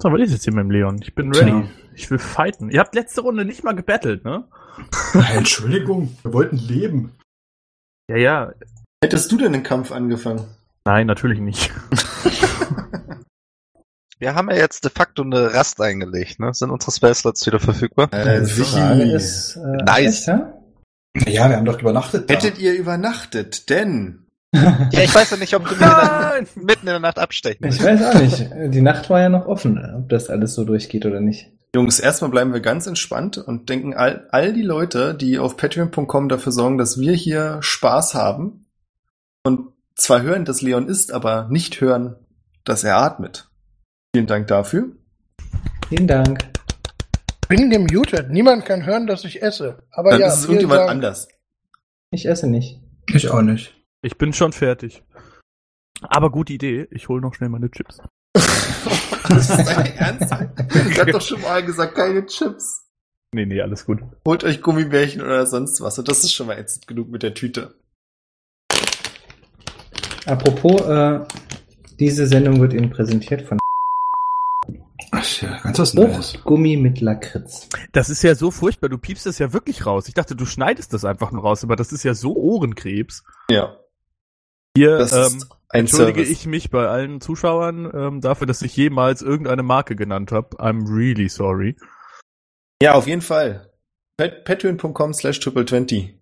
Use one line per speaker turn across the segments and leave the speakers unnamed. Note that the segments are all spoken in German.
So, was ist jetzt hier mit dem Leon? Ich bin
Tja.
ready. Ich will fighten. Ihr habt letzte Runde nicht mal gebettelt, ne?
Entschuldigung, wir wollten leben.
Ja, ja.
Hättest du denn den Kampf angefangen?
Nein, natürlich nicht.
Wir haben ja jetzt de facto eine Rast eingelegt, ne? Sind unsere Spell Slots wieder verfügbar?
Äh,
Frage ist, äh,
Nice.
Alter?
Ja, wir haben doch übernachtet. da.
Hättet ihr übernachtet, denn
Ja, ich weiß ja nicht, ob du mir dann mitten in der Nacht abstechen
Ich
willst.
weiß auch nicht. Die Nacht war ja noch offen, äh, ob das alles so durchgeht oder nicht.
Jungs, erstmal bleiben wir ganz entspannt und denken all, all die Leute, die auf patreon.com dafür sorgen, dass wir hier Spaß haben und zwar hören, dass Leon ist, aber nicht hören, dass er atmet. Vielen Dank dafür.
Vielen Dank.
Bin gemutet. Niemand kann hören, dass ich esse. Aber
Dann
ja,
ist es
vielen
irgendjemand
Dank.
anders.
Ich esse nicht.
Ich auch nicht.
Ich bin schon fertig. Aber gute Idee. Ich hole noch schnell meine Chips.
Das ist dein Ernst? Ich hab doch schon mal gesagt, keine Chips.
Nee, nee, alles gut.
Holt euch Gummibärchen oder sonst was. Und das ist schon mal ätzend genug mit der Tüte.
Apropos, äh, diese Sendung wird Ihnen präsentiert von
Ach ja, ganz
Oh.
was Neues.
Fruchtgummi mit Lakritz.
Das ist ja so furchtbar. Du piepst das ja wirklich raus. Ich dachte, du schneidest das einfach nur raus, aber das ist ja so Ohrenkrebs.
Ja,
Hier
das
ähm,
ist ein
entschuldige
Service.
ich mich bei allen Zuschauern ähm, dafür, dass ich jemals irgendeine Marke genannt habe. I'm really sorry.
Äh, Ja, auf jeden Fall. Pat- Patreon.com slash triple 20.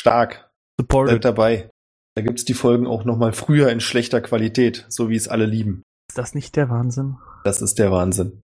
Stark.
Supported.
Seid dabei. Da gibt's die Folgen auch nochmal früher in schlechter Qualität, so wie es alle lieben.
Ist das nicht der Wahnsinn?
Das ist der Wahnsinn.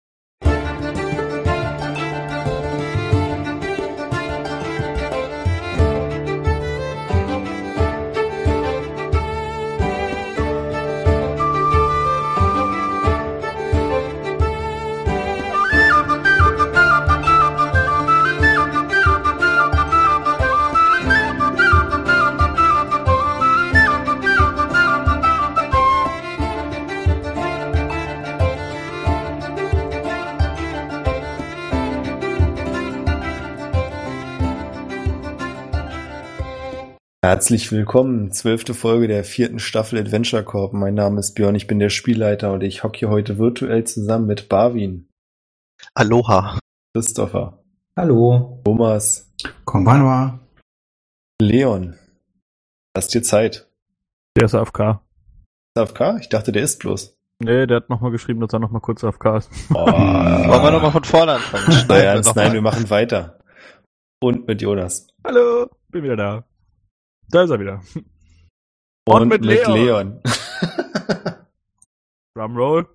Herzlich willkommen, zwölfte Folge der vierten Staffel Adventure Corp. Mein Name ist Björn, ich bin der Spielleiter und ich hocke hier heute virtuell zusammen mit Barwin,
Aloha.
Christopher,
Hallo.
Thomas,
Konbanwa.
Leon. Hast dir Zeit?
Der ist AFK.
Ist AFK? Ich dachte, der ist bloß.
Nee, der hat nochmal geschrieben, dass er nochmal kurz AFK ist.
Wollen wir nochmal von vorne anfangen? Schneiden
Nein,
wir
ernst,
noch
nein,
mal.
wir machen weiter. Und mit Jonas.
Hallo, bin wieder da. Da ist er wieder.
Und,
Und mit
Leon.
Drumroll.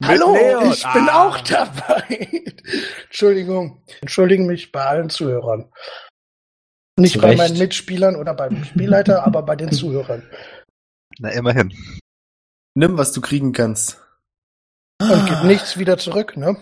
Mit
Hallo,
Leon.
ich bin
Ah.
auch dabei. Entschuldigung. Entschuldigen mich bei allen Zuhörern. Nicht
Zu
bei
Recht.
meinen Mitspielern oder beim Spielleiter, aber bei den Zuhörern.
Na, immerhin.
Nimm, was du kriegen kannst.
Und gibt nichts wieder zurück, ne?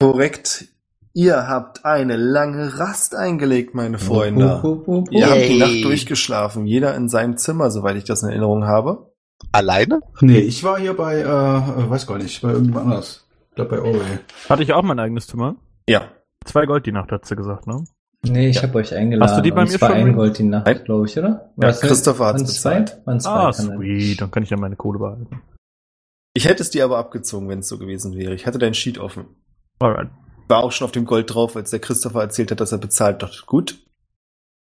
Korrekt. Ihr habt eine lange Rast eingelegt, meine Freunde.
Hup, hup, hup, hup.
Ihr habt die
Yay.
Nacht durchgeschlafen, jeder in seinem Zimmer, soweit ich das in Erinnerung habe.
Alleine?
Nee, ich war hier bei, äh, äh, weiß gar nicht, bei irgendjemand anders. Ich glaube bei Orwell.
Hatte ich auch mein eigenes Zimmer.
Ja.
Zwei Gold die Nacht, hat sie gesagt, ne?
Nee, ich habe euch eingeladen.
Hast du die bei
und
mir
es war
schon?
ein Gold die Nacht,
Nein.
glaube ich, oder?
Ja,
War's-
Christopher hat's
waren's
bezahlt.
zwei? Waren's zwei,
Ah,
kann sein.
sweet. Dann kann ich ja meine Kohle behalten.
Ich hätte es dir aber abgezogen, wenn es so gewesen wäre. Ich hatte dein Sheet offen.
Alright.
War auch schon auf dem Gold drauf, als der Christopher erzählt hat, dass er bezahlt. Dachte, gut.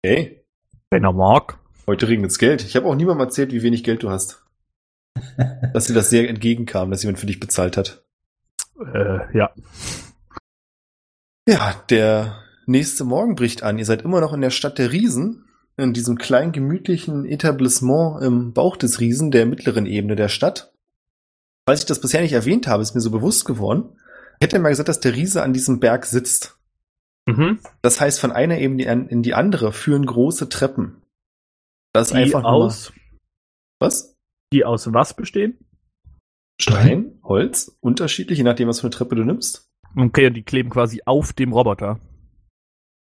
Hey,
Wenn er mag.
heute regnet's Geld. Ich habe auch niemandem erzählt, wie wenig Geld du hast. Dass dir das sehr entgegenkam, dass jemand für dich bezahlt hat.
Äh, ja.
Ja, der nächste Morgen bricht an. Ihr seid immer noch in der Stadt der Riesen, in diesem kleinen gemütlichen Etablissement im Bauch des Riesen, der mittleren Ebene der Stadt. Falls ich das bisher nicht erwähnt habe, ist mir so bewusst geworden. Ich hätte mal gesagt, dass der Riese an diesem Berg sitzt.
Mhm.
Das heißt, von einer Ebene an- in die andere führen große Treppen. Das ist
Die
einfach nur mal-
aus,
was?
die aus was bestehen?
Stein, Holz, unterschiedlich, je nachdem, was für eine Treppe du nimmst.
Okay, und die kleben quasi auf dem Roboter.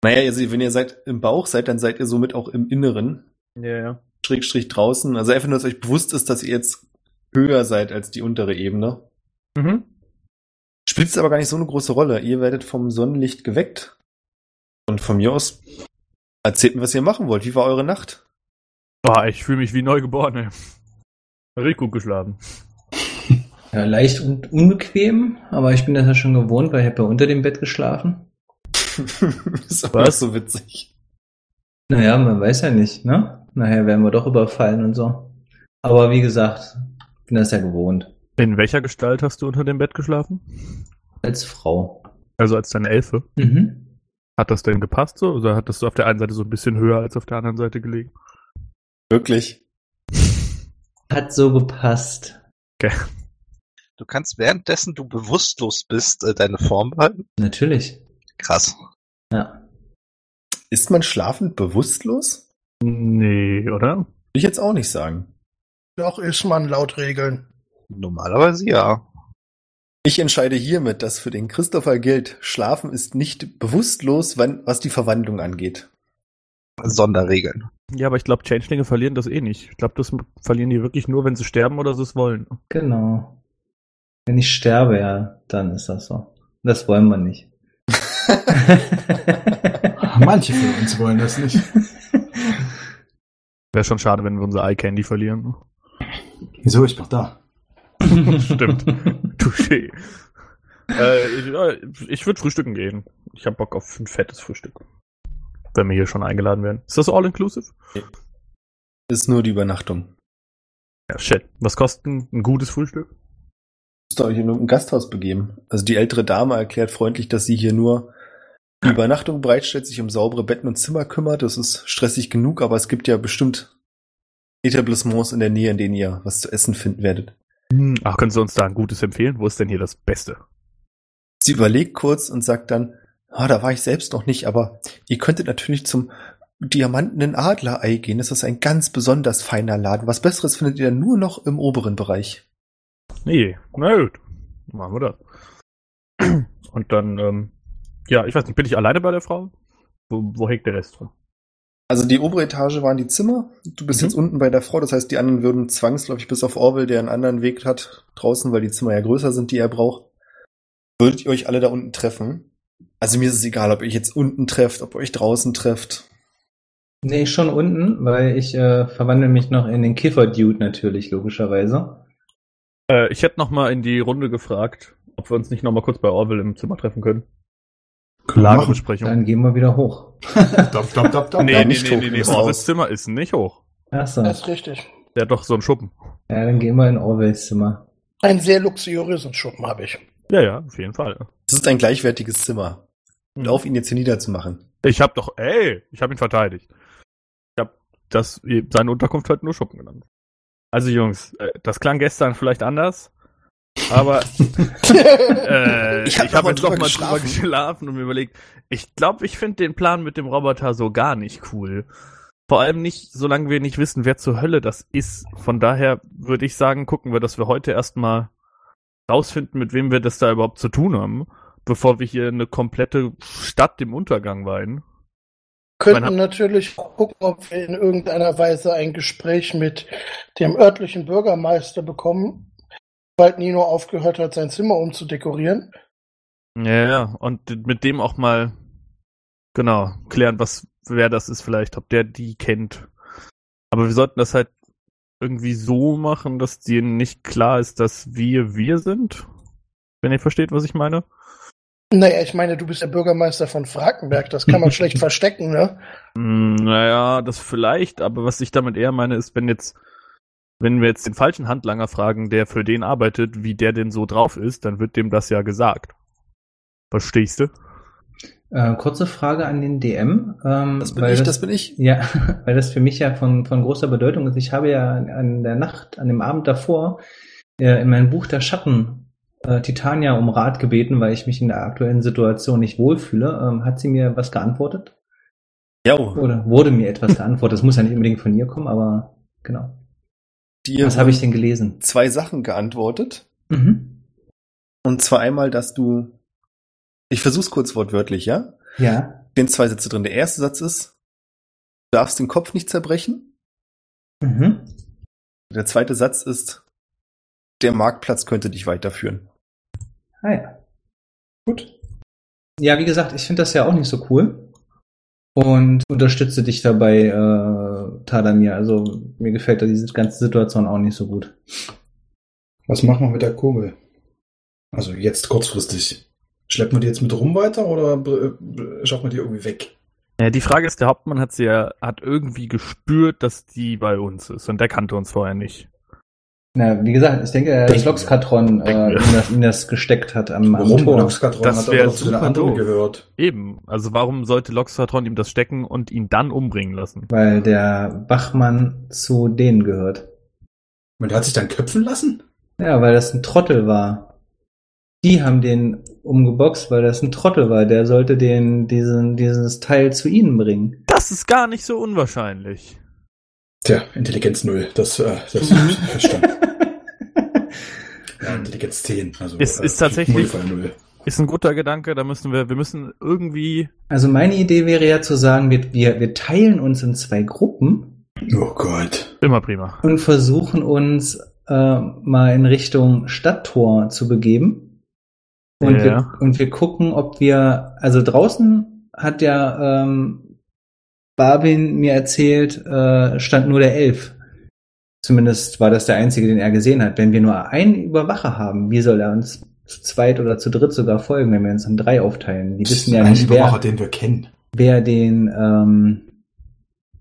Naja, also wenn ihr seid im Bauch seid, dann seid ihr somit auch im Inneren.
Ja, ja.
Schrägstrich draußen. Also einfach nur, dass euch bewusst ist, dass ihr jetzt höher seid als die untere Ebene.
Mhm.
Spielt es aber gar nicht so eine große Rolle. Ihr werdet vom Sonnenlicht geweckt. Und von mir aus erzählt mir, was ihr machen wollt. Wie war eure Nacht?
Ah, Boah, ich fühle mich wie neugeboren, ey. Richtig gut geschlafen.
Ja, leicht und unbequem, aber ich bin das ja schon gewohnt, weil ich habe ja unter dem Bett geschlafen.
ist aber
Was?
so witzig.
Naja, man weiß ja nicht, ne? Nachher werden wir doch überfallen und so. Aber wie gesagt, bin das ja gewohnt.
In welcher Gestalt hast du unter dem Bett geschlafen?
Als Frau.
Also als deine Elfe.
Mhm.
Hat das denn gepasst so? Oder hat das so auf der einen Seite so ein bisschen höher als auf der anderen Seite gelegen?
Wirklich.
Hat so gepasst.
Du kannst währenddessen du bewusstlos bist, äh, deine Form behalten?
Natürlich.
Krass.
Ja.
Ist man schlafend bewusstlos?
Nee, oder?
Will ich jetzt auch nicht sagen.
Doch ist man laut Regeln.
Normalerweise ja.
Ich entscheide hiermit, dass für den Christopher gilt, Schlafen ist nicht bewusstlos, wann, was die Verwandlung angeht.
Sonderregeln.
Ja, aber ich glaube, Changelinge verlieren das eh nicht. Ich glaube, das verlieren die wirklich nur, wenn sie sterben oder sie es wollen.
Genau. Wenn ich sterbe, ja, dann ist das so. Das wollen wir nicht.
Manche von uns wollen das nicht.
Wäre schon schade, wenn wir unser Eye Candy verlieren.
Wieso? Ich mach da.
Stimmt. Touché. äh, ich ja, ich würde frühstücken gehen. Ich habe Bock auf ein fettes Frühstück. Wenn wir hier schon eingeladen werden. Ist das all inclusive?
Ist nur die Übernachtung.
Ja, shit. Was kostet ein, ein gutes Frühstück?
Müsst ihr euch in irgendein Gasthaus begeben. Also die ältere Dame erklärt freundlich, dass sie hier nur die Übernachtung bereitstellt, sich um saubere Betten und Zimmer kümmert. Das ist stressig genug, aber es gibt ja bestimmt Etablissements in der Nähe, in denen ihr was zu essen finden werdet.
Hm, Ach, können Sie uns da ein gutes empfehlen? Wo ist denn hier das Beste?
Sie überlegt kurz und sagt dann, ah, da war ich selbst noch nicht, aber ihr könntet natürlich zum Diamantenen Adlerei gehen. Das ist ein ganz besonders feiner Laden. Was Besseres findet ihr nur noch im oberen Bereich.
Nee, na gut. Machen wir das. Und dann, ähm, ja, ich weiß nicht, bin ich alleine bei der Frau? Wo, wo hängt der Rest drin?
Also die obere Etage waren die Zimmer. Du bist
Mhm.
jetzt unten bei der Frau. Das heißt, die anderen würden zwangsläufig bis auf Orwell, der einen anderen Weg hat, draußen, weil die Zimmer ja größer sind, die er braucht. Würdet ihr euch alle da unten treffen? Also mir ist es egal, ob ihr euch jetzt unten trefft, ob ihr euch draußen trefft.
Nee, schon unten, weil ich äh, verwandle mich noch in den Kiffer-Dude natürlich, logischerweise.
Äh, ich hätte nochmal in die Runde gefragt, ob wir uns nicht nochmal kurz bei Orwell im Zimmer treffen können. Lagebesprechung.
Dann gehen wir wieder hoch.
Dop, dop, dop, dop.
Ja,
Nee, nee,
nicht
nee,
hoch,
nee, nee.
muss
Orwells
raus.
Zimmer ist nicht hoch.
Achso.
Das
Ja,
ist richtig.
Der hat doch so einen Schuppen.
dann gehen wir in Orwells Zimmer.
Ein sehr luxuriösen Schuppen habe ich.
Ja, ja, auf jeden Fall.
Es ist ein gleichwertiges Zimmer.
Mhm.
Und auf ihn jetzt hier niederzumachen.
Ich hab doch, ey, ich hab ihn verteidigt. Ich hab das, seine Unterkunft halt nur Schuppen genannt. Also Jungs, äh, das klang gestern vielleicht anders, aber äh,
Ich
ich
hab
hab,
noch mal
jetzt noch
drüber
mal drüber
geschlafen.
geschlafen und mir überlegt, ich glaube, ich finde den Plan mit dem Roboter so gar nicht cool. Vor allem nicht, solange wir nicht wissen, wer zur Hölle das ist. Von daher würde ich sagen, gucken wir, dass wir heute erstmal rausfinden, mit wem wir das da überhaupt zu tun haben, bevor wir hier eine komplette Stadt dem Untergang weihen.
könnten
Man
natürlich gucken, ob wir in irgendeiner Weise ein Gespräch mit dem örtlichen Bürgermeister bekommen, weil Nino aufgehört hat, sein Zimmer umzudekorieren.
Ja, ja, und mit dem auch mal genau klären, was wer das ist vielleicht, ob der die kennt. Aber wir sollten das halt irgendwie so machen, dass denen nicht klar ist, dass wir wir sind. Wenn ihr versteht, was ich meine.
Naja, ich meine, du bist der Bürgermeister von Frankenberg, das kann man schlecht verstecken, ne?
Hm, naja, das vielleicht, aber was ich damit eher meine, ist, wenn jetzt, wenn wir jetzt den falschen Handlanger fragen, der für den arbeitet, wie der denn so drauf ist, dann wird dem das ja gesagt. Verstehst du?
Äh, kurze Frage an den DM. Ähm,
Das bin
weil
ich, das bin ich.
Ja, weil das für mich ja von, von großer Bedeutung ist. Ich habe ja an der Nacht, an dem Abend davor, äh, in meinem Buch der Schatten äh, Titania um Rat gebeten, weil ich mich in der aktuellen Situation nicht wohlfühle. Ähm, hat sie mir was geantwortet?
Jo,
Oder wurde mir etwas geantwortet? Das muss ja nicht unbedingt von ihr kommen, aber genau.
dir
Was habe ich denn gelesen?
zwei Sachen geantwortet.
Mhm.
Und zwar einmal, dass du. Ich versuch's kurz wortwörtlich, ja?
Ja.
Den zwei Sätze drin. Der erste Satz ist, du darfst den Kopf nicht zerbrechen.
Mhm.
Der zweite Satz ist, der Marktplatz könnte dich weiterführen.
Ah ja. Gut. Ja, wie gesagt, ich finde das ja auch nicht so cool. Und unterstütze dich dabei, äh, Tadamir. Also mir gefällt da diese ganze Situation auch nicht so gut.
Was machen wir mit der Kugel? Also jetzt kurzfristig. Schleppen wir die jetzt mit rum weiter oder äh, schaffen wir die irgendwie weg?
Ja, die Frage ist, der Hauptmann hat sie ja, hat irgendwie gespürt, dass die bei uns ist und der kannte uns vorher nicht.
Na, wie gesagt, ich denke, er
Das-
hat Loxkatron, äh, ihm das, ihm das gesteckt hat am, am
Warum?
Tor.
Noxkatron
Das
hat
wär
aber zu den
super
anderen
doof.
gehört.
Eben. Also warum sollte Loxatron ihm das stecken und ihn dann umbringen lassen?
Weil der Bachmann zu denen gehört.
Und der hat sich dann köpfen lassen?
Ja, weil das ein Trottel war. Die haben den umgeboxt, weil das ein Trottel war. Der sollte den, diesen, dieses Teil zu ihnen bringen.
Das ist gar nicht so unwahrscheinlich.
Tja, Intelligenz null. Das, äh, das verstanden. Ja, Intelligenz 10. Also,
Es ist tatsächlich-
Modifier 0.
Ist ein guter Gedanke, da müssen wir, wir müssen irgendwie,
also meine Idee wäre ja zu sagen, wir, wir, wir teilen uns in zwei Gruppen
Oh Gott.
immer prima.
und versuchen uns äh, mal in Richtung Stadttor zu begeben. Und,
Ja.
wir, und wir gucken, ob wir, also draußen hat ja ähm, Barbin mir erzählt, äh, stand nur der Elf. Zumindest war das der einzige, den er gesehen hat. Wenn wir nur einen Überwacher haben, wie soll er uns zu zweit oder zu dritt sogar folgen, wenn wir uns in drei aufteilen? Die wissen ja
ein
nicht,
Überwacher,
wer,
den wir kennen.
wer den, ähm,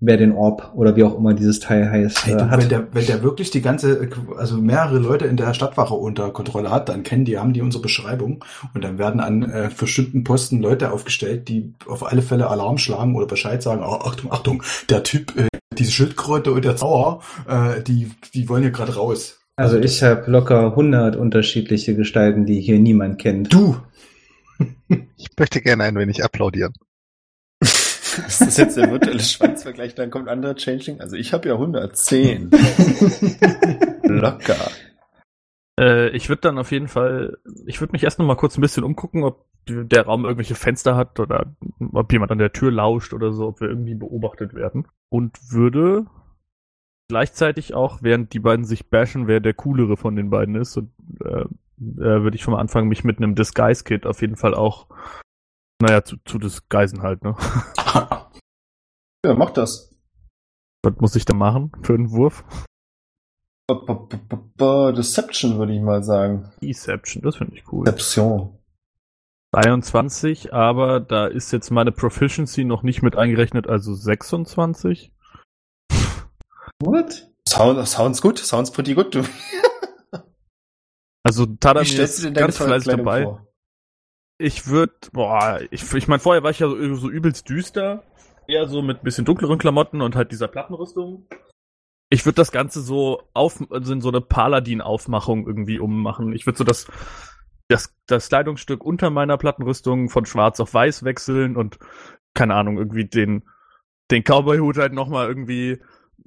wer den Orb oder wie auch immer dieses Teil heißt,
Hey,
äh,
du, wenn,
hat.
der, wenn der wirklich die ganze, also mehrere Leute in der Stadtwache unter Kontrolle hat, dann kennen die, haben die unsere Beschreibung und dann werden an äh, bestimmten Posten Leute aufgestellt, die auf alle Fälle Alarm schlagen oder Bescheid sagen, oh, Achtung, Achtung, der Typ, äh, diese Schildkröte und der Zauer, äh, die, die wollen hier gerade raus.
Also ich habe locker 100 unterschiedliche Gestalten, die hier niemand kennt.
Du!
Ich möchte gerne ein wenig applaudieren.
Das ist jetzt der virtuelle Schwanzvergleich, dann kommt anderer Changeling. Also ich habe ja 110. Locker.
Äh, ich würde dann auf jeden Fall, ich würde mich erst noch mal kurz ein bisschen umgucken, ob der Raum irgendwelche Fenster hat oder ob jemand an der Tür lauscht oder so, ob wir irgendwie beobachtet werden. Und würde gleichzeitig auch, während die beiden sich bashen, wer der coolere von den beiden ist, und, äh, äh, würde ich schon mal anfangen, mich mit einem Disguise-Kit auf jeden Fall auch, naja, zu, zu disguisen halt, ne?
Ja, mach das.
Was muss ich da machen für einen Wurf?
Ba, ba, ba, ba, ba, Deception würde ich mal sagen.
Deception, das finde ich cool.
Deception.
23, aber da ist jetzt meine Proficiency noch nicht mit eingerechnet, also 26.
What?
Sound, sounds good, sounds pretty good. Du,
Also Tadamir
wie stellst du
ist
denn deine
ganz fleißig
Verkleidung
dabei.
vor?
Ich würde, boah, ich, ich meine, vorher war ich ja so, so übelst düster, eher so mit bisschen dunkleren Klamotten und halt dieser Plattenrüstung. Ich würde das Ganze so auf, also in so eine Paladin-Aufmachung irgendwie ummachen. Ich würde so das, das, das Kleidungsstück unter meiner Plattenrüstung von schwarz auf weiß wechseln und, keine Ahnung, irgendwie den, den Cowboy-Hut halt nochmal irgendwie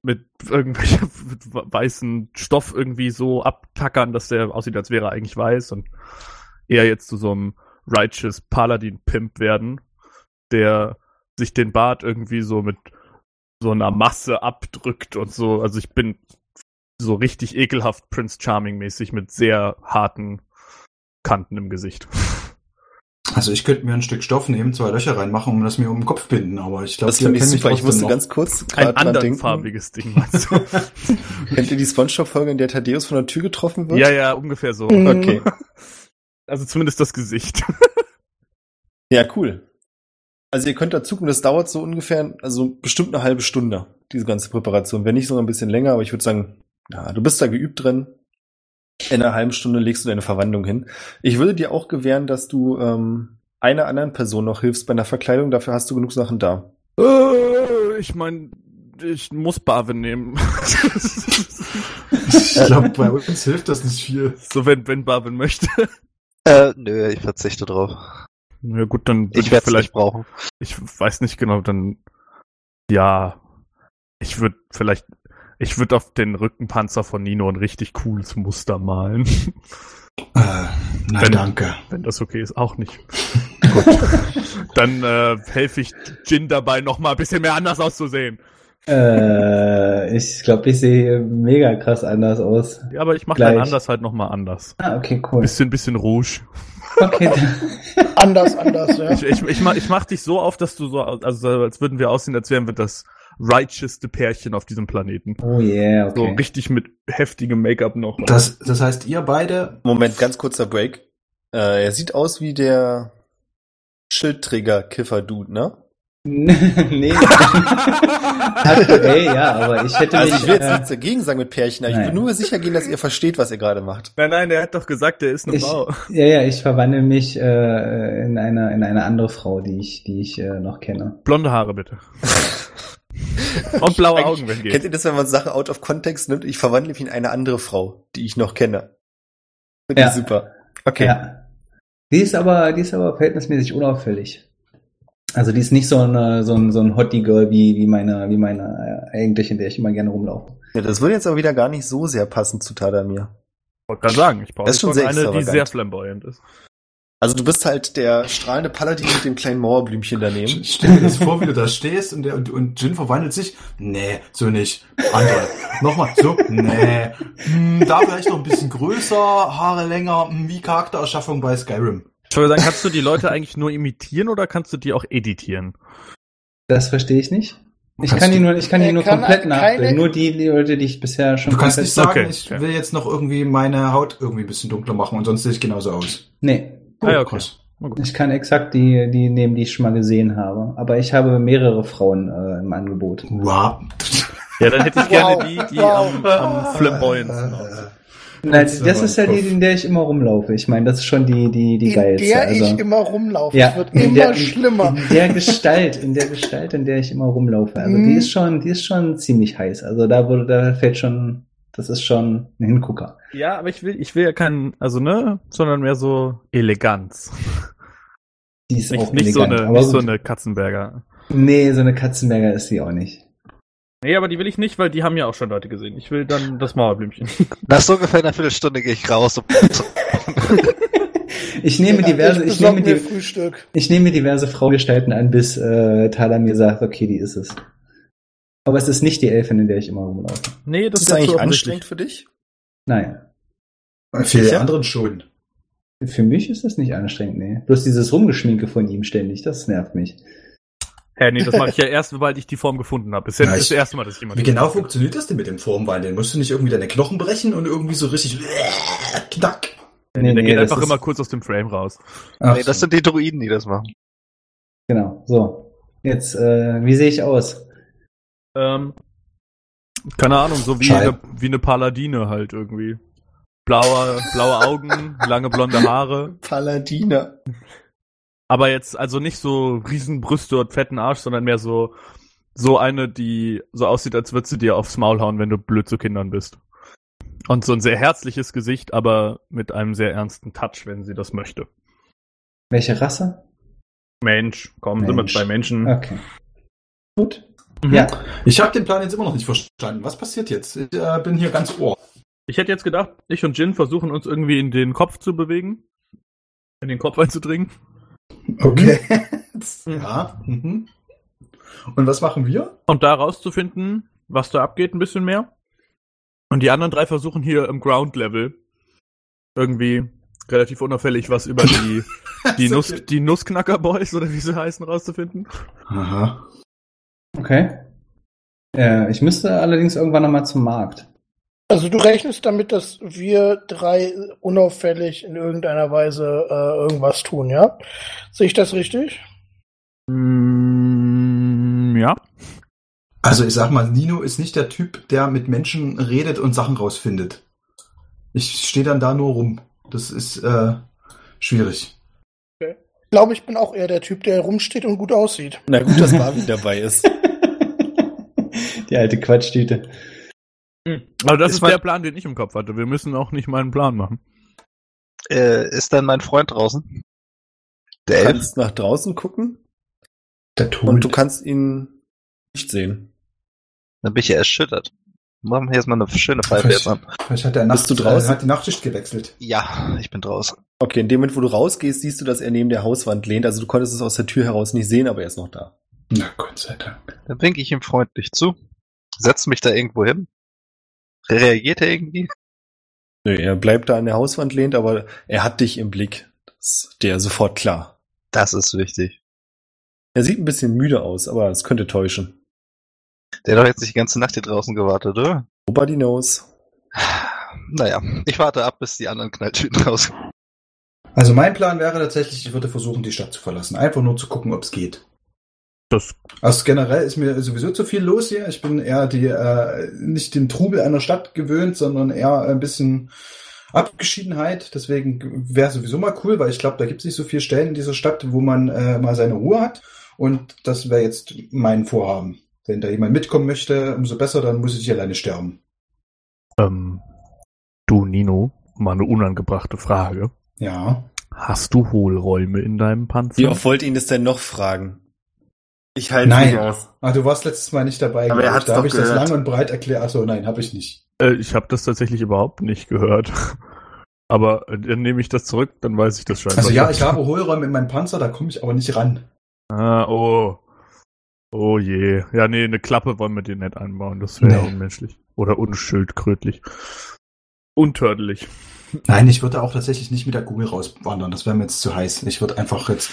mit irgendwelchem weißen Stoff irgendwie so abtackern, dass der aussieht, als wäre er eigentlich weiß und eher jetzt zu so einem righteous Paladin Pimp werden, der sich den Bart irgendwie so mit so einer Masse abdrückt und so. Also ich bin so richtig ekelhaft Prince Charming mäßig mit sehr harten Kanten im Gesicht.
Also ich könnte mir ein Stück Stoff nehmen, zwei Löcher reinmachen und das mir um den Kopf binden, aber ich glaube,
Das finde ich super. Ich musste ganz kurz
Ein
gerade dran denken.
anderfarbiges Ding, meinst du?
Kennt ihr die Spongebob-Folge, in der Thaddeus von der Tür getroffen wird?
ja, ja, ungefähr so.
Mhm.
Okay.
Also zumindest das Gesicht.
Ja, cool. Also ihr könnt dazu kommen, das dauert so ungefähr, also bestimmt eine halbe Stunde, diese ganze Präparation. Wenn nicht sogar ein bisschen länger, aber ich würde sagen, ja, du bist da geübt drin. In einer halben Stunde legst du deine Verwandlung hin. Ich würde dir auch gewähren, dass du ähm, einer anderen Person noch hilfst bei einer Verkleidung, dafür hast du genug Sachen da.
Äh, ich meine, ich muss Barwin nehmen.
Ich glaube, bei uns hilft das nicht viel.
so, wenn, wenn Barwin möchte.
Äh, nö, ich verzichte drauf.
Na gut, dann würd
Ich werde es
vielleicht
nicht brauchen.
ich weiß nicht genau, dann ja, ich würde vielleicht, ich würde auf den Rückenpanzer von Nino ein richtig cooles Muster malen,
Äh, nein,
Wenn-
danke.
wenn das okay ist, auch nicht. dann äh, helfe ich Jin dabei, nochmal ein bisschen mehr anders auszusehen.
Äh, ich glaube, ich sehe mega krass anders aus.
Ja, aber ich mache
Gleich.
dein anders halt nochmal anders.
Ah, okay, cool.
Bisschen, bisschen rouge.
Okay, dann-
Anders, anders, ja.
Ich, ich, ich, mach, ich mach dich so auf, dass du so, also als würden wir aussehen, als wären wir das righteouste Pärchen auf diesem Planeten.
Oh yeah,
So
okay.
richtig mit heftigem Make-up noch.
Das, das heißt, ihr beide,
Moment, ganz kurzer Break. Äh, er sieht aus wie der Schildträger-Kiffer-Dude, ne?
nee. Aktuell ja, aber ich hätte
Also
mich.
ich will jetzt
äh,
nichts dagegen sagen mit Pärchen, aber ich will
Nein.
nur sicher gehen, dass ihr versteht, was ihr gerade macht.
Nein, nein, der hat doch gesagt, der ist eine
Ich-
Frau.
ja, ja, ich verwandle mich äh, in eine in eine andere Frau, die ich die ich äh, noch kenne.
Blonde Haare bitte. Und blaue Augen, wenn
Kennt
geht.
ihr das, wenn man Sachen out of context nimmt? Ich verwandle mich in eine andere Frau, die ich noch kenne. Finde
Ja.
ich super. Okay.
Ja. Die ist aber die ist aber verhältnismäßig unauffällig. Also die ist nicht so eine so ein so ein Hottie Girl wie wie meine wie meine äh, eigentlich in der ich immer gerne rumlaufe.
Ja, das würde jetzt aber wieder gar nicht so sehr passen zu Tadamir.
Wollte gerade sagen, ich brauche
Das ist schon
schon
sehr
eine, die
extravagant.
sehr flamboyant ist.
Also du bist halt der strahlende Paladin mit dem kleinen Mauerblümchen daneben.
st- stell dir das vor, wie du da stehst und, der, und, und Jin verwandelt sich. Nee, so nicht. Andere. Nochmal, so, nee. Hm, da vielleicht noch ein bisschen größer, Haare länger, hm, wie Charaktererschaffung bei Skyrim.
Ich wollte sagen, kannst du die Leute eigentlich nur imitieren oder kannst du die auch editieren?
Das verstehe ich nicht. Ich
Kannst
kann die
du-
nur ich kann die
Er
nur
kann
komplett
keine-
nachbilden. Nur die Leute, die ich bisher schon
Du kannst
komplett-
nicht sagen,
Okay,
ich
okay.
will jetzt noch irgendwie meine Haut irgendwie ein bisschen dunkler machen und sonst sehe ich genauso aus.
Nee.
Ah ja, okay.
krass.
Ich kann exakt die, die nehmen, die ich schon mal gesehen habe. Aber ich habe mehrere Frauen äh, im Angebot.
Wow.
Ja, dann hätte ich
Wow.
gerne die, die
Wow.
am,
Ah.
am
Äh,
Genau. flamboyantsten aussieht.
Nein,
ist
das
aber
ist ja
Kopf.
die, in der ich immer rumlaufe. Ich meine, das ist schon die, die, die
in
geilste.
der
also,
ich immer rumlaufe.
ja,
es wird
in
immer
der- in-
schlimmer.
In der Gestalt, in der Gestalt, in der ich immer rumlaufe. Also die
Mhm.
ist schon, die ist schon ziemlich heiß. Also da wurde, da fällt schon, das ist schon ein Hingucker.
Ja, aber ich will, ich will ja keinen, also ne, sondern mehr so Eleganz.
Die ist
Nicht,
auch
nicht, so,
Oh, elegant,
eine,
aber
nicht so
gut.
eine Katzenberger.
Nee, so eine Katzenberger ist die auch nicht.
Nee, aber die will ich nicht, weil die haben ja auch schon Leute gesehen. Ich will dann das Mauerblümchen.
Nach so ungefähr einer Viertelstunde gehe ich raus. Und
Ich nehme diverse, ich
besorg
nehme
mir
die,
Frühstück.
Ich nehme diverse Frauengestalten an, bis äh, Thala mir sagt, okay, die ist es. Aber es ist nicht die Elfin, in der ich immer rumlaufe.
Nee, das ist,
Ist das
jetzt
eigentlich
so
anstrengend für dich?
Nein.
Bei vielen
Sicher?
anderen schon.
Für mich ist das nicht anstrengend, nee. Bloß dieses Rumgeschminke von ihm ständig, das nervt mich.
Hä, nee, das mache ich ja erst, sobald ich die Form gefunden habe. Ist ja
Ja,
nicht
ich-
das erste Mal, dass ich jemand.
Wie genau funktioniert das denn mit dem Formwandel? Musst du nicht irgendwie deine Knochen brechen und irgendwie so richtig äh, knack?
Nee, der geht
das
einfach
ist-
immer kurz aus dem Frame raus.
Ach
nee, das
so.
sind die Druiden, die das machen.
Genau, so. Jetzt, äh, wie sehe ich aus?
Ähm, keine Ahnung, so wie
Scheiße.
eine, wie eine Paladine halt irgendwie. Blaue, blaue Augen, lange blonde Haare.
Paladiner.
Aber jetzt also nicht so Riesenbrüste und fetten Arsch, sondern mehr so so eine, die so aussieht, als würdest du dir aufs Maul hauen, wenn du blöd zu Kindern bist. Und so ein sehr herzliches Gesicht, aber mit einem sehr ernsten Touch, wenn sie das möchte.
Welche Rasse?
Mensch, komm, sind wir
Mensch.
zwei Menschen.
Okay. Gut.
Mhm.
Ja,
Ich habe den Plan jetzt immer noch nicht verstanden. Was passiert jetzt? Ich äh, bin hier ganz ohr.
Ich hätte jetzt gedacht, ich und Jin versuchen uns irgendwie in den Kopf zu bewegen. In den Kopf einzudringen.
Okay. Mhm. ja. Mhm. Und was machen wir?
Und da rauszufinden, was da abgeht, ein bisschen mehr. Und die anderen drei versuchen hier im Ground Level irgendwie relativ unauffällig was über die, die, Nuss, die Nussknacker Boys oder wie sie heißen rauszufinden.
Aha.
okay. Äh, ich müsste allerdings irgendwann nochmal zum Markt.
Also du rechnest damit, dass wir drei unauffällig in irgendeiner Weise äh, irgendwas tun, ja? Sehe ich das richtig?
Mm, ja.
Also ich sag mal, Nino ist nicht der Typ, der mit Menschen redet und Sachen rausfindet. Ich stehe dann da nur rum. Das ist äh, schwierig.
Ich glaube, ich bin auch eher der Typ, der rumsteht und gut aussieht.
Na gut, dass Marvin dabei ist.
Die alte Quatschtüte.
Also das
Ist
ist,
mein-
der Plan, den ich im Kopf hatte. Wir müssen auch nicht mal einen Plan machen.
Äh, ist dann mein Freund draußen? Der
Du
Elf?
kannst nach draußen gucken
Der
und du kannst ihn nicht sehen.
Dann bin ich ja erschüttert. Machen wir jetzt mal eine schöne Pfeife jetzt an.
Vielleicht hat der Nacht,
Bist du draußen?
Äh, hat die Nachtschicht gewechselt.
Ja, ich bin draußen.
Okay, in dem Moment, wo du rausgehst, siehst du, dass er neben der Hauswand lehnt. Also du konntest es aus der Tür heraus nicht sehen, aber er ist noch da.
Na Gott sei Dank.
Dann winke ich ihm freundlich zu. Setze mich da irgendwo hin. Reagiert er irgendwie?
Nö, er bleibt da an der Hauswand lehnt, aber er hat dich im Blick. Das ist dir sofort klar.
Das ist wichtig.
Er sieht ein bisschen müde aus, aber es könnte täuschen.
Der hat doch jetzt nicht die ganze Nacht hier draußen gewartet, oder?
Nobody knows.
Naja, ich warte ab, bis die anderen Knalltüten rauskommen.
Also mein Plan wäre tatsächlich, ich würde versuchen, die Stadt zu verlassen. Einfach nur zu gucken, ob es geht.
Das,
Also generell ist mir sowieso zu viel los hier. Ich bin eher die, äh, nicht den Trubel einer Stadt gewöhnt, sondern eher ein bisschen Abgeschiedenheit. Deswegen wäre sowieso mal cool, weil ich glaube, da gibt es nicht so viele Stellen in dieser Stadt, wo man äh, mal seine Ruhe hat. Und das wäre jetzt mein Vorhaben. Wenn da jemand mitkommen möchte, umso besser, dann muss ich nicht alleine sterben.
ähm, du, Nino, mal eine unangebrachte Frage.
Ja.
Hast du Hohlräume in deinem Panzer?
Wie oft wollt ihr ihn das denn noch fragen? Ich halte
Nein.
nicht aus.
Ah, du warst letztes Mal nicht dabei. glaub
Aber er
ich.
hat's
da
doch
habe ich das
gehört.
lang und breit erklärt. Achso, nein, habe ich nicht.
Äh, ich habe das tatsächlich überhaupt nicht gehört. Aber äh, dann nehme ich das zurück, dann weiß ich das scheinbar.
Also ja, ich
habe.
habe Hohlräume in meinem Panzer, da komme ich aber nicht ran.
Ah, oh. Oh je. Ja, nee, eine Klappe wollen wir dir nicht einbauen. Das wäre
Nee.
unmenschlich. Oder unschildkrötlich. Untörtelig.
Nein, ich würde auch tatsächlich nicht mit der Kugel rauswandern. Das wäre mir jetzt zu heiß. Ich würde einfach jetzt.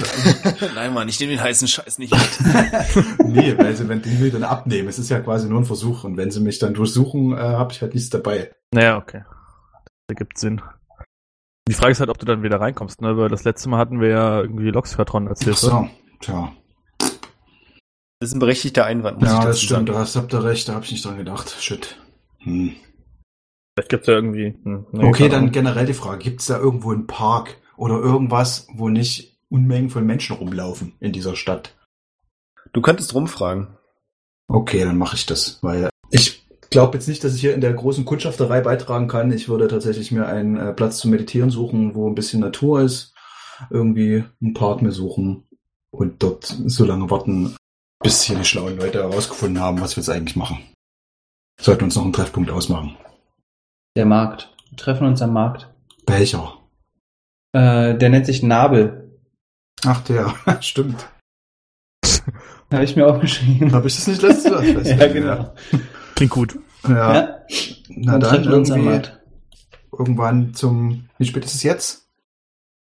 Nein, Mann, ich nehme den heißen Scheiß nicht mit.
nee, weil sie, wenn die mich dann abnehmen, es ist ja quasi nur ein Versuch. Und wenn sie mich dann durchsuchen, äh, habe ich halt nichts dabei.
Naja, okay. Da gibt Sinn. Die Frage ist halt, ob du dann wieder reinkommst, ne? Weil das letzte Mal hatten wir ja irgendwie Loxfertron als Hilfe.
Tja.
Das ist ein berechtigter Einwand, muss ich
Ja,
dazu
das stimmt.
sagen.
Du hast habt ihr recht, da habe ich nicht dran gedacht. Shit. Hm.
Vielleicht gibt's ja irgendwie. Hm, nee,
Okay,
keine
dann
Ahnung.
generell die Frage, gibt es da irgendwo einen Park oder irgendwas, wo nicht Unmengen von Menschen rumlaufen in dieser Stadt?
Du könntest rumfragen.
Okay, dann mache ich das, weil ich glaube jetzt nicht, dass ich hier in der großen Kundschafterei beitragen kann. Ich würde tatsächlich mir einen äh, Platz zum Meditieren suchen, wo ein bisschen Natur ist, irgendwie einen Park mir suchen und dort so lange warten, bis hier die schlauen Leute herausgefunden haben, was wir jetzt eigentlich machen. Sollten uns noch einen Treffpunkt ausmachen.
Der Markt. Wir treffen uns am Markt.
Welcher?
Äh, der nennt sich Nabel.
Ach der, stimmt.
Habe ich mir aufgeschrieben.
Habe ich das nicht letztes Mal? Ich weiß
ja,
nicht
genau.
Klingt gut.
mehr. Ja,
Ja,
na
dann
dann
treffen wir uns am
irgendwie
Markt.
irgendwann zum, wie spät ist es jetzt?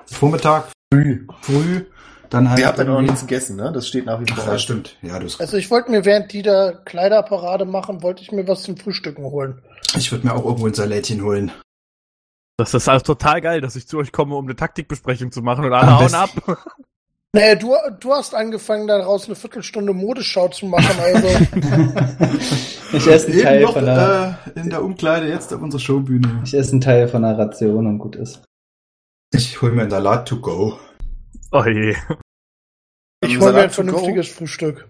Vormittag? Früh. Früh. Dann halt
Ihr habt ja noch
irgendwie-
nichts gegessen, ne? Das steht nach wie vor.
Ach, ja, stimmt. Ja, du hast-
Also ich wollte mir, während die da Kleiderparade machen, wollte ich mir was zum Frühstücken holen.
ich würde mir auch irgendwo ein Salätchen holen.
Das ist alles total geil, dass ich zu euch komme, um eine Taktikbesprechung zu machen und alle
Am
hauen ab.
besten-
Naja, du, du hast angefangen, daraus eine Viertelstunde Modeschau zu machen. Also
ich esse einen
Eben
Teil
noch,
von der,
äh, in der Umkleide, jetzt auf unserer Showbühne.
ich esse einen Teil von der Ration und gut ist.
Ich hole mir einen Salat to go.
Oh je.
ich
Ähm, Salat
hole mir ein
to go?
vernünftiges Frühstück.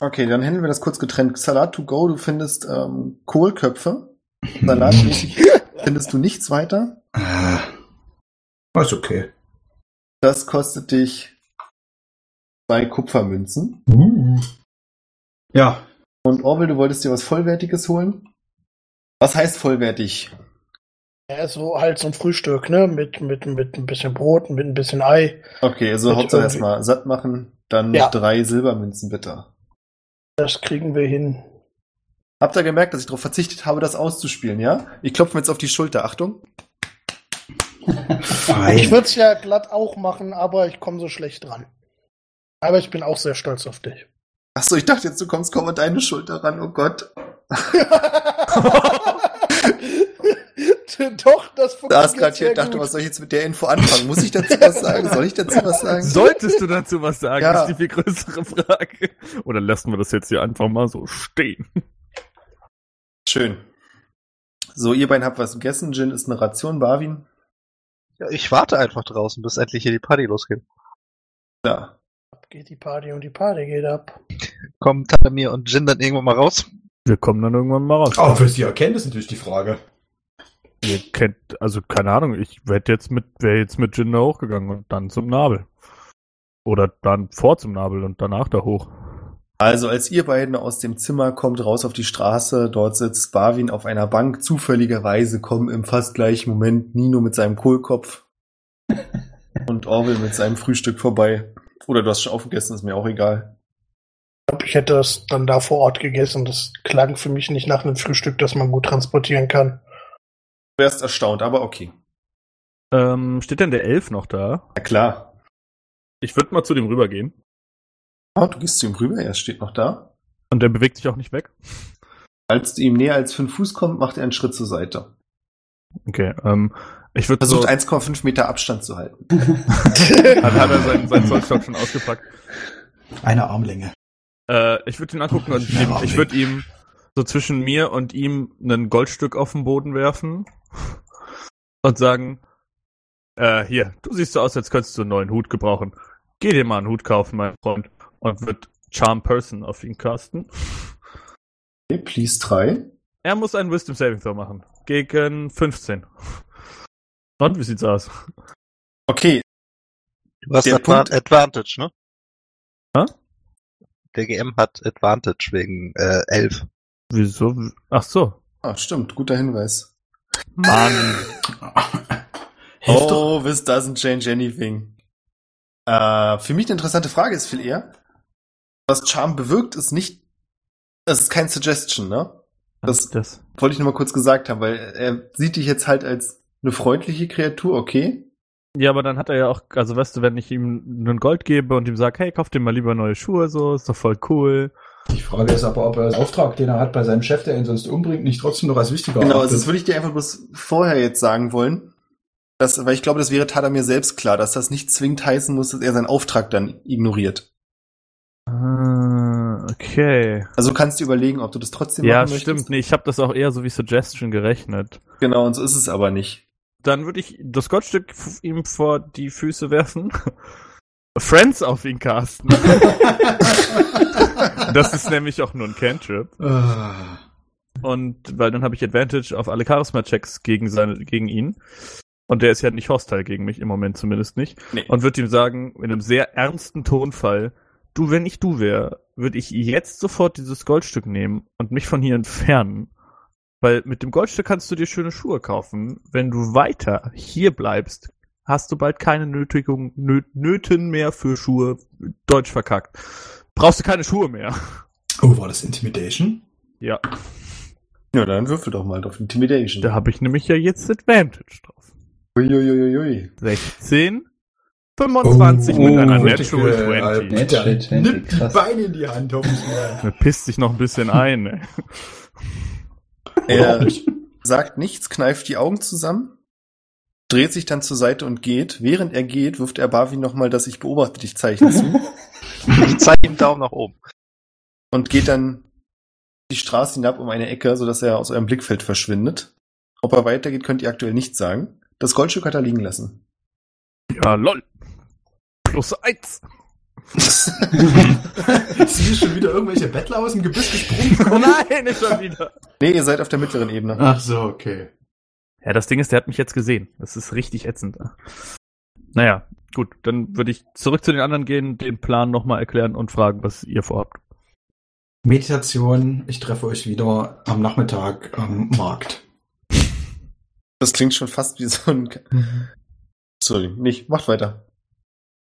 Okay, dann hätten wir das kurz getrennt. Salat to go, du findest ähm, Kohlköpfe. Hm.
Mm.
Salatmäßig findest du nichts weiter.
Äh, ist okay.
Das kostet dich zwei Kupfermünzen.
Ja,
Und Orwell, du wolltest dir was Vollwertiges holen? Was heißt vollwertig?
Ja, so halt so ein Frühstück, ne? Mit, mit, mit ein bisschen Brot, mit ein bisschen Ei.
Okay, also
Mit
Hauptsache
irgendwie-
erstmal satt machen, dann
äh, Ja.
drei Silbermünzen bitte.
Das kriegen wir hin.
Habt ihr gemerkt, dass ich darauf verzichtet habe, das auszuspielen, ja? Ich klopfe mir jetzt auf die Schulter, Achtung.
Ich
fein.
würde es ja glatt auch machen, aber ich komme so schlecht dran. Aber ich bin auch sehr stolz auf dich.
Achso, ich dachte jetzt, du kommst kaum an deine Schulter ran, oh Gott.
Doch, das funktioniert.
Da ist gerade hier,
sehr
dachte,
gut.
was soll ich jetzt mit der Info anfangen? Muss ich dazu was sagen? Soll ich dazu was sagen?
Solltest du dazu was sagen,
Ja.
ist die viel größere Frage. Oder lassen wir das jetzt hier einfach mal so stehen?
Schön. So, ihr beiden habt was gegessen. Gin ist eine Ration, Barwin.
Ja, ich warte einfach draußen, bis endlich hier die Party losgeht.
Ja.
Ab geht die Party und die Party geht ab.
Kommen Tadamir und Jin dann irgendwann mal raus?
Wir kommen dann irgendwann mal raus.
Oh, für sie erkennen ist natürlich die Frage.
Ihr kennt, also keine Ahnung, ich wär jetzt mit, wäre jetzt mit Jin da hochgegangen und dann zum Nabel. Oder dann vor zum Nabel und danach da hoch.
Also, als ihr beiden aus dem Zimmer kommt, raus auf die Straße, dort sitzt Barwin auf einer Bank. Zufälligerweise kommen im fast gleichen Moment Nino mit seinem Kohlkopf und Orwell mit seinem Frühstück vorbei. Oder du hast schon aufgegessen, ist mir auch egal.
Ich glaube, ich hätte das dann da vor Ort gegessen. Das klang für mich nicht nach einem Frühstück, das man gut transportieren kann.
Du wärst erstaunt, aber okay.
Ähm, steht denn der Elf noch da?
Na klar.
Ich würde mal zu dem rübergehen.
Oh, Ah, du gehst zu ihm rüber, er steht noch da.
Und er bewegt sich auch nicht weg.
Als du ihm näher als fünf Fuß kommt, macht er einen Schritt zur Seite.
Okay, ähm, ich würde
Versucht
so,
1,5 Meter Abstand zu halten.
hat, hat er seinen, seinen Zollstock schon ausgepackt.
Eine Armlänge.
Äh, ich würde ihn angucken und
Ja,
ihm,
warum
ich würde ihm so zwischen mir und ihm ein Goldstück auf den Boden werfen und sagen, äh, hier, du siehst so aus, als könntest du einen neuen Hut gebrauchen. Geh dir mal einen Hut kaufen, mein Freund. Und wird Charm Person auf ihn casten.
Okay, please 3.
Er muss einen Wisdom Saving Throw machen. Gegen 15. Und wie sieht's aus?
Okay,
Du hast
Der
Advan
Punkt-
Advantage, ne?
Hä?
Der GM hat Advantage wegen äh, 11.
Wieso? Ach so.
ah, stimmt, guter Hinweis.
Mann.
Hilf doch.
oh, this doesn't change anything. Äh, für mich eine interessante Frage ist viel eher, was Charm bewirkt, ist nicht, das ist kein Suggestion, ne? Das-
das.
Wollte ich nur mal kurz gesagt haben, weil er sieht dich jetzt halt als eine freundliche Kreatur, okay?
Ja, aber dann hat er ja auch, also weißt du, wenn ich ihm einen Gold gebe und ihm sage, hey, kauf dir mal lieber neue Schuhe, so, ist doch voll cool.
Die Frage ist aber, ob er den Auftrag, den er hat bei seinem Chef, der ihn sonst umbringt, nicht trotzdem noch als wichtiger
Genau, also
erachtet.
das würde ich dir einfach bloß vorher jetzt sagen wollen. Dass, weil ich glaube, das wäre Tada mir selbst klar, dass das nicht zwingend heißen muss, dass er seinen Auftrag dann ignoriert.
Ah, okay.
Also du kannst dir überlegen, ob du das trotzdem
Ja,
machen möchtest.
stimmt. Nee, ich habe das auch eher so wie Suggestion gerechnet.
Genau, und so ist es aber nicht.
Dann würde ich das Goldstück f- ihm vor die Füße werfen. Friends auf ihn casten. das ist nämlich auch nur ein Cantrip.
Ah.
Und weil dann habe ich Advantage auf alle Charisma-Checks gegen, seine, gegen ihn. Und der ist ja nicht hostile gegen mich, im Moment zumindest nicht.
Nee.
Und wird ihm sagen, in einem sehr ernsten Tonfall, du, wenn ich du wäre, würde ich jetzt sofort dieses Goldstück nehmen und mich von hier entfernen. Weil mit dem Goldstück kannst du dir schöne Schuhe kaufen. Wenn du weiter hier bleibst, hast du bald keine Nötigung, Nö, Nöten mehr für Schuhe. Deutsch verkackt. Brauchst du keine Schuhe mehr.
Oh, war das Intimidation?
Ja,
Ja, dann würfel doch mal drauf. Intimidation.
da habe ich nämlich ja jetzt Advantage drauf.
Uiuiuiui.
16, 25 mit
Oh,
einer
richtig,
Natural
äh,
20.
Alter.
Alter,
Natural 20,
Nimm die
krass.
Beine in die Hand, hoffentlich.
Mir pisst sich noch ein bisschen ein. ey.
Er sagt nichts, kneift die Augen zusammen, dreht sich dann zur Seite und geht. Während er geht, wirft er Barvi nochmal das Ich beobachte dich Zeichen zu
Ich zeige ihm Daumen nach oben.
und geht dann die Straße hinab um eine Ecke, sodass er aus eurem Blickfeld verschwindet. Ob er weitergeht, könnt ihr aktuell nicht sagen. Das Goldstück hat er liegen lassen.
Ja, lol. Plus eins.
Sind hier schon wieder irgendwelche Bettler aus dem Gebüsch gesprungen?
Oh nein, ist er wieder.
Nee, ihr seid auf der mittleren Ebene.
Ah.
Ach so, okay.
Ja, das Ding ist, der hat mich jetzt gesehen. Das ist richtig ätzend. Naja, gut, dann würde ich zurück zu den anderen gehen, den Plan nochmal erklären und fragen, was ihr vorhabt.
Meditation, ich treffe euch wieder am Nachmittag am Markt.
Das klingt schon fast wie so ein...
Mhm.
Entschuldigung, nicht. Macht weiter.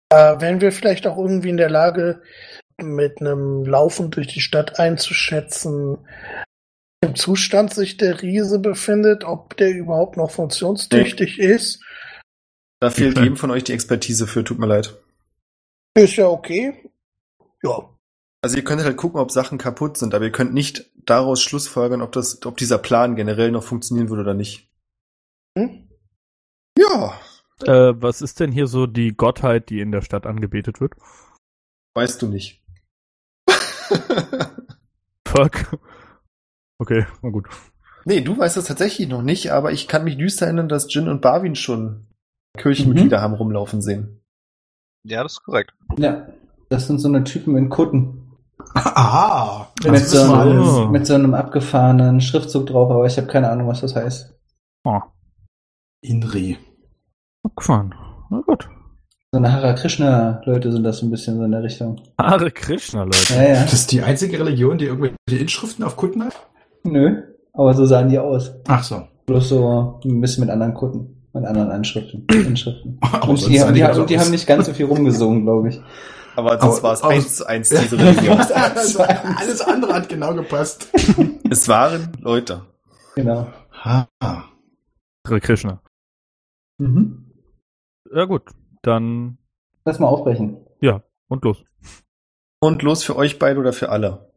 Äh, wären wir vielleicht auch irgendwie in der Lage, mit einem Laufen durch die Stadt einzuschätzen, im Zustand sich der Riese befindet, ob der überhaupt noch funktionstüchtig ist.
Da fehlt
Okay.
jedem von euch die Expertise für, tut mir leid.
Ist ja okay. Ja.
Also ihr könnt halt gucken, ob Sachen kaputt sind, aber ihr könnt nicht daraus schlussfolgern, ob, das, ob dieser Plan generell noch funktionieren würde oder nicht.
Hm?
Ja,
Äh, was ist denn hier so die Gottheit, die in der Stadt angebetet wird?
weißt du nicht.
Fuck. Okay, na gut.
nee, du weißt das tatsächlich noch nicht, aber ich kann mich düster erinnern, dass Jin und Barwin schon Kirchenmitglieder haben rumlaufen sehen.
Ja, das ist korrekt.
Ja, das sind so eine Typen in Kutten.
Aha!
Mit so,
wissen wir
einem,
alles.
alles.
mit so einem abgefahrenen Schriftzug drauf, aber ich habe keine Ahnung, was das heißt.
Oh,
Inri.
abgefahren. Na gut.
So eine Hare Krishna-Leute sind das so ein bisschen so in der Richtung.
Hare Krishna, Leute.
Ja, ja.
Das ist die einzige Religion, die irgendwelche Inschriften auf Kunden hat?
Nö. Aber so sahen die aus.
Ach so.
Bloß so ein bisschen mit anderen Kutten, mit anderen Anschriften. Inschriften.
Aber
Und
sonst
die,
sahen
haben-
die
die,
genauso
haben- die
aus.
haben nicht ganz so viel rumgesungen, glaube ich.
Aber sonst
Aber-
war es
aber-
eins zu eins diese Religion.
Also, alles andere hat genau gepasst.
es waren Leute.
Genau.
Ha.
Hare Krishna.
Mhm.
Ja gut, dann
Lass mal aufbrechen.
und los.
Und los für euch beide oder für alle?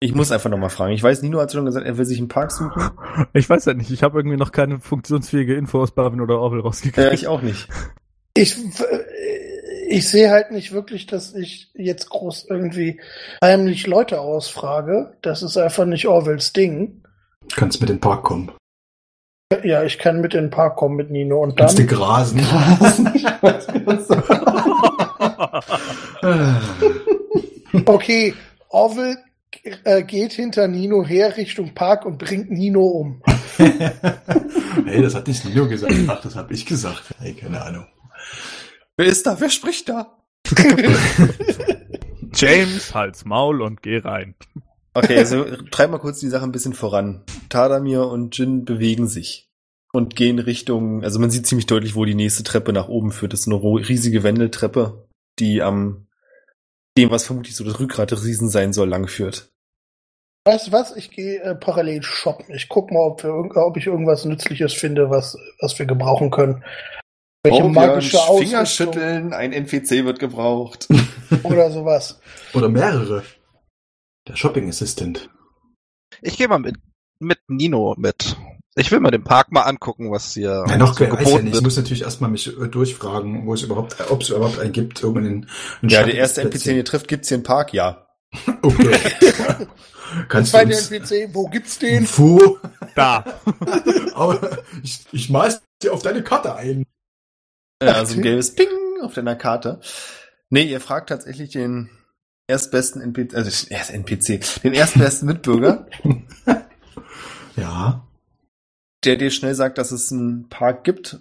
Ich muss einfach nochmal fragen. Ich weiß, Nino hat schon gesagt, er will sich einen Park suchen.
Ich weiß ja nicht, ich habe irgendwie noch keine funktionsfähige Info aus Barwin oder Orwell rausgekriegt.
Ja, Äh, ich auch nicht.
Ich, ich sehe halt nicht wirklich, dass ich jetzt groß irgendwie heimlich Leute ausfrage. Das ist einfach nicht Orwells Ding.
Du kannst mit in den Park kommen.
Ja, ich kann mit in den Park kommen mit Nino und
Kannst du
dann.
grasen. Ich weiß, was du-
Okay, Orwell äh, geht hinter Nino her Richtung Park und bringt Nino um.
hey, das hat nicht Nino gesagt. Ach, das habe ich gesagt. Hey, keine Ahnung.
Wer ist da? Wer spricht da?
James, halt's Maul und geh rein.
Okay, also treib mal kurz die Sache ein bisschen voran. Tadamir und Jin bewegen sich und gehen Richtung, also man sieht ziemlich deutlich, wo die nächste Treppe nach oben führt. Das ist eine ro- riesige Wendeltreppe, die am dem, was vermutlich so das Rückgrat des Riesen sein soll, lang führt.
Weißt du was? Ich gehe äh, parallel shoppen. Ich guck mal, ob, wir, irg- ob ich irgendwas Nützliches finde, was, was wir gebrauchen können. Welche
Brauchen Oh, wir ein
magische Ausrüstung
Fingerschütteln, ein NPC wird gebraucht.
oder sowas.
Oder mehrere. Der Shopping Assistant.
Ich gehe mal mit, mit Nino mit. Ich will mir den Park mal angucken, was hier
Ja, noch
so
kein weiß ja
geboten
nicht. Ich
wird.
muss natürlich erstmal mich äh, durchfragen, wo es überhaupt, ob es überhaupt einen gibt, irgendeinen einen
ja,
Schatten-
der erste NPC, den ihr trifft, gibt's hier einen Park, ja.
Okay. Kannst du
Zweiter
uns
NPC, wo gibt's
den
den?
Fu,
Da.
aber ich, ich maß dir auf deine Karte ein.
Ja, also ein gelbes Ping auf deiner Karte. Nee, ihr fragt tatsächlich den erstbesten NPC, also den erst NPC, den erstbesten Mitbürger,
Ja.
der dir schnell sagt, dass es einen Park gibt.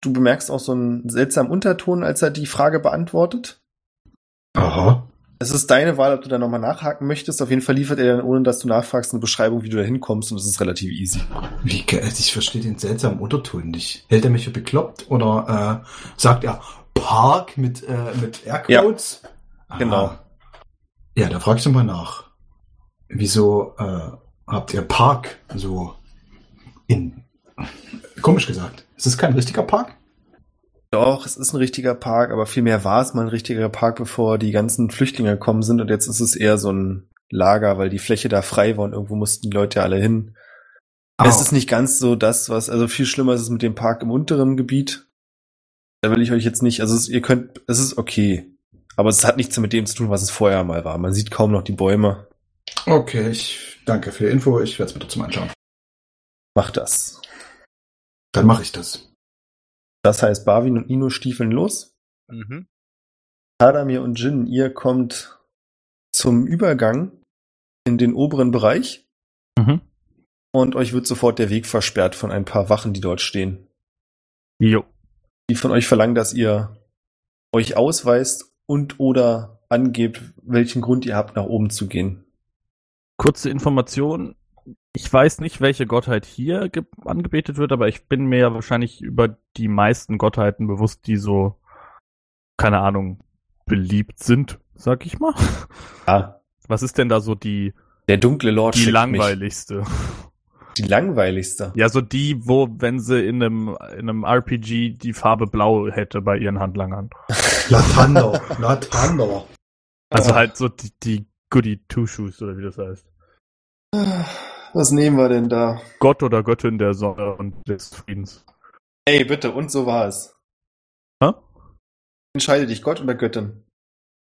Du bemerkst auch so einen seltsamen Unterton, als er die Frage beantwortet.
Aha.
Es ist deine Wahl, ob du da nochmal nachhaken möchtest. Auf jeden Fall liefert er dann, ohne dass du nachfragst, eine Beschreibung, wie du da hinkommst und es ist relativ easy.
Wie, ge- also ich verstehe den seltsamen Unterton nicht. Hält er mich für bekloppt oder äh, sagt er Park mit, äh, mit Airquotes? Ja,
genau.
Ja, da fragst du mal nach. Wieso äh, habt ihr Park so in... Komisch gesagt. Ist das kein richtiger Park?
Doch, es ist ein richtiger Park, aber vielmehr war es mal ein richtiger Park, bevor die ganzen Flüchtlinge gekommen sind und jetzt ist es eher so ein Lager, weil die Fläche da frei war und irgendwo mussten die Leute ja alle hin. Es
Ah.
ist nicht ganz so das, was, also viel schlimmer ist es mit dem Park im unteren Gebiet. Da will ich euch jetzt nicht, also es, ihr könnt, es ist okay. Aber es hat nichts mit dem zu tun, was es vorher mal war. Man sieht kaum noch die Bäume.
Okay, ich danke für die Info. Ich werde es mir trotzdem anschauen.
Macht das.
Dann mache ich das.
Das heißt, Barwin und Nino stiefeln los.
Mhm.
Tadamir und Jin, ihr kommt zum Übergang in den oberen Bereich
Mhm.
und euch wird sofort der Weg versperrt von ein paar Wachen, die dort stehen.
Jo.
Die von euch verlangen, dass ihr euch ausweist und oder angebt, welchen Grund ihr habt, nach oben zu gehen.
Kurze Information. Ich weiß nicht, welche Gottheit hier ge- angebetet wird, aber ich bin mir ja wahrscheinlich über die meisten Gottheiten bewusst, die so, keine Ahnung, beliebt sind, sag ich mal.
Ja,
Was ist denn da so die,
der dunkle Lord
die
schickt
langweiligste?
Mich. Die langweiligste.
Ja, so die, wo, wenn sie in einem, in einem RPG die Farbe blau hätte bei ihren Handlangern.
Latando, Latando.
Also
Ah.
halt so die, die Goody Two Shoes oder wie das heißt.
Was nehmen wir denn da?
Gott oder Göttin der Sonne und des Friedens.
Ey, bitte, und so war es.
Hä?
Entscheide dich, Gott oder Göttin?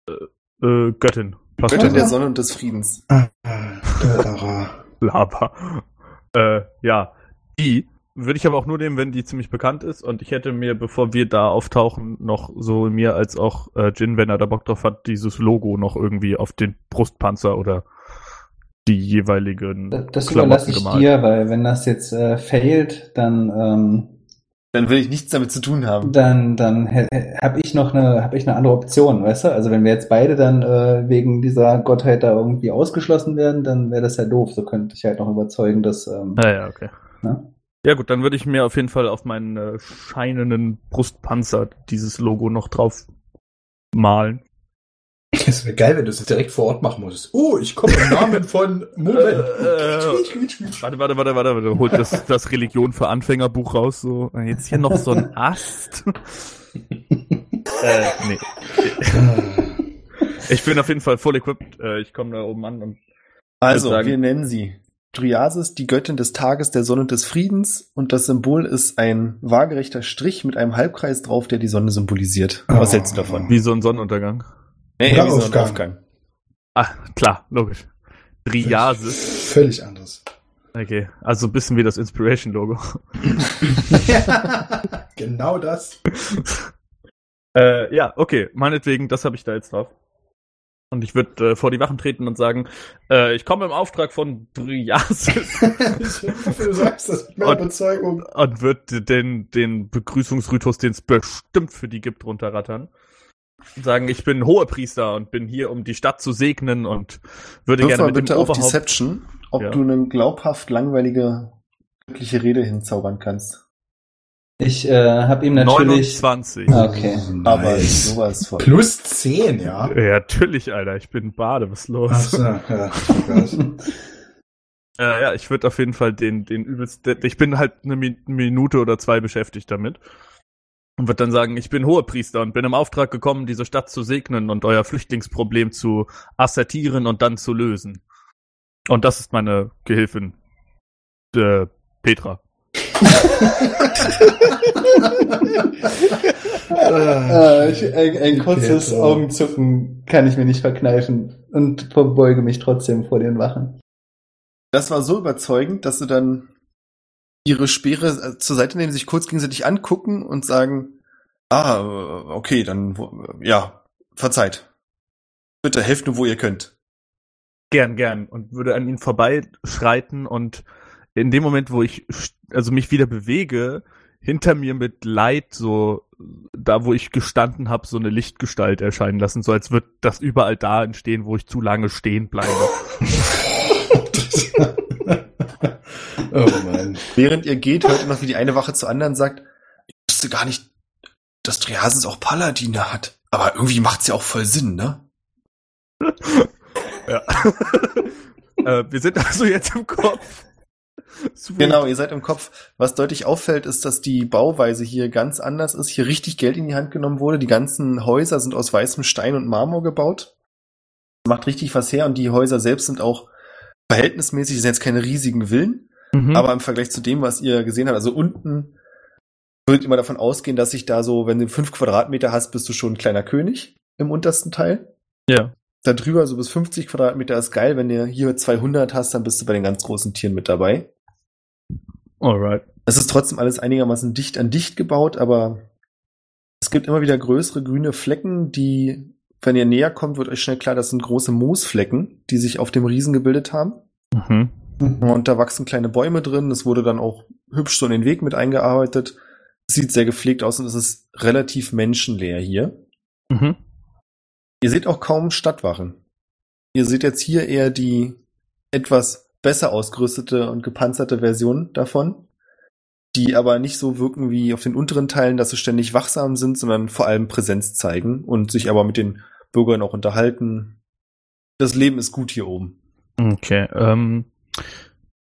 Äh, Göttin. Was
Göttin
war
der
das?
Sonne und des Friedens.
Äh,
Lava. Äh, ja, die würde ich aber auch nur nehmen, wenn die ziemlich bekannt ist. Und ich hätte mir, bevor wir da auftauchen, noch so mir als auch äh, Jin, wenn er da Bock drauf hat, dieses Logo noch irgendwie auf den Brustpanzer oder die jeweiligen
Das
Klamotten
überlasse ich
gemalt.
dir, weil wenn das jetzt äh, failt, dann, ähm,
dann will ich nichts damit zu tun haben.
dann, dann habe ich noch eine, hab ich eine andere Option, weißt du? Also wenn wir jetzt beide dann äh, wegen dieser Gottheit da irgendwie ausgeschlossen werden, dann wäre das ja doof. So könnte ich halt noch überzeugen, dass ähm,
Ah, ja, okay.
ne?
Ja gut, dann würde ich mir auf jeden Fall auf meinen äh, scheinenden Brustpanzer dieses Logo noch drauf malen.
Es wäre geil, wenn du es direkt vor Ort machen musst. Oh, ich komme im Namen von Moment.
Äh, Warte, warte, warte, warte, warte. Holt das, das Religion für Anfänger Buch raus. So. Äh, Jetzt hier noch so ein Ast. äh, nee. Ich bin auf jeden Fall voll equipped. Äh, ich komme da oben an und
Also,
sagen-
wir nennen sie Dryasis, die Göttin des Tages, der Sonne und des Friedens. Und das Symbol ist ein waagerechter Strich mit einem Halbkreis drauf, der die Sonne symbolisiert.
Oh.
Was hältst du davon?
Wie so ein Sonnenuntergang.
Nee,
Ja,
wie so ein
Aufgang.
Aufgang.
Ah, klar, logisch. Driasis.
Völlig anders.
Okay, also ein bisschen wie das Inspiration-Logo.
genau das.
Äh, ja, okay, meinetwegen, das habe ich da jetzt drauf. Und ich würde äh, vor die Wachen treten und sagen, äh, ich komme im Auftrag von Driasis
ich hoffe, du sagst das mit meiner
Und-
Überzeugung.
und würde den, den Begrüßungsritus, den es bestimmt für die gibt, runterrattern. Und sagen, ich bin Hohepriester und bin hier, um die Stadt zu segnen und würde
Wirf
gerne
mal
mit
bitte
dem
auf
Oberhaupt...
Deception, ob
Ja.
du eine glaubhaft langweilige, glückliche Rede hinzaubern kannst.
Ich äh, habe ihm natürlich.
29.
Ah, okay.
Aber sowas von.
Plus 10, ja.
Ja, natürlich, Alter, ich bin Bade, was ist
Ach
los?
so, ja. Oh Gott.
Äh, ja, ich würde auf jeden Fall den, den übelst. Ich bin halt eine Mi- Minute oder zwei beschäftigt damit. Und würde dann sagen, ich bin Hohepriester und bin im Auftrag gekommen, diese Stadt zu segnen und euer Flüchtlingsproblem zu assertieren und dann zu lösen. Und das ist meine Gehilfin. Äh, Petra.
Äh, ich, ein, ein kurzes
Petra.
Augenzucken kann ich mir nicht verkneifen und verbeuge mich trotzdem vor den Wachen.
Das war so überzeugend, dass sie dann ihre Speere äh, zur Seite nehmen, sich kurz gegenseitig angucken und sagen, ah, äh, okay, dann, wo- ja, verzeiht. Bitte helft nur, wo ihr könnt.
Gern, gern. Und würde an ihnen vorbeischreiten und in dem Moment, wo ich st- also mich wieder bewege, hinter mir mit Leid so da, wo ich gestanden habe, so eine Lichtgestalt erscheinen lassen, so als wird das überall da entstehen, wo ich zu lange stehen bleibe.
oh Mann.
Während ihr geht, hört ihr noch, wie die eine Wache zur anderen sagt, ich wusste gar nicht, dass Triasis auch Paladine hat. Aber irgendwie macht's ja auch voll Sinn, ne?
ja. äh, wir sind also jetzt im Kopf. Sweet.
Genau, ihr seid im Kopf. Was deutlich auffällt, ist, dass die Bauweise hier ganz anders ist. Hier richtig Geld in die Hand genommen wurde. Die ganzen Häuser sind aus weißem Stein und Marmor gebaut. Macht richtig was her und die Häuser selbst sind auch verhältnismäßig, sind jetzt keine riesigen Villen.
Mhm.
Aber im Vergleich zu dem, was ihr gesehen habt, also unten würdet ihr mal davon ausgehen, dass sich da so, wenn du fünf Quadratmeter hast, bist du schon ein kleiner König im untersten Teil.
Ja.
Da drüber, so bis 50 Quadratmeter ist geil. Wenn du hier 200 hast, dann bist du bei den ganz großen Tieren mit dabei.
Alright.
Es ist trotzdem alles einigermaßen dicht an dicht gebaut, aber es gibt immer wieder größere grüne Flecken, die, wenn ihr näher kommt, wird euch schnell klar, das sind große Moosflecken, die sich auf dem Riesen gebildet haben.
Mhm.
Und da wachsen kleine Bäume drin. Das wurde dann auch hübsch so in den Weg mit eingearbeitet. Sieht sehr gepflegt aus und es ist relativ menschenleer hier.
Mhm.
Ihr seht auch kaum Stadtwachen. Ihr seht jetzt hier eher die etwas besser ausgerüstete und gepanzerte Version davon, die aber nicht so wirken wie auf den unteren Teilen, dass sie ständig wachsam sind, sondern vor allem Präsenz zeigen und sich aber mit den Bürgern auch unterhalten. Das Leben ist gut hier oben.
Okay. Ähm,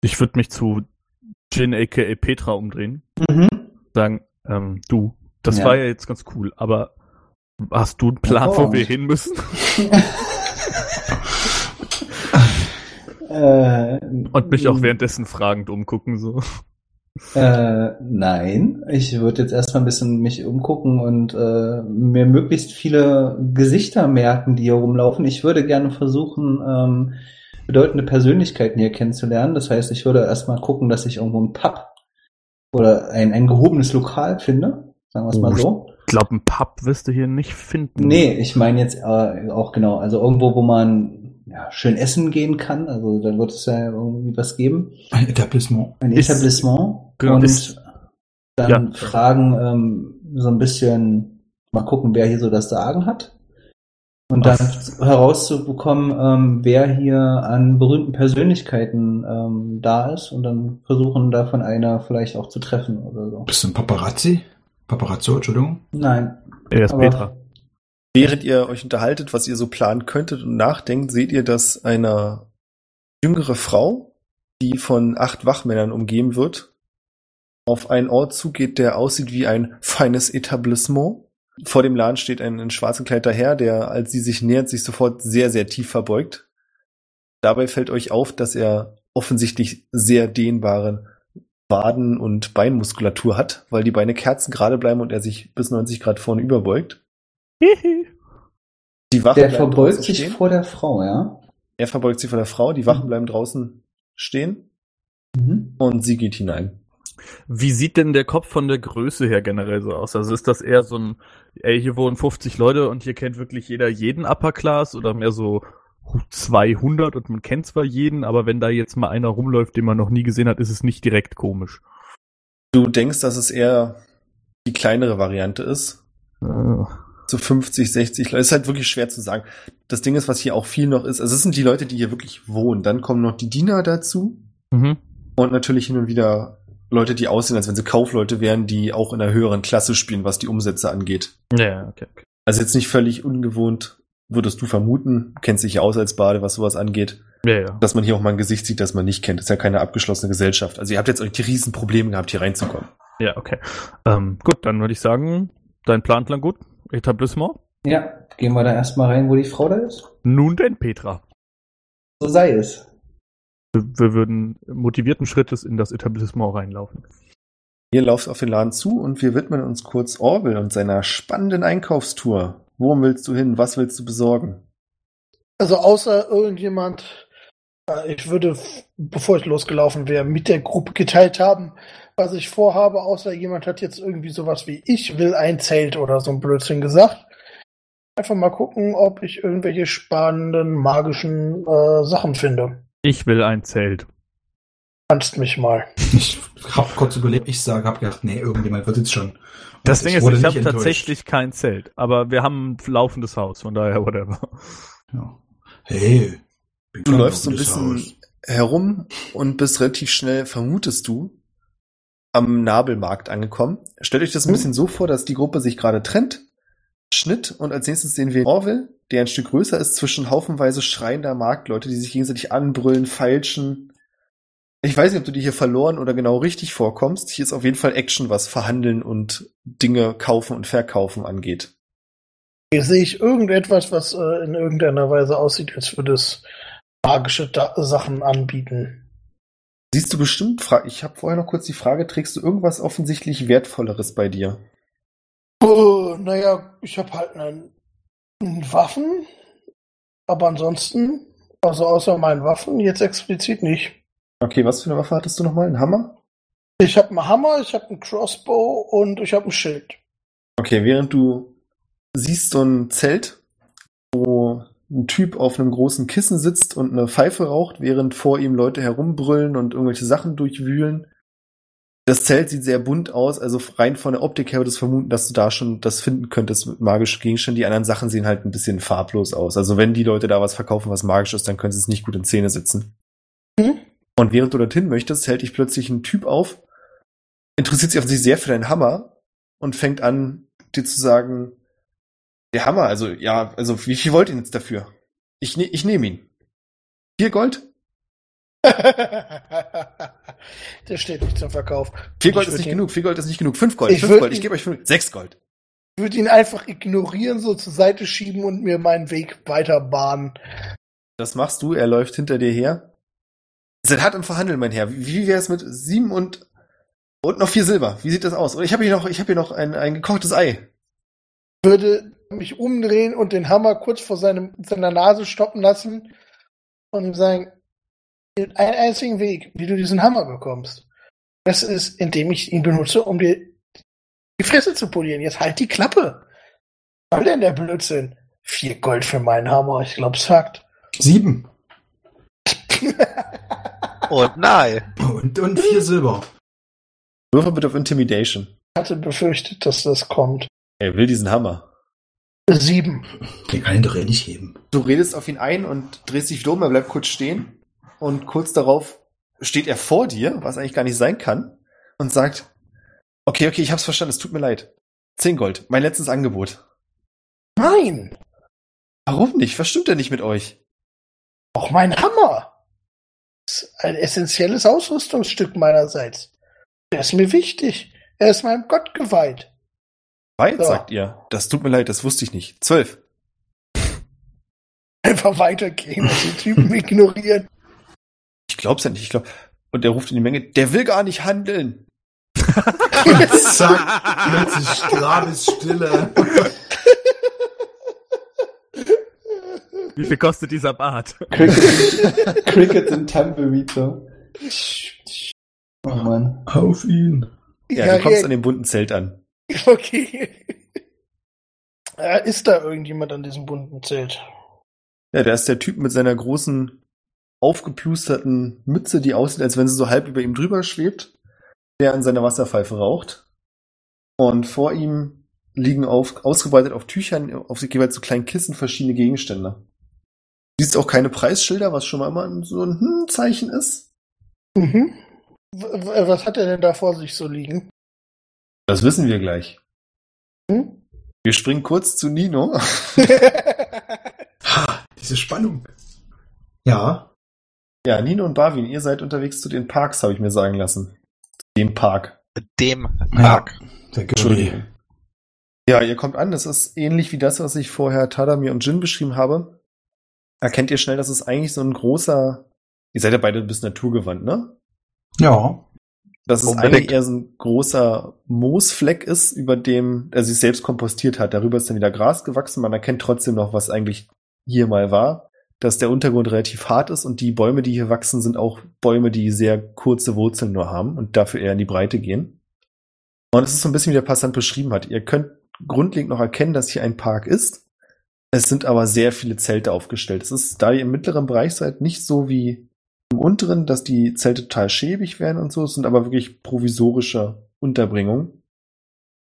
ich würde mich zu Jin aka Petra umdrehen.
Mhm.
sagen, ähm, du, das
Ja.
war ja jetzt ganz cool, aber hast du einen Plan, wo
Hervorragend.
wir hin müssen?
Äh,
Und mich auch währenddessen fragend umgucken, so.
Äh, nein, ich würde jetzt erstmal ein bisschen mich umgucken und äh, mir möglichst viele Gesichter merken, die hier rumlaufen. Ich würde gerne versuchen, ähm, bedeutende Persönlichkeiten hier kennenzulernen. Das heißt, ich würde erstmal gucken, dass ich irgendwo einen Pub oder ein, ein gehobenes Lokal finde. Sagen wir es mal so.
Ich glaube, einen Pub wirst du hier nicht finden.
Nee, ich meine jetzt äh, auch genau, also irgendwo, wo man ja, schön essen gehen kann. Also da wird es ja irgendwie was geben.
Ein Etablissement.
ein
Ist-
Etablissement
Genau,
und
ist-
dann
ja.
fragen ähm, so ein bisschen, mal gucken, wer hier so das Sagen hat. Und dann herauszubekommen, ähm, wer hier an berühmten Persönlichkeiten ähm, da ist und dann versuchen, davon einer vielleicht auch zu treffen oder so.
Bist du ein Paparazzi? Paparazzo, Entschuldigung.
Nein.
Er ist
aber-
Petra.
Während ihr euch unterhaltet, was ihr so planen könntet und nachdenkt, seht ihr, dass eine jüngere Frau, die von acht Wachmännern umgeben wird, auf einen Ort zugeht, der aussieht wie ein feines Etablissement. Vor dem Laden steht ein in schwarz gekleideter Herr, der, als sie sich nähert, sich sofort sehr, sehr tief verbeugt. Dabei fällt euch auf, dass er offensichtlich sehr dehnbare Waden- und Beinmuskulatur hat, weil die Beine kerzen gerade bleiben und er sich bis 90 Grad vorne überbeugt. Die Wachen
Der
bleiben
verbeugt
draußen
sich
stehen.
vor Mhm. der Frau, ja?
Er verbeugt sich vor der Frau, die Wachen bleiben draußen stehen
Mhm.
und sie geht hinein.
Wie sieht denn der Kopf von der Größe her generell so aus? Also ist das eher so ein, ey, hier wohnen 50 Leute und hier kennt wirklich jeder jeden Upper Class oder mehr so 200 und man kennt zwar jeden, aber wenn da jetzt mal einer rumläuft, den man noch nie gesehen hat, ist es nicht direkt komisch.
Du denkst, dass es eher die kleinere Variante ist,
Äh,
so 50, 60 Leute. Ist halt wirklich schwer zu sagen. Das Ding ist, was hier auch viel noch ist, also es sind die Leute, die hier wirklich wohnen. Dann kommen noch die Diener dazu
Mhm.
und natürlich hin und wieder Leute, die aussehen, als wenn sie Kaufleute wären, die auch in einer höheren Klasse spielen, was die Umsätze angeht.
Ja, okay. okay.
Also jetzt nicht völlig ungewohnt, würdest du vermuten, kennst dich ja aus als Bade, was sowas angeht,
Ja, ja.
dass man hier auch mal ein Gesicht sieht, das man nicht kennt. Das ist ja keine abgeschlossene Gesellschaft. Also ihr habt jetzt euch die riesen Probleme gehabt, hier reinzukommen.
Ja, okay. Ähm, gut, dann würde ich sagen, dein Plan klang gut. Etablissement.
Ja, gehen wir da erstmal rein, wo die Frau da ist.
Nun denn, Petra.
So sei es.
Wir, wir würden motivierten Schrittes in das Etablissement reinlaufen.
Ihr lauft auf den Laden zu und wir widmen uns kurz Orwell und seiner spannenden Einkaufstour. Worum willst du hin? Was willst du besorgen?
Also außer irgendjemand, äh, ich würde, f- bevor ich losgelaufen wäre, mit der Gruppe geteilt haben, was ich vorhabe, außer jemand hat jetzt irgendwie sowas wie ich will ein Zelt oder so ein Blödsinn gesagt. Einfach mal gucken, ob ich irgendwelche spannenden, magischen äh, Sachen finde.
Ich will ein Zelt.
Kannst mich mal.
Ich habe kurz überlegt, ich sage, habe gedacht, nee, irgendjemand wird jetzt schon. Und
Das Ding ist,
wurde
ich
nicht
habe
enttäuscht.
tatsächlich kein Zelt, aber wir haben ein laufendes Haus, von daher whatever.
Ja. Hey, bin
Du
kein
läufst so ein
gutes
bisschen
Haus.
herum und bist relativ schnell, vermutest du, am Nabelmarkt angekommen. Stellt euch das ein
Hm.
bisschen so vor, dass die Gruppe sich gerade trennt. Schnitt und als nächstes sehen wir Orwell, der ein Stück größer ist, zwischen haufenweise schreiender Marktleute, die sich gegenseitig anbrüllen, feilschen. Ich weiß nicht, ob du dir hier verloren oder genau richtig vorkommst. Hier ist auf jeden Fall Action, was Verhandeln und Dinge kaufen und verkaufen angeht.
Hier sehe ich irgendetwas, was äh, in irgendeiner Weise aussieht, als würde es magische da Sachen anbieten.
Siehst du bestimmt, fra- ich habe vorher noch kurz die Frage, trägst du irgendwas offensichtlich Wertvolleres bei dir?
Oh, naja, ich habe halt einen, einen Waffen, aber ansonsten, also außer meinen Waffen, jetzt explizit nicht.
Okay, was für eine Waffe hattest du nochmal? Ein Hammer?
Ich habe einen Hammer, ich habe einen Crossbow und ich habe ein Schild.
Okay, während du siehst so ein Zelt, wo ein Typ auf einem großen Kissen sitzt und eine Pfeife raucht, während vor ihm Leute herumbrüllen und irgendwelche Sachen durchwühlen. Das Zelt sieht sehr bunt aus, also rein von der Optik her würde ich vermuten, dass du da schon das finden könntest mit magischen Gegenständen. Die anderen Sachen sehen halt ein bisschen farblos aus. Also wenn die Leute da was verkaufen, was magisch ist, dann können sie es nicht gut in Szene setzen.
Hm?
Und während du dorthin möchtest, hält dich plötzlich ein Typ auf, interessiert sich offensichtlich sehr für deinen Hammer und fängt an, dir zu sagen, der Hammer, also ja, also wie viel wollt ihr jetzt dafür? Ich, ne ich nehme ihn. Vier Gold?
Der steht nicht zum Verkauf.
Vier
Ich
Gold ist
würd
nicht
ihn-
genug, vier Gold ist nicht genug, fünf Gold,
Ich
fünf
würd
Gold, ich
ihn-
gebe euch fünf, sechs Gold.
Ich würde ihn einfach ignorieren, so zur Seite schieben und mir meinen Weg weiter bahnen.
Das machst du, er läuft hinter dir her. Seid hart im Verhandeln, mein Herr. Wie, wie wäre es mit sieben und, und noch vier Silber? Wie sieht das aus? Und ich habe hier noch, ich habe hier noch ein, ein gekochtes Ei.
würde mich umdrehen und den Hammer kurz vor seinem, seiner Nase stoppen lassen und ihm sagen, "Es gibt einen einzigen Weg, wie du diesen Hammer bekommst. Das ist, indem ich ihn benutze, um dir die Fresse zu polieren. Jetzt halt die Klappe. Was soll denn der Blödsinn? Vier Gold für meinen Hammer, ich glaub's hackt.
Sieben.
Und nein.
Und, und vier Silber.
Würfel bitte auf Intimidation.
Ich hatte befürchtet, dass das kommt.
Er will diesen Hammer.
Sieben.
Den kann ich doch eh nicht heben.
Du redest auf ihn ein und drehst dich wieder um, er bleibt kurz stehen. Und kurz darauf steht er vor dir, was eigentlich gar nicht sein kann, und sagt, okay, okay, ich hab's verstanden, es tut mir leid. Zehn Gold, mein letztes Angebot.
Nein!
Warum nicht? Was stimmt denn nicht mit euch?
Auch mein Hammer! Das ist ein essentielles Ausrüstungsstück meinerseits. Der ist mir wichtig. Er ist meinem Gott geweiht.
Weit,
Ja.
sagt ihr. Das tut mir leid, das wusste ich nicht. Zwölf.
Einfach weitergehen und den Typen ignorieren.
Ich glaub's ja nicht, ich glaub. Und er ruft in die Menge, der will gar nicht handeln.
Zack, plötzlich Grabesstille.
Wie viel kostet dieser Bart?
Cricket, Cricket in Tumbleweed, so. Oh Mann.
Auf ihn.
Ja, du
eh.
kommst an dem bunten Zelt an.
ja, okay. Äh, Ist da irgendjemand an diesem bunten Zelt?
Ja, da ist der Typ mit seiner großen, aufgeplusterten Mütze, die aussieht, als wenn sie so halb über ihm drüber schwebt, der an seiner Wasserpfeife raucht. Und vor ihm liegen auf, ausgebreitet auf Tüchern, auf jeweils so kleinen Kissen verschiedene Gegenstände. Siehst auch keine Preisschilder, was schon mal immer so ein hm Zeichen ist.
Mhm. W- w- Was hat er denn da vor sich so liegen?
Das wissen wir gleich.
Hm?
Wir springen kurz zu Nino.
Diese Spannung. Ja.
Ja, Nino und Barwin, ihr seid unterwegs zu den Parks, habe ich mir sagen lassen. Zu dem Park.
Dem Park.
Der Entschuldigung.
Ja, ihr kommt an. Das ist ähnlich wie das, was ich vorher Tadamir und Jin beschrieben habe. Erkennt ihr schnell, dass es eigentlich so ein großer. Ihr seid ja beide ein bisschen naturgewandt, ne?
Ja.
Dass es
Unbedingt.
eigentlich eher so ein großer Moosfleck ist, über dem er sich selbst kompostiert hat. Darüber ist dann wieder Gras gewachsen. Man erkennt trotzdem noch, was eigentlich hier mal war. Dass der Untergrund relativ hart ist und die Bäume, die hier wachsen, sind auch Bäume, die sehr kurze Wurzeln nur haben und dafür eher in die Breite gehen. Und es ist so ein bisschen, wie der Passant beschrieben hat. Ihr könnt grundlegend noch erkennen, dass hier ein Park ist. Es sind aber sehr viele Zelte aufgestellt. Es ist, da ihr im mittleren Bereich seid, nicht so wie im unteren, dass die Zelte total schäbig werden und so. Es sind aber wirklich provisorische Unterbringungen.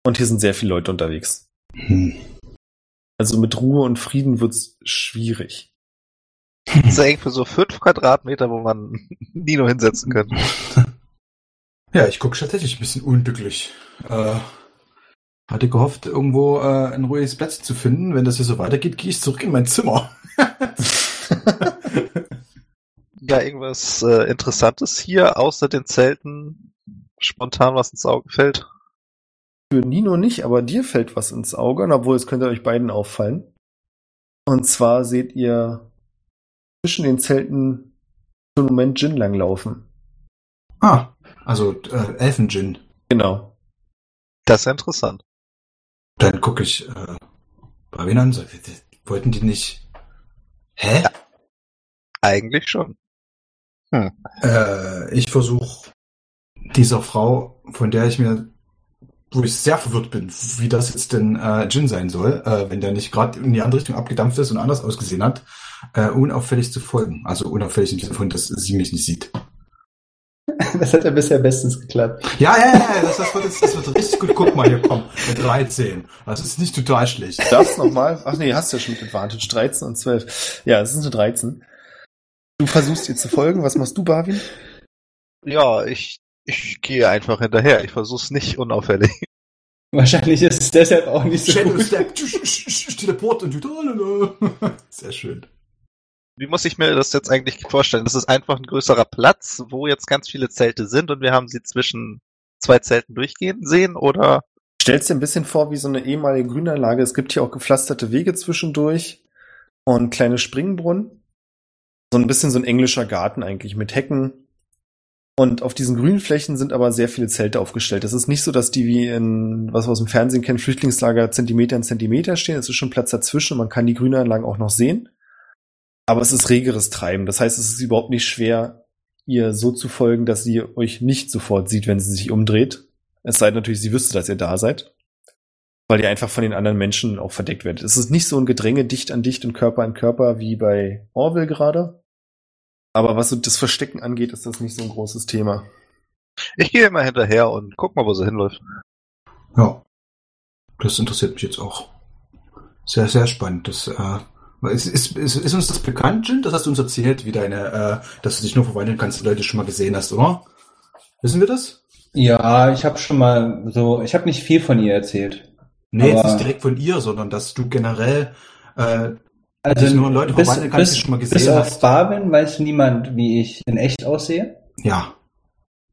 Und hier sind sehr viele Leute unterwegs.
Hm.
Also mit Ruhe und Frieden wird's schwierig.
Das ist ja irgendwie so fünf Quadratmeter, wo man Nino hinsetzen könnte.
Ja, ich gucke tatsächlich ein bisschen unglücklich. Äh, hatte gehofft, irgendwo äh, ein ruhiges Plätzchen zu finden. Wenn das hier so weitergeht, gehe ich zurück in mein Zimmer.
Ja, irgendwas äh, Interessantes hier, außer den Zelten, spontan was ins Auge fällt.
Für Nino nicht, aber dir fällt was ins Auge, und obwohl es könnte euch beiden auffallen. Und zwar seht ihr zwischen den Zelten im Moment Jin langlaufen.
ah, also äh, Elfengin.
Genau.
Das ist ja interessant.
Dann gucke ich äh, Barwin an. Sag, wollten die nicht... Hä?
Eigentlich schon.
Äh, ich versuche dieser Frau, von der ich mir, wo ich sehr verwirrt bin, wie das jetzt denn äh, Jin sein soll, äh, wenn der nicht gerade in die andere Richtung abgedampft ist und anders ausgesehen hat, äh, unauffällig zu folgen. Also unauffällig im Sinne von, dass sie mich nicht sieht.
Das hat ja bisher bestens geklappt.
Ja, ja, ja, ja, das, das, wird, jetzt- das wird richtig gut. Guck mal, hier komm, eine 13. Das ist nicht total schlecht.
Darfst nochmal? Ach nee, hast ja schon mit Advantage. 13 und 12. Ja, es ist eine 13. Du versuchst ihr zu folgen. Was machst du, Barwin?
Ja, ich, ich gehe einfach hinterher. Ich versuch's nicht unauffällig.
Wahrscheinlich ist es deshalb auch nicht so
Shadow
gut.
Step, tsch, tsch, tsch, Teleport und tütalala. Sehr schön.
Wie muss ich mir das jetzt eigentlich vorstellen? Das ist einfach ein größerer Platz, wo jetzt ganz viele Zelte sind und wir haben sie zwischen zwei Zelten durchgehen sehen oder
Stellst dir ein bisschen vor wie so eine ehemalige Grünanlage. Es gibt hier auch gepflasterte Wege zwischendurch und kleine Springbrunnen. So ein bisschen so ein englischer Garten eigentlich mit Hecken. Und auf diesen grünen Flächen sind aber sehr viele Zelte aufgestellt. Es ist nicht so, dass die wie in, was wir aus dem Fernsehen kennen, Flüchtlingslager Zentimeter in Zentimeter stehen. Es ist schon Platz dazwischen. Man kann die Grünanlagen auch noch sehen. Aber es ist regeres Treiben. Das heißt, es ist überhaupt nicht schwer, ihr so zu folgen, dass sie euch nicht sofort sieht, wenn sie sich umdreht. Es sei denn natürlich, sie wüsste, dass ihr da seid. Weil ihr einfach von den anderen Menschen auch verdeckt werdet. Es ist nicht so ein Gedränge dicht an dicht und Körper an Körper wie bei Orwell gerade. Aber was so das Verstecken angeht, ist das nicht so ein großes Thema.
ich gehe immer hinterher und guck mal, wo sie hinläuft.
Ja. Das interessiert mich jetzt auch. Sehr, sehr spannend. Das, äh, weil es- ist, ist, ist uns das bekannt, Jin? Das hast du uns erzählt, wie deine, äh, dass du dich nur verwandeln kannst, die Leute schon mal gesehen hast, oder? Wissen wir das?
Ja, ich habe schon mal so, ich habe nicht viel von ihr erzählt.
Nee, jetzt
Aber-
nicht direkt von ihr, sondern dass du generell äh,
Also
Dass nur Leute verwandeln kannst, die du schon mal
bis
gesehen
auf
hast.
Barwin weiß niemand, wie ich in echt aussehe.
ja.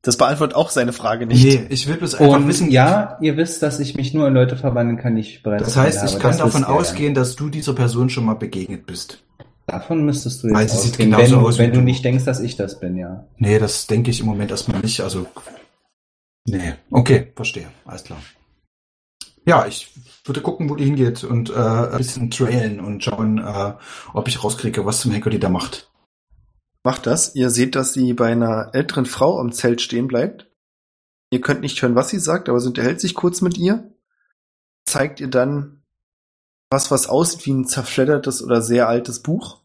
Das beantwortet auch seine Frage nicht.
Nee, ich will bloß einfach
Und
wissen,
ja, ihr wisst, dass ich mich nur in Leute verwandeln kann, die ich bereits
Das heißt,
gesehen
ich
habe.
kann
Das
davon
wisst ihr ja.
ausgehen, dass du dieser Person schon mal begegnet bist.
Davon müsstest du jetzt
Weil sie sieht
ausgehen,
genauso
wenn, du-
aus wie
wenn du
du.
nicht denkst, dass ich das bin, ja.
Nee, das denke ich im Moment erstmal nicht. Also, nee. Okay, verstehe. Alles klar. Ja, ich würde gucken, wo die hingeht und äh, ein bisschen trailen und schauen, äh, ob ich rauskriege, was zum Henker die da macht.
Macht das. Ihr seht, dass sie bei einer älteren Frau am Zelt stehen bleibt. Ihr könnt nicht hören, was sie sagt, aber sie unterhält sich kurz mit ihr. Zeigt ihr dann was, was aussieht wie ein zerfleddertes oder sehr altes Buch.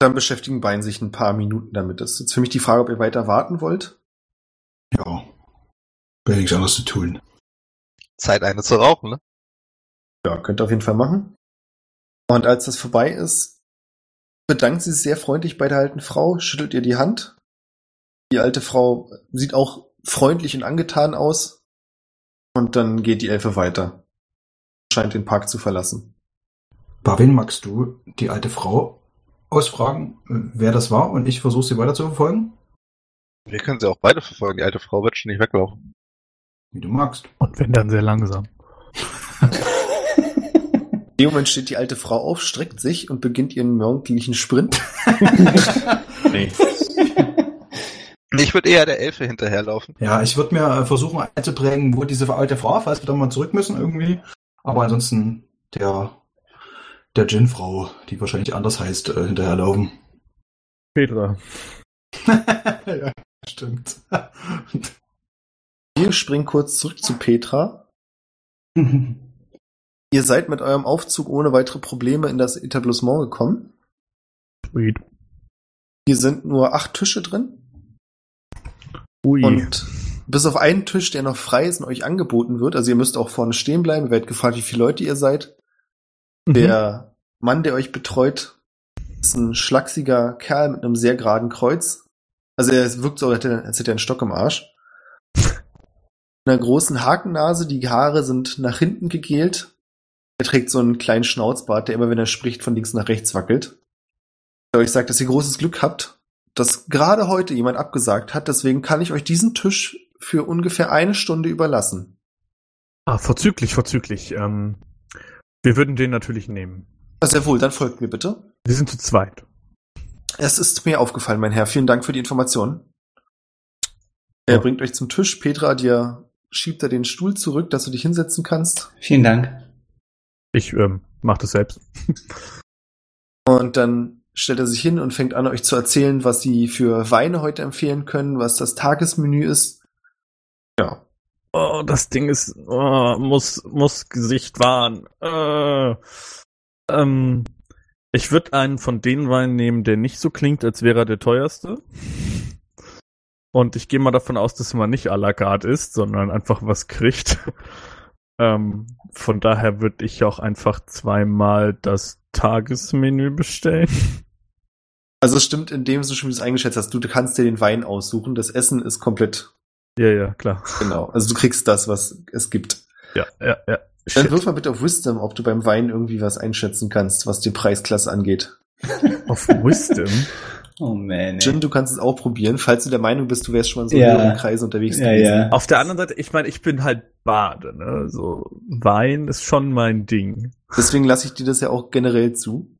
Dann beschäftigen beiden sich ein paar Minuten damit. Das ist jetzt für mich die Frage, ob ihr weiter warten wollt.
Ja. Wäre nichts anderes zu tun.
Zeit, eine zu rauchen, ne?
Ja, könnt ihr auf jeden Fall machen. Und als das vorbei ist, bedankt sie sich sehr freundlich bei der alten Frau, schüttelt ihr die Hand. Die alte Frau sieht auch freundlich und angetan aus. Und dann geht die Elfe weiter. Scheint den Park zu verlassen.
Bei wen magst du die alte Frau ausfragen, äh, wer das war? Und ich versuche sie weiter zu verfolgen?
Wir können sie auch beide verfolgen. Die alte Frau wird schon nicht weglaufen.
Wie du magst.
Und wenn dann sehr langsam.
In dem Moment steht die alte Frau auf, streckt sich und beginnt ihren morgendlichen Sprint. nee.
Ich würde eher der Elfe hinterherlaufen.
Ja, ich würde mir äh, versuchen einzuprägen, wo diese alte Frau, falls wir dann mal zurück müssen irgendwie. Aber ansonsten der, der Djinn-Frau, die wahrscheinlich anders heißt, äh, hinterherlaufen.
Petra.
ja, stimmt.
Wir springen kurz zurück zu Petra. Ihr seid mit eurem Aufzug ohne weitere Probleme in das Etablissement gekommen.
Sweet.
Hier sind nur acht Tische drin.
Ui.
Und bis auf einen Tisch, der noch frei ist und euch angeboten wird, also ihr müsst auch vorne stehen bleiben, ihr werdet gefragt, wie viele Leute ihr seid.
Mhm.
Der Mann, der euch betreut, ist ein schlachsiger Kerl mit einem sehr geraden Kreuz. Also er wirkt so, als hätte als hätte er einen Stock im Arsch. Mit einer großen Hakennase, die Haare sind nach hinten gegelt. Er trägt so einen kleinen Schnauzbart, der immer, wenn er spricht, von links nach rechts wackelt. Der euch sagt, dass ihr großes Glück habt, dass gerade heute jemand abgesagt hat, deswegen kann ich euch diesen Tisch für ungefähr eine Stunde überlassen.
Ah, verzüglich, verzüglich. Ähm, wir würden den natürlich nehmen.
Ah, Sehr wohl, dann folgt mir bitte.
Wir sind zu zweit.
Es ist mir aufgefallen, mein Herr. Vielen Dank für die Information. Er
Ja.
bringt euch zum Tisch. Petra, dir schiebt er den Stuhl zurück, dass du dich hinsetzen kannst.
Vielen Dank.
Ich ähm, mach das selbst.
Und dann stellt er sich hin und fängt an, euch zu erzählen, was sie für Weine heute empfehlen können, was das Tagesmenü ist. Ja.
Oh, das Ding ist, oh, muss, muss Gesicht wahren. Äh, ähm, ich würde einen von den Weinen nehmen, der nicht so klingt, als wäre er der teuerste. Und ich gehe mal davon aus, dass man nicht à la carte ist, sondern einfach was kriegt. Ähm, von daher würde ich auch einfach zweimal das Tagesmenü bestellen.
Also es stimmt, indem du schon wie du es eingeschätzt hast, du kannst dir den Wein aussuchen. Das Essen ist komplett
Ja, ja, klar.
Genau, also du kriegst das, was es gibt.
Ja, ja, ja. Also,
Dann wirf mal bitte auf Wisdom, ob du beim Wein irgendwie was einschätzen kannst, was die Preisklasse angeht.
Auf Wisdom.
Oh man. ey.
Jim, du kannst es auch probieren, falls du der Meinung bist, du wärst schon mal in so
Ja.
höheren Kreisen unterwegs
Ja, ja.
Auf der anderen Seite, ich meine, ich bin halt Bade, ne? So Wein ist schon mein Ding.
Deswegen lasse ich dir das ja auch generell zu.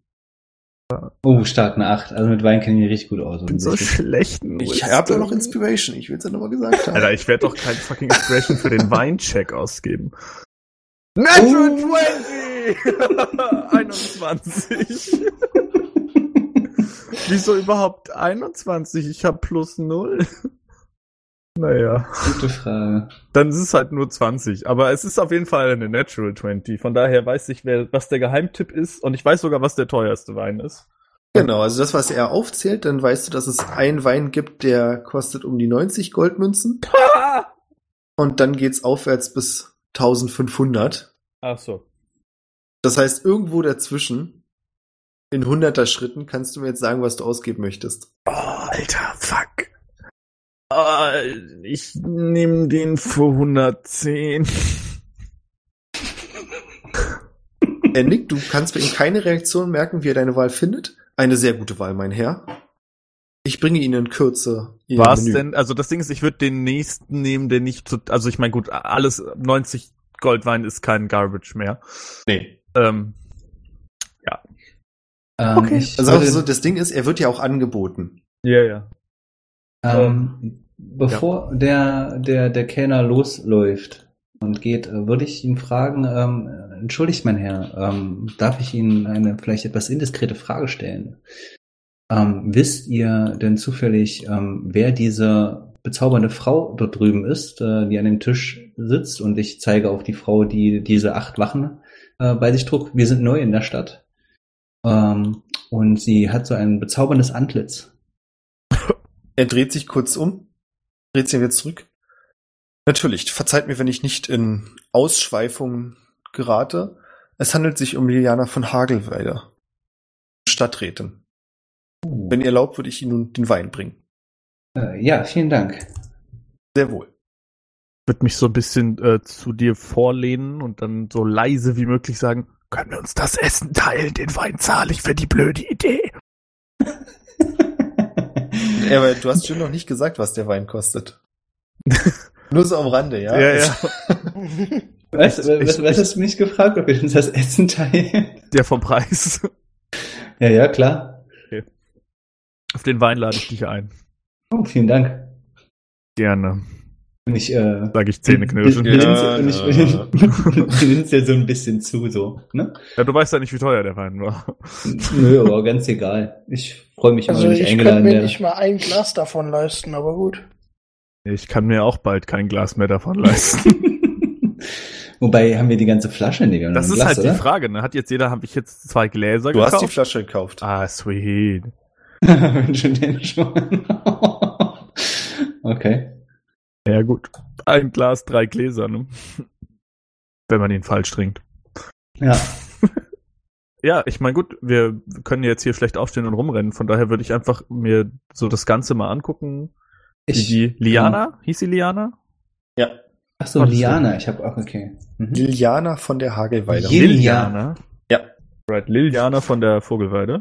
Oh, stark eine 8. Also mit Wein kenne ich mich richtig gut aus.
Ich bin so
offensichtlich.
schlecht. in
Ich
Wisdom.
habe ja noch Inspiration, ich will es ja nochmal gesagt haben.
Alter, ich werde doch kein fucking Expression für den Weincheck ausgeben.
Oh.
Natural
21. Wieso überhaupt 21? Ich habe plus 0. Naja.
Gute Frage.
Dann ist es halt nur 20. Aber es ist auf jeden Fall eine Natural 20. Von daher weiß ich, wer, was der Geheimtipp ist. Und ich weiß sogar, was der teuerste Wein ist.
Genau, also das, was er aufzählt, dann weißt du, dass es einen Wein gibt, der kostet um die 90 Goldmünzen. Und dann geht's aufwärts bis 1500.
Ach so.
Das heißt, irgendwo dazwischen, in hunderter Schritten, kannst du mir jetzt sagen, was du ausgeben möchtest.
Oh, alter, fuck. Äh, ich nehme den für 110.
Er nickt, du kannst bei ihm keine Reaktion merken, wie er deine Wahl findet. Eine sehr gute Wahl, mein Herr. Ich bringe Ihnen in Kürze Ihr
Was
Menü.
denn? Also das Ding ist, ich würde den nächsten nehmen, der nicht zu, also ich meine, gut, alles 90 Ähm, Goldwein ist kein Garbage mehr.
Nee.
Ähm,
Ähm,
Okay.
Ich
Also
würde,
so, das Ding ist, er wird ja auch angeboten.
Ja, ja.
ähm, bevor der, der, der Kellner losläuft und geht, äh, würde ich ihn fragen, ähm, entschuldigt mein Herr, ähm, darf ich Ihnen eine vielleicht etwas indiskrete Frage stellen? Ähm, wisst ihr denn zufällig, ähm, wer diese bezaubernde Frau dort drüben ist, äh, die an dem Tisch sitzt? Und ich zeige auf die Frau, die diese acht Wachen äh, bei sich trug. Wir sind neu in der Stadt. Ähm, und sie hat so ein bezauberndes Antlitz.
Er dreht sich kurz um, dreht sich jetzt zurück. Natürlich, verzeiht mir, wenn ich nicht in Ausschweifungen gerate. Es handelt sich um Liliana von Hagelweider, Stadträtin. Wenn ihr erlaubt, würde ich Ihnen nun den Wein bringen.
Äh, ja, vielen Dank.
Sehr wohl.
Würde mich so ein bisschen äh, zu dir vorlehnen und dann so leise wie möglich sagen, können wir uns das Essen teilen? Den Wein zahle ich für die blöde Idee.
Ja, aber du hast schon noch nicht gesagt, was der Wein kostet. Nur so am Rande, ja?
Was,
ich-
was, was hast du mich gefragt, ob wir uns das Essen teilen?
Der vom Preis.
Ja, ja, klar.
Auf den Wein lade ich dich ein.
Oh, vielen Dank.
Gerne.
Und ich, äh,
Sage ich zähneknirschend.
bin- bin-
Ja,
bin-
ja.
bin- bin- bin- so ein bisschen zu, so, ne?
Ja, du weißt ja nicht, wie teuer der Wein war.
Nö, aber ganz egal. Ich freue mich immer,
Also
wenn ich
ich könnte
eingeladen
mir
werde.
nicht mal ein Glas davon leisten, aber gut.
Ich kann mir auch bald kein Glas mehr davon leisten.
Wobei haben wir die ganze Flasche, die wir haben.
Das
noch
ist
im Glas,
halt die
oder?
Frage, ne? Hat jetzt jeder, habe ich jetzt zwei Gläser
Du hast
gekauft?
die Flasche gekauft.
ah, sweet.
Wenn schon den schon. okay.
Ja, gut. Ein Glas, drei Gläser, ne? Wenn man ihn falsch trinkt.
Ja.
Ja, ich meine, gut, wir können jetzt hier schlecht aufstehen und rumrennen. Von daher würde ich einfach mir so das Ganze mal angucken. Wie
Ich,
die Liana? Hieß sie Liana?
ach so, Liana, ich habe auch, okay. Mhm.
Liliana von der Hagelweide.
Je- Liliana.
Ja.
Right, Liliana von der Vogelweide.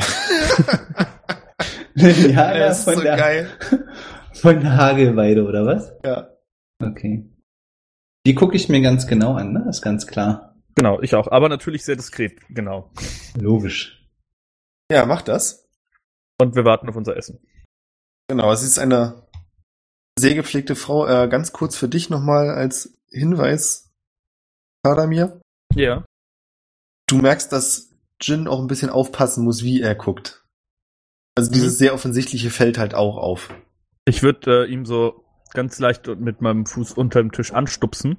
Hagelweide.
Liana
Das ist
von,
so
der,
geil.
von der Hagelweide, oder was?
Ja.
Okay. Die gucke ich mir ganz genau an, ne? Ist ganz klar.
Genau, ich auch. Aber natürlich sehr diskret, genau.
Logisch.
ja, mach das.
Und wir warten auf unser Essen.
Genau, sie ist eine sehr gepflegte Frau. Äh, ganz kurz für dich nochmal als Hinweis, Kadamir.
Ja.
Du merkst, dass Jin auch ein bisschen aufpassen muss, wie er guckt. Also dieses sehr offensichtliche fällt halt auch auf.
Ich würde äh, ihm so ganz leicht und mit meinem Fuß unter dem Tisch anstupsen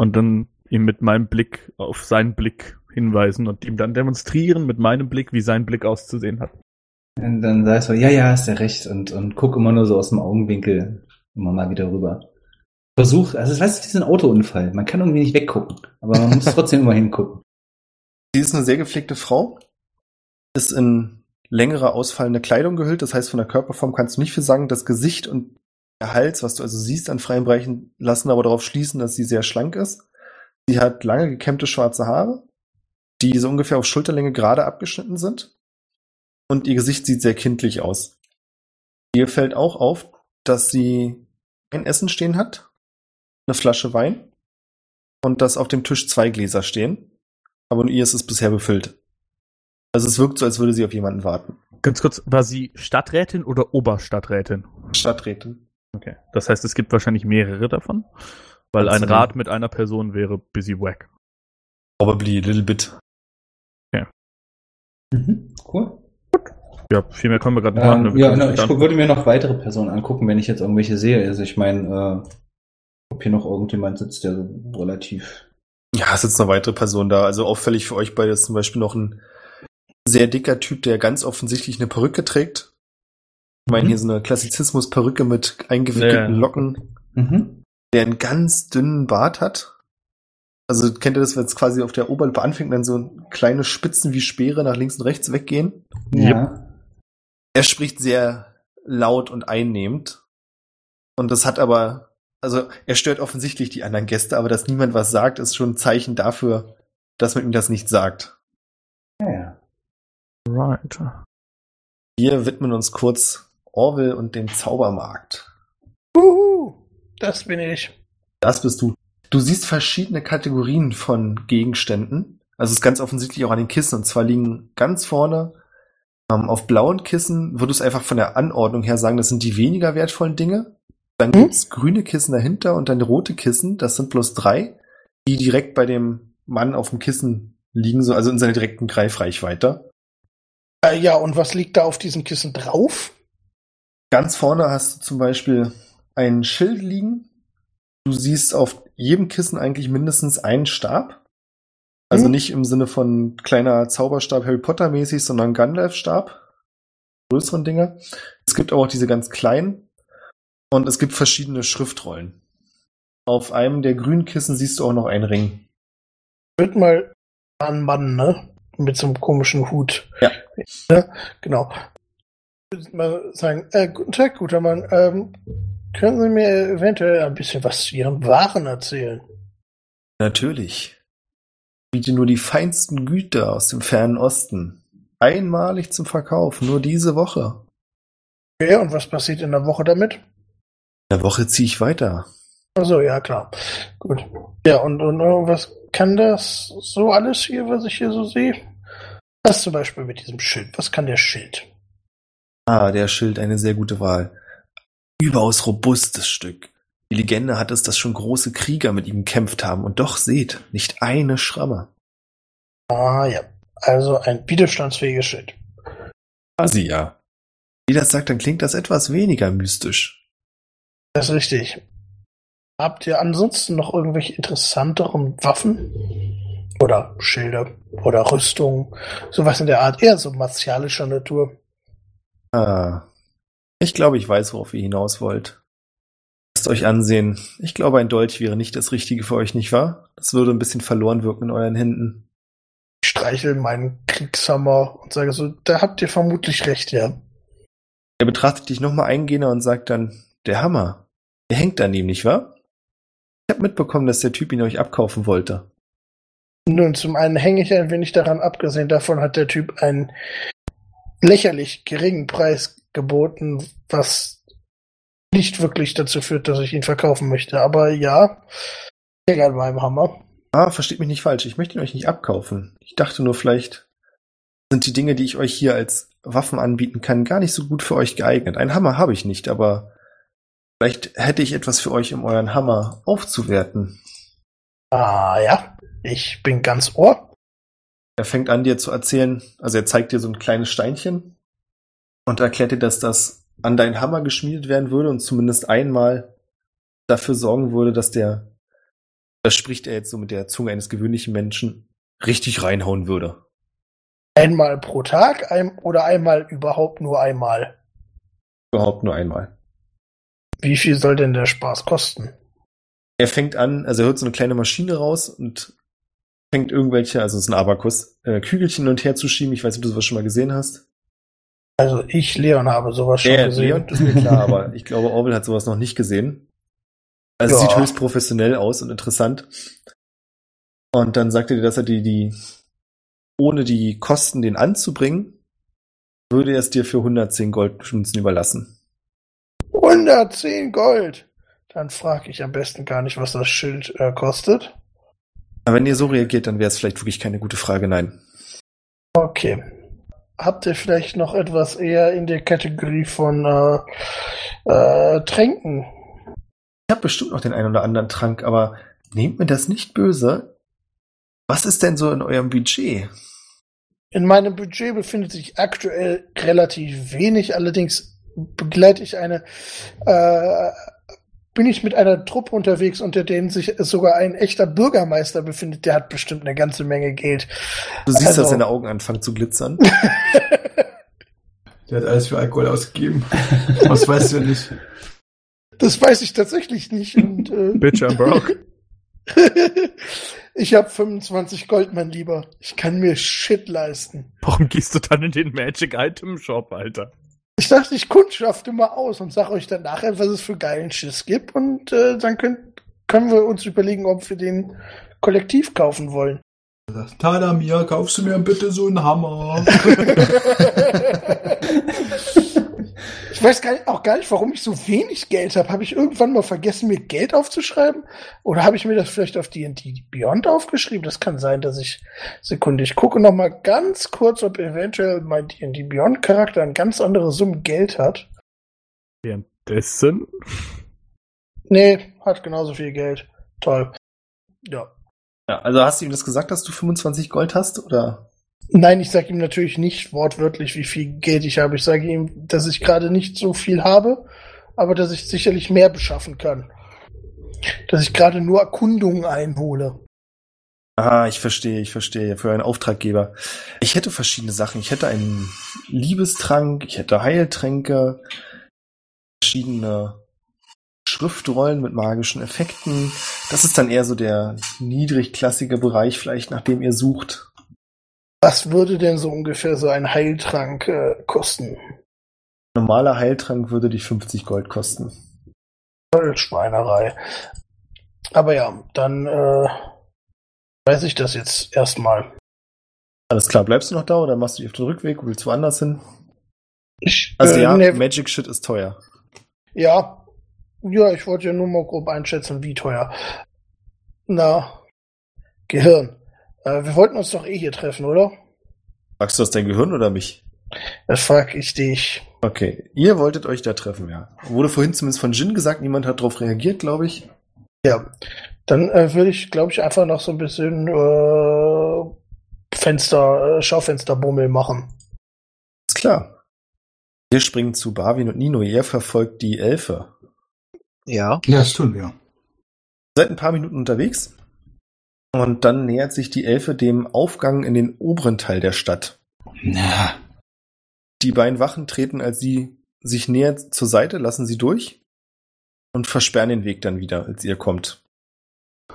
und dann ihm mit meinem Blick auf seinen Blick hinweisen und ihm dann demonstrieren mit meinem Blick, wie sein Blick auszusehen hat.
Und dann sagst du, ja, ja, hast ja recht. Und, und guck immer nur so aus dem Augenwinkel immer mal wieder rüber. Versuch, also es ist wie so ein Autounfall. Man kann irgendwie nicht weggucken, aber man muss trotzdem immer hingucken.
Sie ist eine sehr gepflegte Frau, ist in längere ausfallende Kleidung gehüllt, das heißt von der Körperform kannst du nicht viel sagen. Das Gesicht und der Hals, was du also siehst an freien Bereichen, lassen aber darauf schließen, dass sie sehr schlank ist. Sie hat lange gekämmte schwarze Haare, die so ungefähr auf Schulterlänge gerade abgeschnitten sind. Und ihr Gesicht sieht sehr kindlich aus. Ihr fällt auch auf, dass sie ein Essen stehen hat, eine Flasche Wein und dass auf dem Tisch zwei Gläser stehen. Aber nur ihr ist es bisher befüllt. Also es wirkt so, als würde sie auf jemanden warten.
Ganz kurz, war sie Stadträtin oder Oberstadträtin?
Stadträtin.
Okay. Das heißt, es gibt wahrscheinlich mehrere davon, weil ein
Kannst du
Rat mit einer Person wäre busy whack.
Probably a little bit.
Mhm, cool.
Ja, viel mehr können wir gerade nicht machen. ne?
Ähm,
Wir
ja,
können
na,
uns
ich
dann-
gu- würde mir noch weitere Personen angucken, wenn ich jetzt irgendwelche sehe. Also ich meine, äh, ob hier noch irgendjemand sitzt, der so relativ.
Ja, es sitzt eine weitere Person da. Also auffällig für euch beide ist zum Beispiel noch ein sehr dicker Typ, der ganz offensichtlich eine Perücke trägt. Ich meine, hier so eine Klassizismus-Perücke mit eingewickelten
Ja.
Locken,
Mhm.
der einen ganz dünnen Bart hat. Also kennt ihr das, wenn es quasi auf der Oberlippe anfängt, dann so kleine Spitzen wie Speere nach links und rechts weggehen?
Ja.
er spricht sehr laut und einnehmend. Und das hat aber, also er stört offensichtlich die anderen Gäste, aber dass niemand was sagt, ist schon ein Zeichen dafür, dass man ihm das nicht sagt.
Ja, ja.
Right.
Wir widmen uns kurz Orwell und dem Zaubermarkt.
Uhu, das bin ich.
Das bist du. Du siehst verschiedene Kategorien von Gegenständen, Also es ist ganz offensichtlich auch an den Kissen. Und zwar liegen ganz vorne ähm, auf blauen Kissen, würdest einfach von der Anordnung her sagen, das sind die weniger wertvollen Dinge. Dann
Hm?
gibt's grüne Kissen dahinter und dann rote Kissen. Das sind bloß drei, die direkt bei dem Mann auf dem Kissen liegen, so, also in seiner direkten Greifreichweite.
Äh, ja, und was liegt da auf diesem Kissen drauf?
Ganz vorne hast du zum Beispiel ein Schild liegen. Du siehst auf jedem Kissen eigentlich mindestens einen Stab. Also
Hm.
nicht im Sinne von kleiner Zauberstab Harry Potter mäßig, sondern Gandalf-Stab. Größeren Dinger. Es gibt aber auch diese ganz kleinen. Und es gibt verschiedene Schriftrollen. Auf einem der grünen Kissen siehst du auch noch einen Ring.
Wird mal ein Mann, ne? Mit so einem komischen Hut.
Ja.
Ne? Genau. Würd Mal sagen, äh, guten Tag, guter Mann. Ähm, können Sie mir eventuell ein bisschen was zu Ihren Waren erzählen?
Natürlich. Biete nur die feinsten Güter aus dem fernen Osten. Einmalig zum Verkauf, nur diese Woche.
Okay, und was passiert in der Woche damit?
In der Woche ziehe ich weiter.
Also ja, klar. Gut. Ja, und, und äh, was kann das so alles hier, was ich hier so sehe? Das zum Beispiel mit diesem Schild. Was kann der Schild?
Ah, der Schild, eine sehr gute Wahl. Überaus robustes Stück. Die Legende hat es, dass schon große Krieger mit ihm gekämpft haben. Und doch seht, nicht eine Schramme.
Ah ja, also ein widerstandsfähiges Schild.
Quasi ja. Wie das sagt, dann klingt das etwas weniger mystisch.
Das ist richtig. Habt ihr ansonsten noch irgendwelche interessanteren Waffen? Oder Schilde? Oder Rüstungen? Sowas in der Art. Eher so martialischer Natur.
Ah, ich glaube, ich weiß, worauf ihr hinaus wollt. Lasst euch ansehen. Ich glaube, ein Dolch wäre nicht das Richtige für euch, nicht wahr? Das würde ein bisschen verloren wirken in euren Händen.
Ich streichel meinen Kriegshammer und sage so, da habt ihr vermutlich recht, ja.
Er betrachtet dich nochmal eingehender und sagt dann, der Hammer, der hängt an ihm, nicht wahr? Ich habe mitbekommen, dass der Typ ihn euch abkaufen wollte.
Nun, zum einen hänge ich ein wenig daran, abgesehen davon hat der Typ einen lächerlich geringen Preis geboten, was nicht wirklich dazu führt, dass ich ihn verkaufen möchte. Aber ja, ich hänge an meinem Hammer.
Ah, versteht mich nicht falsch, ich möchte ihn euch nicht abkaufen. Ich dachte nur, vielleicht sind die Dinge, die ich euch hier als Waffen anbieten kann, gar nicht so gut für euch geeignet. Einen Hammer habe ich nicht, aber vielleicht hätte ich etwas für euch, um euren Hammer aufzuwerten.
Ah ja, ich bin ganz ohr.
Er fängt an, dir zu erzählen, also er zeigt dir so ein kleines Steinchen und erklärt dir, dass das an deinen Hammer geschmiedet werden würde und zumindest einmal dafür sorgen würde, dass der, das spricht er jetzt so mit der Zunge eines gewöhnlichen Menschen, richtig reinhauen würde.
Einmal pro Tag ein, oder einmal überhaupt nur einmal.
Überhaupt nur einmal.
Wie viel soll denn der Spaß kosten?
Er fängt an, also er hört so eine kleine Maschine raus und fängt irgendwelche, also es ist ein Abakus, äh, Kügelchen hin und her zu schieben. Ich weiß nicht, ob du sowas schon mal gesehen hast.
Also ich, Leon, habe sowas schon
Ja,
gesehen.
Leon, das ist mir klar, aber ich glaube, Orwell hat sowas noch nicht gesehen. Also es
Ja.
sieht höchst professionell aus und interessant. Und dann sagte er, dass er die, die, ohne die Kosten den anzubringen, würde er es dir für 110 Goldmünzen überlassen.
110 Gold! Dann frage ich am besten gar nicht, was das Schild äh, kostet.
Aber wenn ihr so reagiert, dann wäre es vielleicht wirklich keine gute Frage, nein.
Okay. Habt ihr vielleicht noch etwas eher in der Kategorie von äh, äh, Tränken?
Ich habe bestimmt noch den einen oder anderen Trank, aber nehmt mir das nicht böse. Was ist denn so in eurem Budget?
In meinem Budget befindet sich aktuell relativ wenig, allerdings begleite ich eine, äh, bin ich mit einer Truppe unterwegs, unter denen sich sogar ein echter Bürgermeister befindet, der hat bestimmt eine ganze Menge Geld.
Du siehst,
Also-
dass seine Augen anfangen zu glitzern.
Der hat alles für Alkohol ausgegeben. Was weißt du nicht?
Das weiß ich tatsächlich nicht. Und, äh,
Bitch, I'm broke.
ich habe 25 Gold, mein Lieber. Ich kann mir Shit leisten.
Warum gehst du dann in den Magic Item Shop, Alter?
Ich dachte, ich kundschafte mal aus und sag euch dann nachher, was es für geilen Schiss gibt. Und äh, dann könnt, können wir uns überlegen, ob wir den kollektiv kaufen wollen.
Er sagt, Tadamir, kaufst du mir bitte so einen Hammer?
ich weiß gar nicht, auch gar nicht, warum ich so wenig Geld habe. Habe ich irgendwann mal vergessen, mir Geld aufzuschreiben? Oder habe ich mir das vielleicht auf D&D Beyond aufgeschrieben? Das kann sein, dass ich, Sekunde, ich gucke noch mal ganz kurz, ob eventuell mein D&D Beyond Charakter eine ganz andere Summe Geld hat.
Währenddessen.
Nee, hat genauso viel Geld. Toll. Ja.
Ja, also hast du ihm das gesagt, dass du 25 Gold hast, oder?
Nein, ich sage ihm natürlich nicht wortwörtlich, wie viel Geld ich habe. Ich sage ihm, dass ich gerade nicht so viel habe, aber dass ich sicherlich mehr beschaffen kann. Dass ich gerade nur Erkundungen einhole.
Ah, ich verstehe, ich verstehe. Für einen Auftraggeber. Ich hätte verschiedene Sachen. Ich hätte einen Liebestrank, ich hätte Heiltränke, verschiedene Schriftrollen mit magischen Effekten. Das ist dann eher so der niedrigklassige Bereich, vielleicht, nach dem ihr sucht.
Was würde denn so ungefähr so ein Heiltrank äh, kosten?
Normaler Heiltrank würde dich 50 Gold kosten.
Voll Schweinerei. Aber ja, dann äh, weiß ich das jetzt erstmal.
Alles klar, bleibst du noch da oder machst du dich auf den Rückweg? Willst du woanders hin?
Ich,
Also
äh,
ja,
nee,
Magic Shit ist teuer.
ja. Ja, ich wollte ja nur mal grob einschätzen, wie teuer. Na, Gehirn. Äh, wir wollten uns doch eh hier treffen, oder?
Sagst du das dein Gehirn oder mich?
Das frag ich dich.
Okay, ihr wolltet euch da treffen, ja. Wurde vorhin zumindest von Jin gesagt, niemand hat darauf reagiert, glaube ich.
Ja, dann äh, würde ich, glaube ich, einfach noch so ein bisschen äh, Fenster, äh, Schaufensterbummel machen.
Ist klar. Wir springen zu Barwin und Nino. Ihr verfolgt die Elfe.
Ja.
Ja, das tun wir.
Seid ein paar Minuten unterwegs. Und dann nähert sich die Elfe dem Aufgang in den oberen Teil der Stadt.
Na,
Die beiden Wachen treten, als sie sich nähert, zur Seite, lassen sie durch und versperren den Weg dann wieder, als ihr kommt.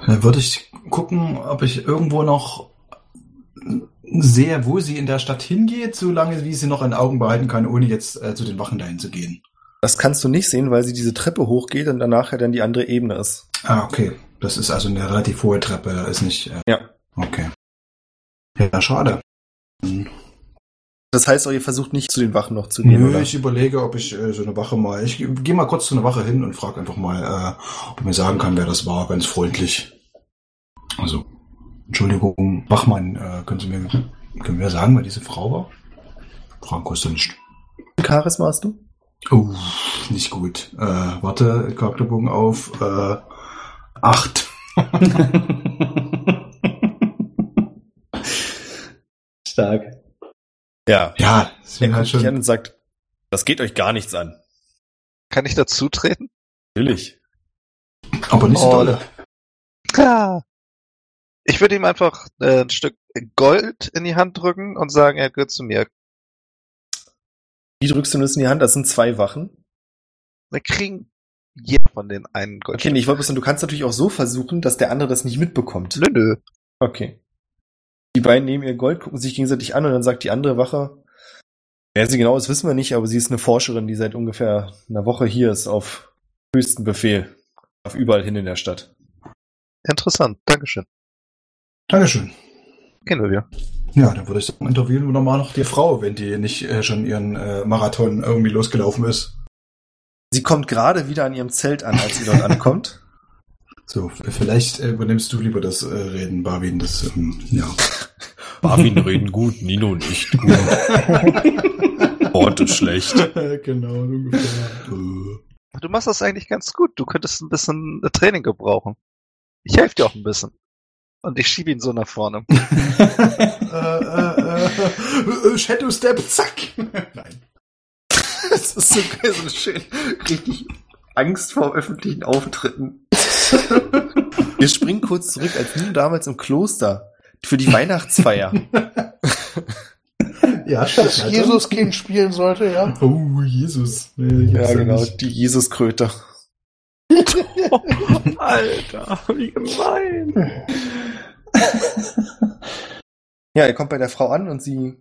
Dann würde ich gucken, ob ich irgendwo noch sehe, wo sie in der Stadt hingeht, solange wie ich sie noch in Augen behalten kann, ohne jetzt äh, zu den Wachen dahin zu gehen.
Das kannst du nicht sehen, weil sie diese Treppe hochgeht und danach ja dann die andere Ebene ist.
Ah, okay. Das ist also eine relativ hohe Treppe, da ist nicht. Äh,
Ja.
Okay. Ja, schade. Hm.
Das heißt auch, ihr versucht nicht zu den Wachen noch zu gehen,
Nö,
oder?
ich überlege, ob ich äh, so eine Wache mal. Ich gehe mal kurz zu einer Wache hin und frage einfach mal, äh, ob er mir sagen kann, wer das war, ganz freundlich. Also, Entschuldigung, Wachmann, äh, können Sie mir, können wir sagen, wer diese Frau war? Fragen kostet nicht.
Charisma hast du?
Oh, nicht gut. Äh, warte, Charakterbogen auf. Äh, acht.
Stark.
Ja.
Ja, das
Er
wäre
guckt
halt
dich an
schon.
und sagt, das geht euch gar nichts an.
Kann ich dazutreten?
Natürlich.
Aber nicht so
Oh,
dolle.
Ja. Ich würde ihm einfach äh, ein Stück Gold in die Hand drücken und sagen, er gehört zu mir.
Die drückst du mir das in die Hand, das sind zwei Wachen.
Wir kriegen jeder von den einen Gold.
Okay, nee, ich wollte wissen, du kannst natürlich auch so versuchen, dass der andere das nicht mitbekommt.
Nö, nö.
Okay. Die beiden nehmen ihr Gold, gucken sich gegenseitig an und dann sagt die andere Wache, wer sie genau ist, wissen wir nicht, aber sie ist eine Forscherin, die seit ungefähr einer Woche hier ist, auf höchsten Befehl. Auf überall hin in der Stadt.
Interessant. Dankeschön.
Dankeschön.
Gehen wir wieder.
Ja, dann würde ich sagen, interviewen wir nochmal noch die Frau, wenn die nicht äh, schon ihren äh, Marathon irgendwie losgelaufen ist.
Sie kommt gerade wieder an ihrem Zelt an, als sie dort ankommt.
So, vielleicht äh, übernimmst du lieber das äh, Reden, Barwin. Das, ähm, ja.
Barwin reden gut, Nino nicht gut. Worte schlecht.
genau, ungefähr. Äh.
Du machst das eigentlich ganz gut. Du könntest ein bisschen äh, Training gebrauchen. Ich helfe dir auch ein bisschen. Und ich schiebe ihn so nach vorne.
äh, äh, äh, Shadow Step, zack. Nein.
Das ist so geil, so schön. Richtig Angst vor öffentlichen Auftritten. Wir springen kurz zurück, als Nino damals im Kloster für die Weihnachtsfeier.
Äh, Ja,
Das
stimmt,
Jesuskind spielen sollte, ja.
Alter. Oh, Jesus. Nee, gibt's
Ja, genau,
nicht.
die Jesuskröte.
Alter, wie gemein.
Ja, ihr kommt bei der Frau an und sie.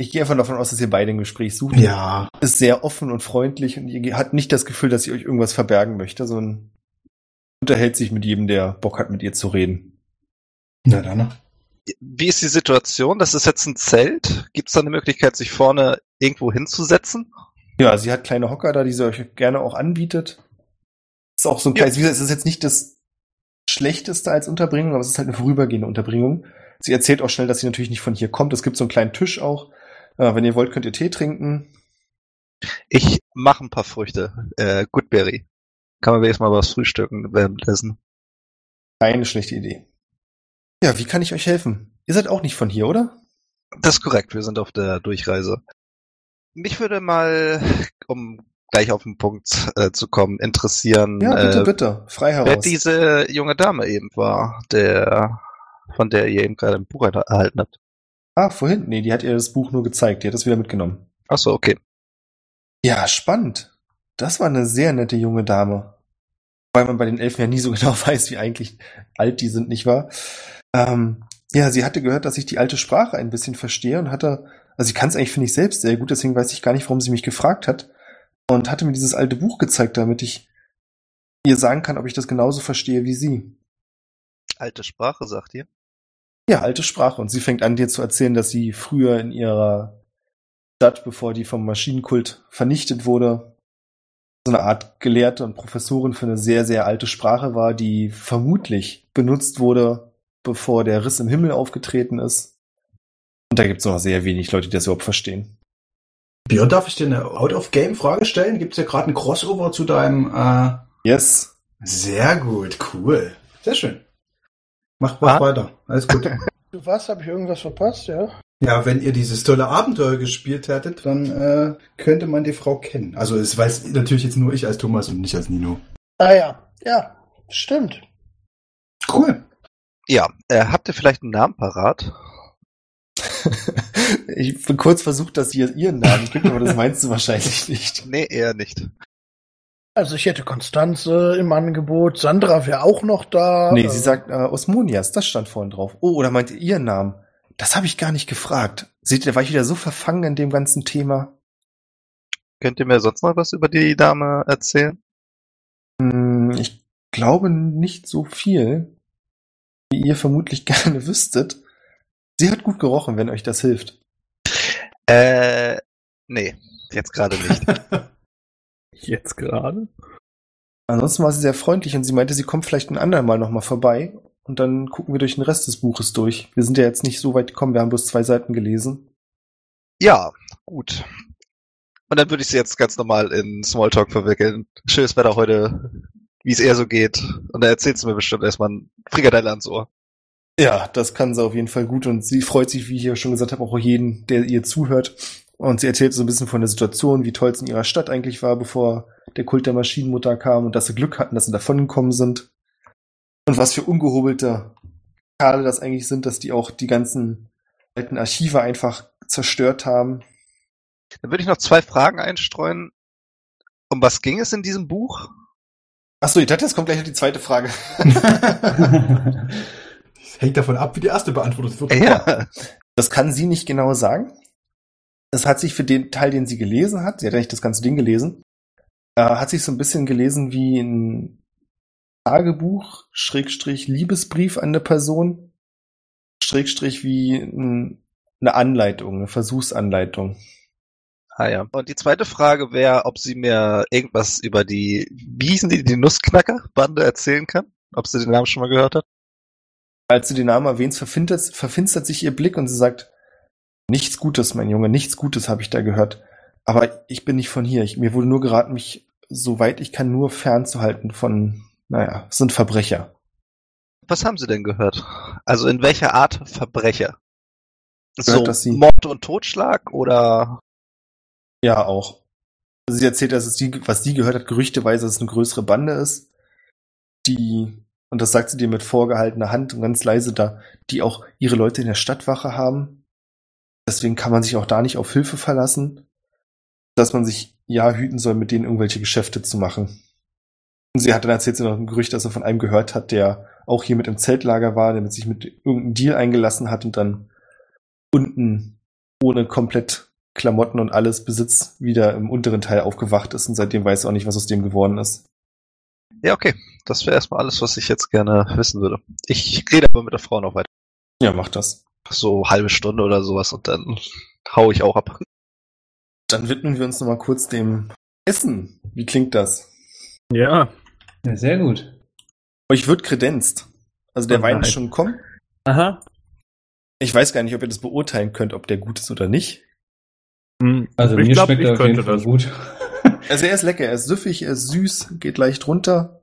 Ich gehe einfach davon aus, dass ihr beide ein Gespräch sucht.
Ja,
Ist sehr offen und freundlich und ihr ge- habt nicht das Gefühl, dass sie euch irgendwas verbergen möchte, sondern unterhält sich mit jedem, der Bock hat, mit ihr zu reden.
na dann.
Wie ist die Situation? Das ist jetzt ein Zelt. Gibt es da eine Möglichkeit, sich vorne irgendwo hinzusetzen?
Ja, sie hat kleine Hocker da, die sie euch gerne auch anbietet. Ist auch so ein
Ja.
kleines, wie gesagt, es ist jetzt nicht das Schlechteste als Unterbringung, aber es ist halt eine vorübergehende Unterbringung. Sie erzählt auch schnell, dass sie natürlich nicht von hier kommt. Es gibt so einen kleinen Tisch auch. Äh, wenn ihr wollt, könnt ihr Tee trinken.
Ich mache ein paar Früchte. Äh, Goodberry. Kann man wenigstens mal was frühstücken währenddessen.
Keine schlechte Idee. Ja, wie kann ich euch helfen? Ihr seid auch nicht von hier, oder?
Das ist korrekt, wir sind auf der Durchreise. Mich würde mal, um gleich auf den Punkt äh, zu kommen, interessieren,
Ja, bitte,
äh,
bitte. Frei
wer
heraus.
diese junge Dame eben war, der, von der ihr eben gerade ein Buch erha- erhalten habt.
Ah, vorhin? Nee, die hat ihr das Buch nur gezeigt. Die hat es wieder mitgenommen.
Ach so, okay.
Ja, spannend. Das war eine sehr nette junge Dame. Weil man bei den Elfen ja nie so genau weiß, wie eigentlich alt die sind, nicht wahr? Ähm, ja, sie hatte gehört, dass ich die alte Sprache ein bisschen verstehe und hatte, also sie kann es eigentlich, finde ich, selbst sehr gut, deswegen weiß ich gar nicht, warum sie mich gefragt hat. Und hatte mir dieses alte Buch gezeigt, damit ich ihr sagen kann, ob ich das genauso verstehe wie sie.
Alte Sprache, sagt ihr.
Ja, alte Sprache. Und sie fängt an, dir zu erzählen, dass sie früher in ihrer Stadt, bevor die vom Maschinenkult vernichtet wurde, so eine Art Gelehrte und Professorin für eine sehr, sehr alte Sprache war, die vermutlich benutzt wurde, bevor der Riss im Himmel aufgetreten ist. Und da gibt es noch sehr wenig Leute, die das überhaupt verstehen.
Björn, darf ich dir eine Out-of-Game-Frage stellen? Gibt es ja gerade einen Crossover zu deinem... Äh...
Yes.
Sehr gut, cool. Sehr schön. Mach, mach
Ah.
weiter. Alles gut.
Du was? Habe ich irgendwas verpasst? Ja.
Ja, wenn ihr dieses tolle Abenteuer gespielt hättet, dann äh, könnte man die Frau kennen. Also es weiß natürlich jetzt nur ich als Thomas und nicht als Nino.
Ah ja, ja, stimmt.
Cool.
Ja, äh, habt ihr vielleicht einen Namen parat?
ich bin kurz versucht, dass sie jetzt ihren Namen gibt, aber das meinst du wahrscheinlich nicht.
Nee, eher nicht.
Also ich hätte Konstanze im Angebot, Sandra wäre auch noch da.
Nee,
Also,
sie sagt äh, Osmonias, das stand vorhin drauf. Oh, oder meint ihr ihren Namen? Das habe ich gar nicht gefragt. Seht ihr, da war ich wieder so verfangen in dem ganzen Thema.
Könnt ihr mir sonst noch was über die Dame erzählen?
Hm, ich glaube nicht so viel, wie ihr vermutlich gerne wüsstet. Sie hat gut gerochen, wenn euch das hilft.
Äh, nee, jetzt gerade nicht.
Jetzt gerade?
Ansonsten war sie sehr freundlich und sie meinte, sie kommt vielleicht ein andermal nochmal vorbei und dann gucken wir durch den Rest des Buches durch. Wir sind ja jetzt nicht so weit gekommen, wir haben bloß zwei Seiten gelesen.
ja, gut. Und dann würde ich sie jetzt ganz normal in Smalltalk verwickeln. Schönes Wetter heute, wie es eher so geht. Und dann erzählt sie mir bestimmt erstmal ein Frikadelle ans Ohr.
Ja, das kann sie auf jeden Fall gut und sie freut sich, wie ich ja schon gesagt habe, auch jeden, der ihr zuhört. Und sie erzählt so ein bisschen von der Situation, wie toll es in ihrer Stadt eigentlich war, bevor der Kult der Maschinenmutter kam und dass sie Glück hatten, dass sie davongekommen sind. Und was für ungehobelte Kerle das eigentlich sind, dass die auch die ganzen alten Archive einfach zerstört haben.
Dann würde ich noch zwei Fragen einstreuen. Um was ging es in diesem Buch?
Achso, ich dachte, jetzt kommt gleich noch die zweite Frage.
Das hängt davon ab, wie die erste beantwortet wird.
Ja.
Das kann sie nicht genau sagen. Es hat sich für den Teil, den sie gelesen hat, sie hat ja nicht das ganze Ding gelesen, äh, hat sich so ein bisschen gelesen wie ein Tagebuch, Schrägstrich Liebesbrief an eine Person, Schrägstrich wie ein, eine Anleitung, eine Versuchsanleitung.
Ah ja. Und die zweite Frage wäre, ob sie mir irgendwas über die, wie hießen die, die Nussknacker-Bande erzählen kann? Ob sie den Namen schon mal gehört hat?
Als du den Namen erwähnst, verfinstert, verfinstert sich ihr Blick und sie sagt, nichts Gutes, mein Junge, nichts Gutes habe ich da gehört. Aber ich bin nicht von hier. Ich, mir wurde nur geraten, mich soweit ich kann nur fernzuhalten von, naja, es sind Verbrecher.
Was haben sie denn gehört? Also in welcher Art Verbrecher? So
Gehört, dass sie-
Mord und Totschlag oder
Ja, auch. Also sie erzählt, dass es die, was sie gehört hat, gerüchteweise, dass es eine größere Bande ist, die, und das sagt sie dir mit vorgehaltener Hand und ganz leise da, die auch ihre Leute in der Stadtwache haben. Deswegen kann man sich auch da nicht auf Hilfe verlassen, dass man sich ja hüten soll, mit denen irgendwelche Geschäfte zu machen. Und sie hat dann erzählt sie noch ein Gerücht, dass er von einem gehört hat, der auch hier mit im Zeltlager war, der mit sich mit irgendeinem Deal eingelassen hat und dann unten ohne komplett Klamotten und alles Besitz wieder im unteren Teil aufgewacht ist und seitdem weiß er auch nicht, was aus dem geworden ist.
Ja, okay. Das wäre erstmal alles, was ich jetzt gerne wissen würde. Ich rede aber mit der Frau noch weiter.
Ja, macht das.
So halbe Stunde oder sowas und dann hau ich auch ab.
Dann widmen wir uns nochmal kurz dem Essen. Wie klingt das?
Ja.
Ja, sehr gut.
Euch wird kredenzt. Also der
Oh
Wein ist
nein.
schon kommen.
Aha.
Ich weiß gar nicht, ob ihr das beurteilen könnt, ob der gut ist oder nicht.
Hm,
Also
ich
mir
glaub,
schmeckt
ich
er auf jeden
könnte
Fall
das.
gut.
Also er ist lecker, er ist süffig, er ist süß, geht leicht runter.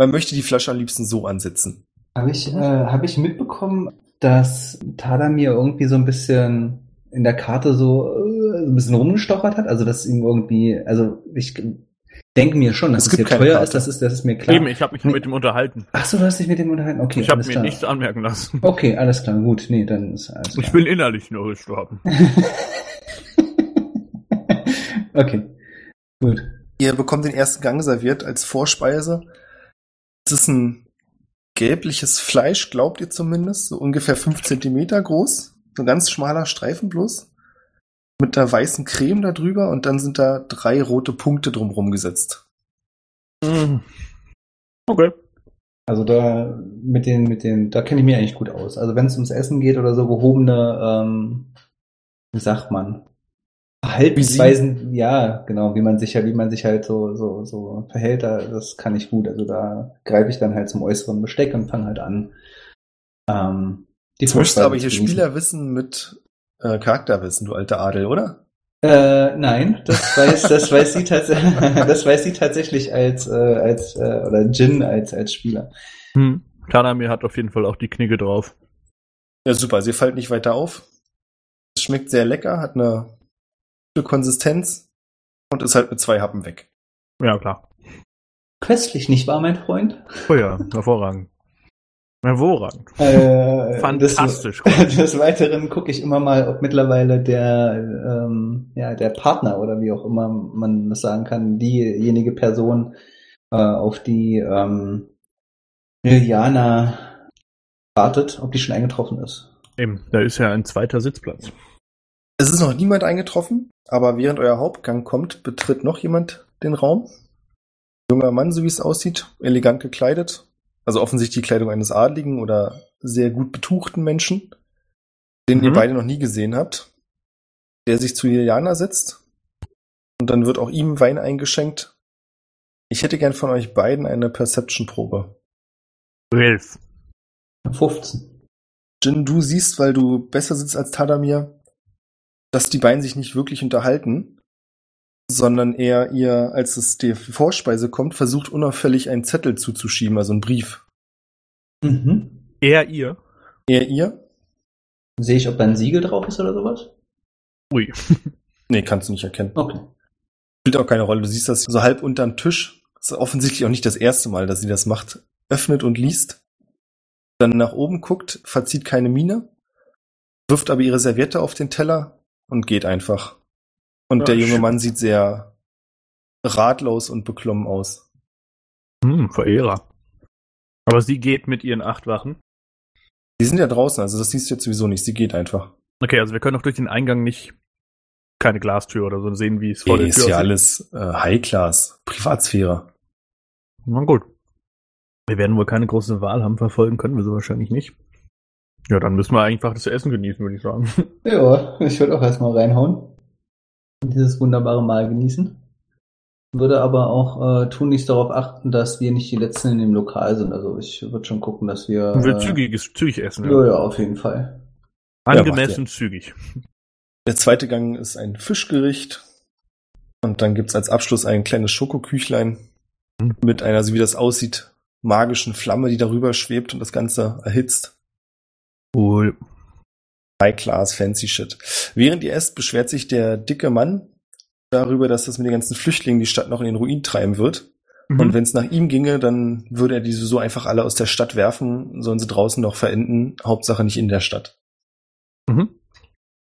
Man möchte die Flasche am liebsten so ansetzen.
Habe ich, äh, hab ich mitbekommen, dass Tadamir irgendwie so ein bisschen in der Karte so äh, ein bisschen rumgestochert hat? Also, dass ihm irgendwie, also ich denke mir schon, dass
Es
es,
gibt
hier
keine
teuer
Karte.
ist, das ist, das ist mir klar.
Eben, ich habe mich mit ihm unterhalten.
Ach so, du hast dich mit dem unterhalten? Okay,
Ich habe
alles
mir
klar.
nichts anmerken lassen.
Okay, alles klar, gut. Nee, dann ist alles klar.
Ich bin innerlich nur gestorben.
okay, gut.
Ihr bekommt den ersten Gang serviert als Vorspeise. Es ist ein gelbliches Fleisch, glaubt ihr zumindest, so ungefähr 5 Zentimeter groß. So ein ganz schmaler Streifen bloß. Mit einer weißen Creme da drüber und dann sind da drei rote Punkte drumrum gesetzt.
Mhm.
Okay.
Also da mit den, mit den, da kenne ich mich eigentlich gut aus. Also wenn es ums Essen geht oder so, gehobene, ähm, wie sagt man, Verhaltensweisen, ja, genau, wie man sich ja, wie man sich halt so, so, so verhält, da, das kann ich gut. Also da greife ich dann halt zum äußeren Besteck und fange halt an. Ähm, die
Jetzt müsste
Vorspeise
aber hier
zu genießen.
Spielerwissen mit äh, Charakterwissen, du alter Adel, oder?
Äh, nein, das weiß, das weiß sie tatsächlich, das weiß sie tatsächlich als, äh, als, äh, oder Jin als, als Spieler.
Hm. Tanamir hat auf jeden Fall auch die Knigge drauf.
Ja, super, also ihr fallt nicht weiter auf. Es schmeckt sehr lecker, hat eine gute Konsistenz und ist halt mit zwei Happen weg.
Ja, klar.
Köstlich, nicht wahr, mein Freund?
Oh ja, hervorragend. Hervorragend.
Äh,
Fantastisch.
Des, des Weiteren gucke ich immer mal, ob mittlerweile der, ähm, ja, der Partner oder wie auch immer man das sagen kann, diejenige Person, äh, auf die ähm, Liliana wartet, ob die schon eingetroffen ist.
Eben, da ist ja ein zweiter Sitzplatz.
Es ist noch niemand eingetroffen, aber während euer Hauptgang kommt, betritt noch jemand den Raum. Junger Mann, so wie es aussieht, elegant gekleidet. Also offensichtlich die Kleidung eines adligen oder sehr gut betuchten Menschen, den ihr
Mhm.
beide noch nie gesehen habt, der sich zu Liliana setzt. Und dann wird auch ihm Wein eingeschenkt. Ich hätte gern von euch beiden eine Perception-Probe.
Elf.
15.
Jin, du siehst, weil du besser sitzt als Tadamir, dass die beiden sich nicht wirklich unterhalten, sondern er ihr, als es der Vorspeise kommt, versucht unauffällig einen Zettel zuzuschieben, also einen Brief.
Mhm.
Er, ihr.
Er ihr?
Sehe ich, ob da ein Siegel drauf ist oder sowas?
Ui.
Nee, kannst du nicht erkennen.
Okay.
Spielt auch keine Rolle. Du siehst das so halb unterm Tisch. Ist offensichtlich auch nicht das erste Mal, dass sie das macht. Öffnet und liest. Dann nach oben guckt, verzieht keine Miene, wirft aber ihre Serviette auf den Teller und geht einfach. Und
Ah,
der junge
schön.
Mann sieht sehr ratlos und beklommen aus.
Hm, Verehrer. Aber sie geht mit ihren acht Wachen.
Die sind ja draußen, also das siehst du jetzt sowieso nicht. Sie geht einfach.
Okay, also wir können auch durch den Eingang nicht keine Glastür oder so sehen, wie es vor
Ey,
der Tür
ist ja
aussieht.
alles äh, High-Class, Privatsphäre.
Na gut. Wir werden wohl keine große Wahl haben, verfolgen können wir so wahrscheinlich nicht. Ja, dann müssen wir einfach das Essen genießen, würde ich sagen.
Ja, ich würde auch erstmal reinhauen und dieses wunderbare Mal genießen. Würde aber auch äh, tunlichst darauf achten, dass wir nicht die Letzten in dem Lokal sind. Also ich würde schon gucken, dass wir.
Und wir
äh,
zügiges, zügig essen.
Ja, ja, auf jeden Fall.
Angemessen zügig.
Der zweite Gang ist ein Fischgericht. Und dann gibt's als Abschluss ein kleines Schokoküchlein
Mhm.
mit einer, so wie das aussieht, magischen Flamme, die darüber schwebt und das Ganze erhitzt.
Cool.
High Class, fancy shit. Während ihr esst, beschwert sich der dicke Mann darüber, dass das mit den ganzen Flüchtlingen die Stadt noch in den Ruin treiben wird.
Mhm.
Und wenn es nach ihm ginge, dann würde er die so einfach alle aus der Stadt werfen, sollen sie draußen noch verenden, Hauptsache nicht in der Stadt.
Mhm.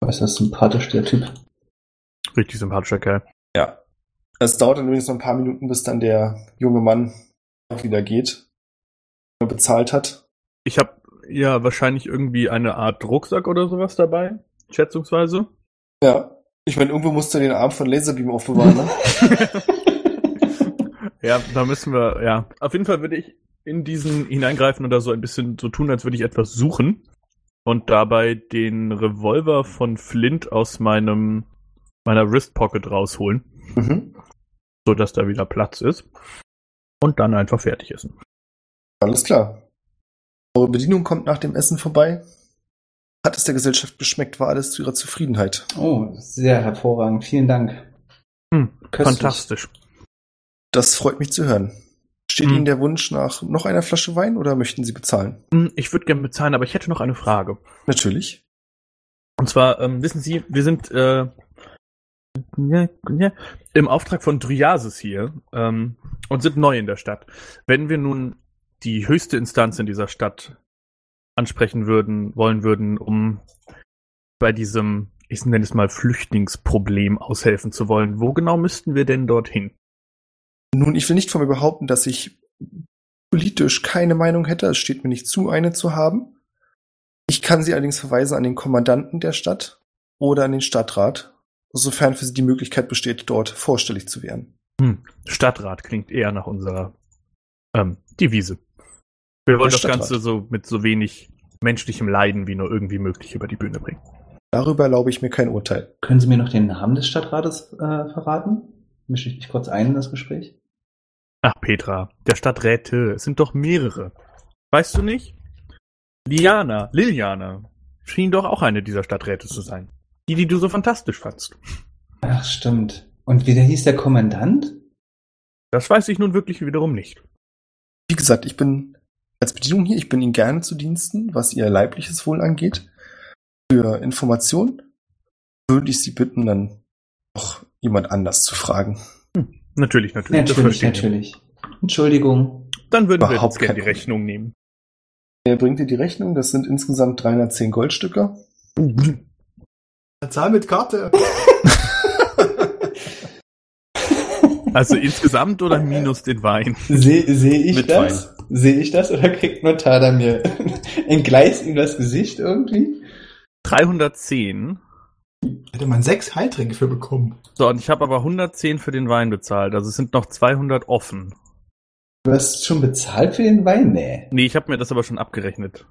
Äußerst sympathisch, der Typ.
Richtig sympathischer Kerl.
Ja. Es dauert dann übrigens noch ein paar Minuten, bis dann der junge Mann auch wieder geht. Er bezahlt hat.
Ich habe ja wahrscheinlich irgendwie eine Art Rucksack oder sowas dabei, schätzungsweise.
Ja. Ich meine, irgendwo musste er den Arm von Laserbeam aufbewahren, ne?
Ja, da müssen wir, ja. Auf jeden Fall würde ich in diesen hineingreifen und da so ein bisschen so tun, als würde ich etwas suchen. Und dabei den Revolver von Flint aus meinem meiner Wrist Pocket rausholen,
Mhm.
sodass da wieder Platz ist. Und dann einfach fertig essen.
Alles klar. Eure Bedienung kommt nach dem Essen vorbei. Hat es der Gesellschaft geschmeckt, war alles zu ihrer Zufriedenheit.
Oh, sehr hervorragend. Vielen Dank.
Hm,
Köstlich.
Fantastisch.
Das freut mich zu hören. Steht
Mhm.
Ihnen der Wunsch nach noch einer Flasche Wein oder möchten Sie bezahlen?
Hm, Ich würde gerne bezahlen, aber ich hätte noch eine Frage.
Natürlich.
Und zwar, ähm, wissen Sie, wir sind äh, ne- ne, im Auftrag von Dryasis hier ähm, und sind neu in der Stadt. Wenn wir nun die höchste Instanz in dieser Stadt ansprechen würden, wollen würden, um bei diesem, ich nenne es mal, Flüchtlingsproblem aushelfen zu wollen, wo genau müssten wir denn dorthin?
Nun, ich will nicht von mir behaupten, dass ich politisch keine Meinung hätte. Es steht mir nicht zu, eine zu haben. Ich kann Sie allerdings verweisen an den Kommandanten der Stadt oder an den Stadtrat, sofern für Sie die Möglichkeit besteht, dort vorstellig zu werden.
Hm, Stadtrat klingt eher nach unserer ähm, Devise. Wir wollen
Der
das Ganze
Stadtrat.
so mit so wenig menschlichem Leiden wie nur irgendwie möglich über die Bühne bringen.
Darüber erlaube ich mir kein Urteil.
Können Sie mir noch den Namen des Stadtrates äh, verraten? Mische ich mich kurz ein in das Gespräch?
Ach, Petra, der Stadträte, es sind doch mehrere. Weißt du nicht? Liana, Liliana, schien doch auch eine dieser Stadträte zu sein. Die, die du so fantastisch fandst.
Ach, stimmt. Und wie der hieß der Kommandant?
Das weiß ich nun wirklich wiederum nicht.
Wie gesagt, ich bin als Bedienung hier, ich bin Ihnen gerne zu Diensten, was Ihr leibliches Wohl angeht. Für Informationen würde ich Sie bitten, dann noch jemand anders zu fragen.
Natürlich, natürlich. das
Natürlich,
verstehe ich.
natürlich. Entschuldigung.
Dann würden wir
Überhaupt
jetzt gerne die
kein Problem.
Rechnung nehmen.
Er bringt dir die Rechnung, das sind insgesamt 310 Goldstücke.
Zahl mit Karte.
Also insgesamt oder minus den Wein?
Sehe seh ich
Mit
das? Sehe ich das oder kriegt Notar da mir entgleist ihm das Gesicht irgendwie?
310.
Hätte man sechs Heiltränke für bekommen.
So, und ich habe aber 110 für den Wein bezahlt. Also es sind noch 200 offen.
Du hast schon bezahlt für den Wein? Nee.
Nee, ich habe mir das aber schon abgerechnet.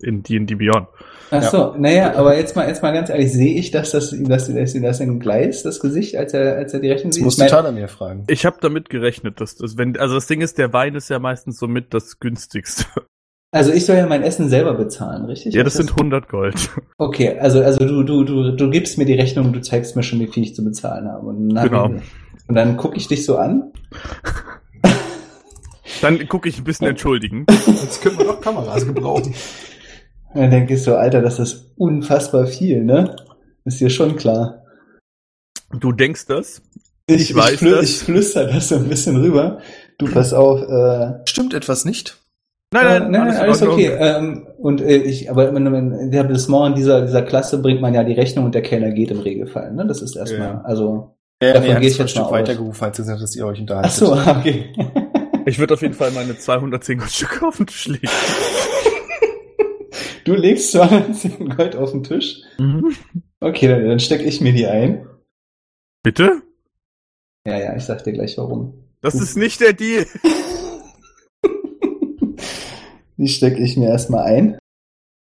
In D&D Beyond.
Ach so, naja, aber jetzt mal, jetzt mal ganz ehrlich, sehe ich das, dass ihm das, dass ihm das entgleist, das Gesicht, als er, als er die Rechnung
Das
sieht?
muss
Ich mein-
total an mir fragen.
Ich habe damit gerechnet, dass das, wenn, also das Ding ist, der Wein ist ja meistens somit das günstigste.
also ich soll ja mein Essen selber bezahlen, richtig?
Ja, das sind 100 Gold.
Okay, also, also du, du, du, du gibst mir die Rechnung, du zeigst mir schon, wie viel ich zu bezahlen habe. Und dann,
Genau.
Und dann gucke ich dich so an.
Dann gucke ich ein bisschen entschuldigen.
Jetzt können wir doch Kameras gebrauchen.
Und dann denkst du, Alter, das ist unfassbar viel, ne? Ist dir schon klar.
Du denkst das? Ich
Ich, ich,
weiß
flü
das.
ich flüster das so ein bisschen rüber. Du pass auf, äh,
Stimmt etwas nicht?
Nein,
Äh,
nein,
nein, nein,
in
alles
Ordnung.
okay. Ähm, und äh, ich, aber im- im Etablissement in dieser, dieser Klasse bringt man ja die Rechnung und der Kellner geht im Regelfall. Ne? Das ist erstmal,
Ja.
also.
Ja,
Davon
er hat
gehe ich
zwar ein
jetzt
Stück
mal aus.
weitergerufen, als ihr gesagt habt, dass ihr euch
Ach
unterhaltet.
so, okay.
Ich würde auf jeden Fall meine 210 Goldstücke auf den Tisch legen.
Du legst 210 Gold auf den Tisch.
Mhm.
Okay, dann, dann stecke ich mir die ein.
Bitte?
Ja, ja, ich sag dir gleich warum.
Das ist nicht der Deal.
Die stecke ich mir erstmal ein.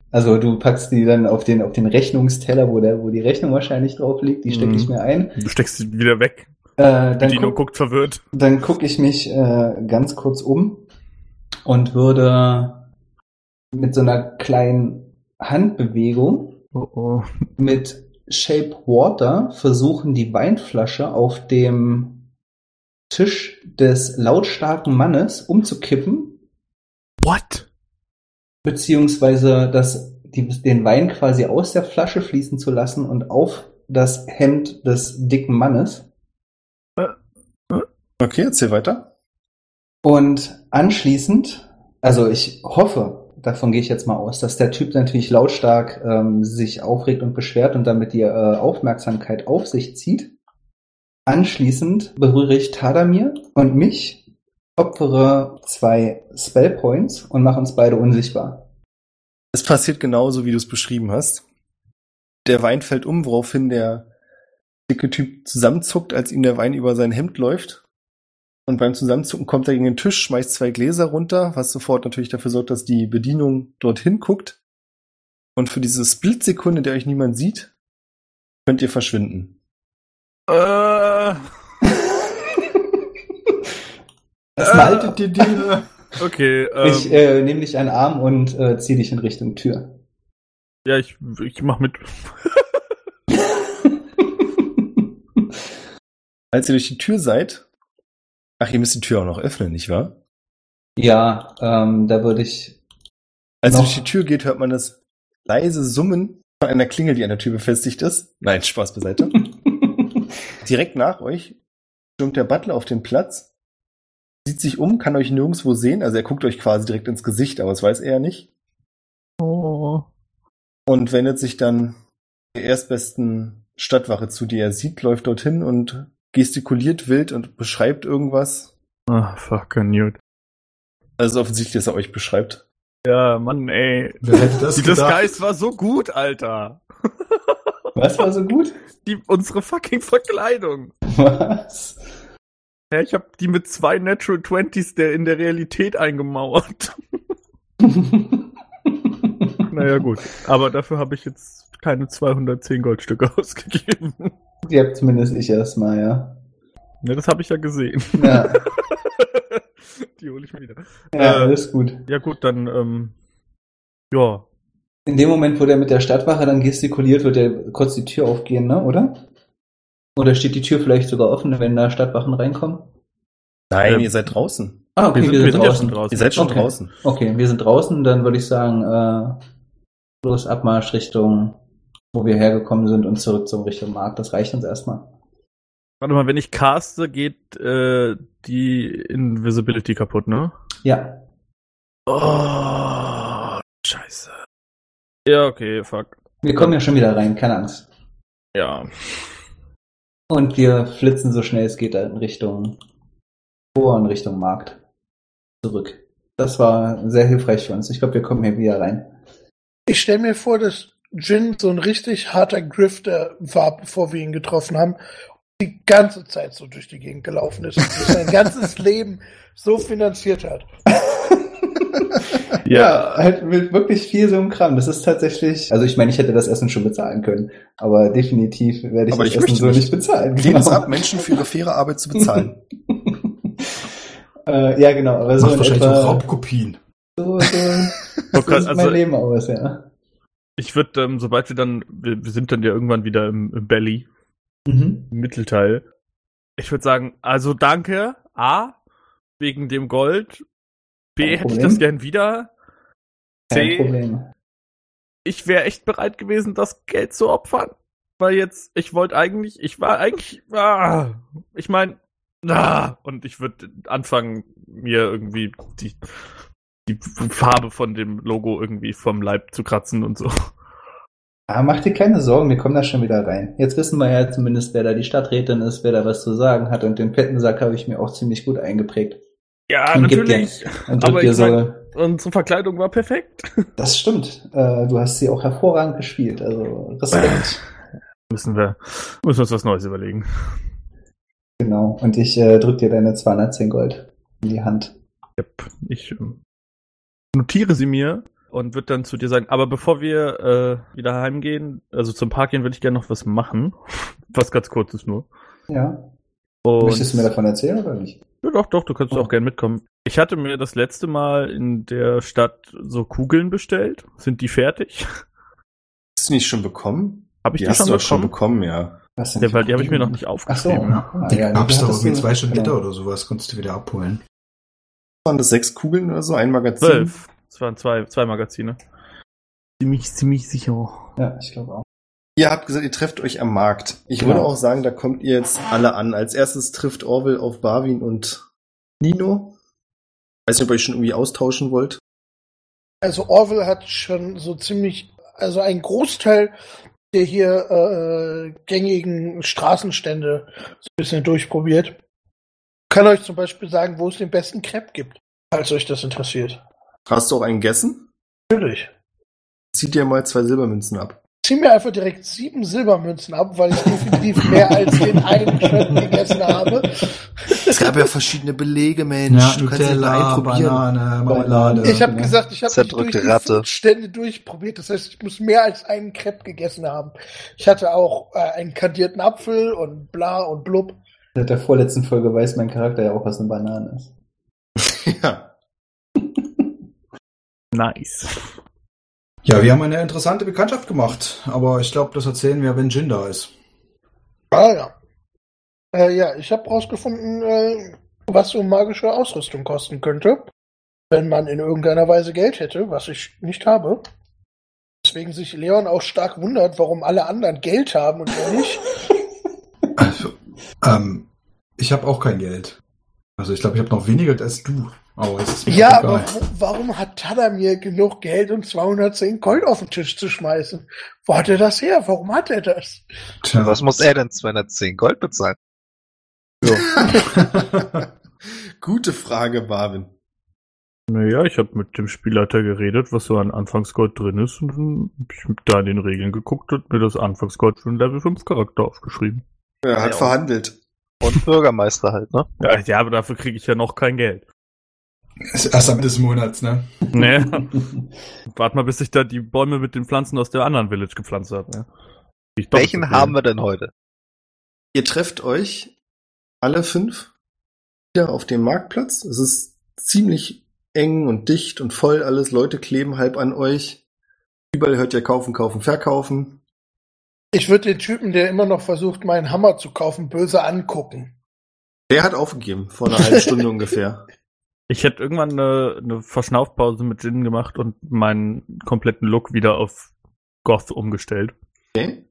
Also du packst die dann auf den, auf den Rechnungsteller, wo, der, wo die Rechnung wahrscheinlich drauf liegt, die stecke
Mhm.
ich mir ein.
Du steckst sie wieder weg.
Äh, dann
Dino
guck-
guckt verwirrt.
Dann gucke ich mich äh, ganz kurz um und würde mit so einer kleinen Handbewegung
Oh oh.
mit Shape Water versuchen, die Weinflasche auf dem Tisch des lautstarken Mannes umzukippen,
What?
beziehungsweise das, die, den Wein quasi aus der Flasche fließen zu lassen und auf das Hemd des dicken Mannes.
Okay, erzähl weiter.
Und anschließend, also ich hoffe, davon gehe ich jetzt mal aus, dass der Typ natürlich lautstark ähm, sich aufregt und beschwert und damit die äh, Aufmerksamkeit auf sich zieht. Anschließend berühre ich Tadamir und mich, opfere zwei Spellpoints und mache uns beide unsichtbar.
Es passiert genauso, wie du es beschrieben hast. Der Wein fällt um, woraufhin der dicke Typ zusammenzuckt, als ihm der Wein über sein Hemd läuft. Und beim Zusammenzucken kommt er gegen den Tisch, schmeißt zwei Gläser runter, was sofort natürlich dafür sorgt, dass die Bedienung dorthin guckt. Und für diese Splitsekunde, in der euch niemand sieht, könnt ihr verschwinden.
Äh,
Das haltet die Dinge.
okay, ähm,
ich äh, nehme dich an den Arm und äh, ziehe dich in Richtung Tür.
ja, ich, ich mach mit.
Als ihr durch die Tür seid, ach, ihr müsst die Tür auch noch öffnen, nicht wahr?
ja, ähm, da würde ich.
Als ihr Also
Noch.
durch die Tür geht, hört man das leise Summen von einer Klingel, die an der Tür befestigt ist. Nein, Spaß beiseite. Direkt nach euch stürmt der Butler auf den Platz, sieht sich um, kann euch nirgendwo sehen, also er guckt euch quasi direkt ins Gesicht, aber das weiß er ja nicht. Und wendet sich dann der erstbesten Stadtwache zu, die er sieht, läuft dorthin und gestikuliert wild und beschreibt irgendwas.
Ah, fuck, Newt.
Also offensichtlich, dass er euch beschreibt.
Ja, Mann, ey.
Wer hätte das
Die
gedacht?
Disguise war so gut, Alter.
Was war so gut?
Die, unsere fucking Verkleidung.
Was?
Ja, ich habe die mit zwei Natural Twenties der in der Realität eingemauert. Naja, gut. Aber dafür habe ich jetzt keine 210 Goldstücke ausgegeben.
Die habt zumindest ich erstmal, ja.
Ne, das habe ich ja gesehen.
Ja,
die hole ich mir wieder.
ja
Äh.
alles gut.
Ja, gut, dann, ähm, ja.
In dem Moment, wo der mit der Stadtwache dann gestikuliert, wird der kurz die Tür aufgehen, ne, oder? Oder steht die Tür vielleicht sogar offen, wenn da Stadtwachen reinkommen?
Nein,
Ähm,
ihr seid draußen.
Ah, okay, wir sind,
ja
draußen.
schon draußen.
Ihr seid schon
okay.
draußen.
Okay, wir sind draußen, dann würde ich sagen, äh, los Abmarsch Richtung, wo wir hergekommen sind und zurück zum Richtung Markt. Das reicht uns erstmal.
Warte mal, wenn ich caste, geht äh, die Invisibility kaputt, ne?
Ja.
Oh, scheiße. Ja, okay, fuck.
Wir kommen ja schon wieder rein, keine Angst.
Ja.
Und wir flitzen so schnell es geht halt in Richtung Tor und Richtung Markt. Zurück. Das war sehr hilfreich für uns. Ich glaube, wir kommen hier wieder rein.
Ich stelle mir vor, dass Jin so ein richtig harter Grifter war, bevor wir ihn getroffen haben. Die ganze Zeit so durch die Gegend gelaufen ist und sich sein ganzes Leben so finanziert hat.
halt mit wirklich viel so einem Kram. Das ist tatsächlich. Also ich meine, ich hätte das Essen schon bezahlen können, aber definitiv werde ich
Aber
das
ich
Essen
möchte
so
nicht.
nicht bezahlen. Genau.
Lehnt es ab, Menschen für ihre faire Arbeit zu bezahlen.
äh, ja, genau, aber so
Macht
in
wahrscheinlich auch
etwa.
Raubkopien.
So, so, so
Okay,
sieht
also-
mein Leben aus, ja.
Ich würde, ähm, sobald wir dann, wir, wir sind dann ja irgendwann wieder im, im Belly,
Mhm.
im Mittelteil. Ich würde sagen, also danke, A, wegen dem Gold, B,
Kein
hätte ich
Problem.
das gern wieder,
Kein
C,
Problem.
ich wäre echt bereit gewesen, das Geld zu opfern. Weil jetzt, ich wollte eigentlich, ich war eigentlich, ah, ich meine, ah, und ich würde anfangen, mir irgendwie die, die Farbe von dem Logo irgendwie vom Leib zu kratzen und so.
Ah, mach dir keine Sorgen, wir kommen da schon wieder rein. Jetzt wissen wir ja zumindest, wer da die Stadträtin ist, wer da was zu sagen hat und den Pettensack habe ich mir auch ziemlich gut eingeprägt.
Ja,
Und gib dir-
natürlich.
Und
Aber
drück dir
ich
so.
mein- Unsere Verkleidung war perfekt.
Das stimmt. Äh, du hast sie auch hervorragend gespielt. Also Respekt.
Müssen wir, müssen uns was Neues überlegen.
genau. Und ich äh, drück dir deine 210 Gold in die Hand.
Ich ähm, notiere sie mir und würde dann zu dir sagen, aber bevor wir äh, wieder heimgehen, also zum Park gehen, würde ich gerne noch was machen. Was ganz kurz ist nur.
Ja.
Und
Möchtest du mir davon erzählen oder nicht?
Ja, doch, doch, du kannst auch gerne mitkommen. Ich hatte mir das letzte Mal in der Stadt so Kugeln bestellt. Sind die fertig?
Hast du nicht schon bekommen?
Habe ich die,
hast
schon
du
bekommen?
doch schon bekommen, ja.
Was denn
Ja, weil die habe ich mir noch nicht
Ach so.
aufgeschrieben.
Ah,
Die
ja,
gab's
die
doch
hattest
irgendwie
du-
zwei Stunden
genau.
später oder sowas, konntest du wieder abholen.
Waren das sechs Kugeln oder so? Ein Magazin?
Zwölf. Es waren zwei, zwei Magazine. Ziemlich, ziemlich sicher.
Ja, ich glaube auch.
Ihr habt gesagt, ihr trefft euch am Markt. Ich
Genau.
würde auch sagen, da kommt ihr jetzt alle an. Als erstes trifft Orwell auf Barwin und Nino. Weiß nicht, ob ihr euch schon irgendwie austauschen wollt.
Also Orwell hat schon so ziemlich, also ein Großteil der hier äh, gängigen Straßenstände so ein bisschen durchprobiert. Kann euch zum Beispiel sagen, wo es den besten Crepe gibt, falls euch das interessiert.
Hast du auch einen gegessen?
Natürlich.
Zieht dir mal zwei Silbermünzen ab.
zieh mir einfach direkt sieben Silbermünzen ab, weil ich definitiv mehr als den einen Crepe gegessen habe.
Es gab ja verschiedene Belege, Mensch.
Ja,
du kannst ja mal
Nutella,
einen probieren.
Banane, Marmelade.
Ich habe
Ja.
gesagt, ich habe
genau. Zerdrückte Ratte.
Stände durchprobiert. Das heißt, ich muss mehr als einen Crepe gegessen haben. Ich hatte auch äh, einen kandierten Apfel und bla und blub.
Seit der vorletzten Folge weiß mein Charakter ja auch, was eine Banane ist.
Ja.
Nice.
Ja, wir haben eine interessante Bekanntschaft gemacht, aber ich glaube, das erzählen wir, wenn Jin da ist.
Ah ja. Äh, ja, ich habe rausgefunden, äh, was so magische Ausrüstung kosten könnte, wenn man in irgendeiner Weise Geld hätte, was ich nicht habe. Deswegen sich Leon auch stark wundert, warum alle anderen Geld haben und wir nicht.
Also, ähm, ich habe auch kein Geld. Also ich glaube, ich habe noch weniger Geld als du. Aber es ist mir
ja,
egal.
aber wo, warum hat Tadamir genug Geld, um 210 Gold auf den Tisch zu schmeißen? Wo hat er das her? Warum hat er das?
Tja.
Was muss er denn 210 Gold bezahlen?
Gute Frage, Marvin.
Naja, ich habe mit dem Spielleiter geredet, was so an Anfangsgold drin ist und dann hab ich da in den Regeln geguckt und mir das Anfangsgold für einen Level 5 Charakter aufgeschrieben.
Er hat
Ja.
verhandelt.
Und Bürgermeister halt, ne?
Ja, ja aber dafür kriege ich ja noch kein Geld.
Ist erst am Ende des Monats, ne?
Naja, warte mal, bis ich da die Bäume mit den Pflanzen aus der anderen Village gepflanzt habe. Ne? Die ich doppelt so
Welchen
viel-
haben wir denn heute?
Ihr trefft euch alle fünf wieder auf dem Marktplatz. Es ist ziemlich eng und dicht und voll alles. Leute kleben halb an euch. Überall hört ihr kaufen, kaufen, verkaufen.
Ich würde den Typen, der immer noch versucht, meinen Hammer zu kaufen, böse angucken.
Der hat aufgegeben, vor einer halben Stunde ungefähr.
Ich hätte irgendwann eine, eine Verschnaufpause mit Jin gemacht und meinen kompletten Look wieder auf Goth umgestellt.
Okay.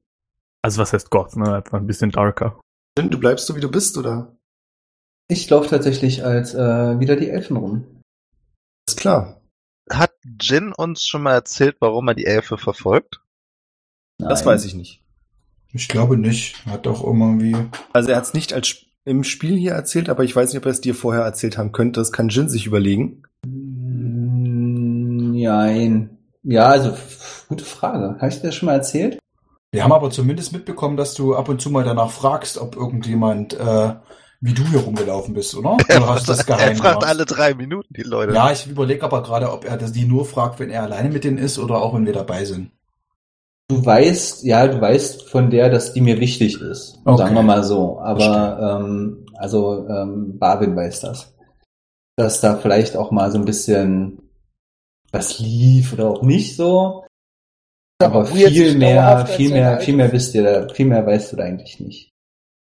Also was heißt Goth, ne? Einfach ein bisschen darker.
Jim, Du bleibst so, wie du bist, oder?
Ich laufe tatsächlich als äh, wieder die Elfen rum.
Ist klar.
Hat Jin uns schon mal erzählt, warum er die Elfe verfolgt?
Das weiß ich nicht.
Ich glaube nicht. Hat auch immer wie.
Also er hat es nicht als Sp- im Spiel hier erzählt, aber ich weiß nicht, ob er es dir vorher erzählt haben könnte. Das kann Jin sich überlegen.
Hm, Nein. Ja, also f- gute Frage. Habe ich dir das schon mal erzählt?
Wir haben aber zumindest mitbekommen, dass du ab und zu mal danach fragst, ob irgendjemand äh, wie du hier rumgelaufen bist, oder? Oder hast du das
er
geheim
fragt
gemacht?
alle drei Minuten die Leute.
Ja, ich überlege aber gerade, ob er das die nur fragt, wenn er alleine mit denen ist oder auch wenn wir dabei sind.
Du weißt, ja, du weißt von der, dass die mir wichtig ist.
Okay.
Sagen wir mal so. Aber
Verstehe.
ähm, also ähm, Barwin weiß das. Dass da vielleicht auch mal so ein bisschen was lief oder auch nicht so. Aber
weird,
viel
sich
mehr,
dauerhaft als
viel
ein
mehr,
altes-
viel mehr wisst ihr, da- viel mehr weißt du da eigentlich nicht.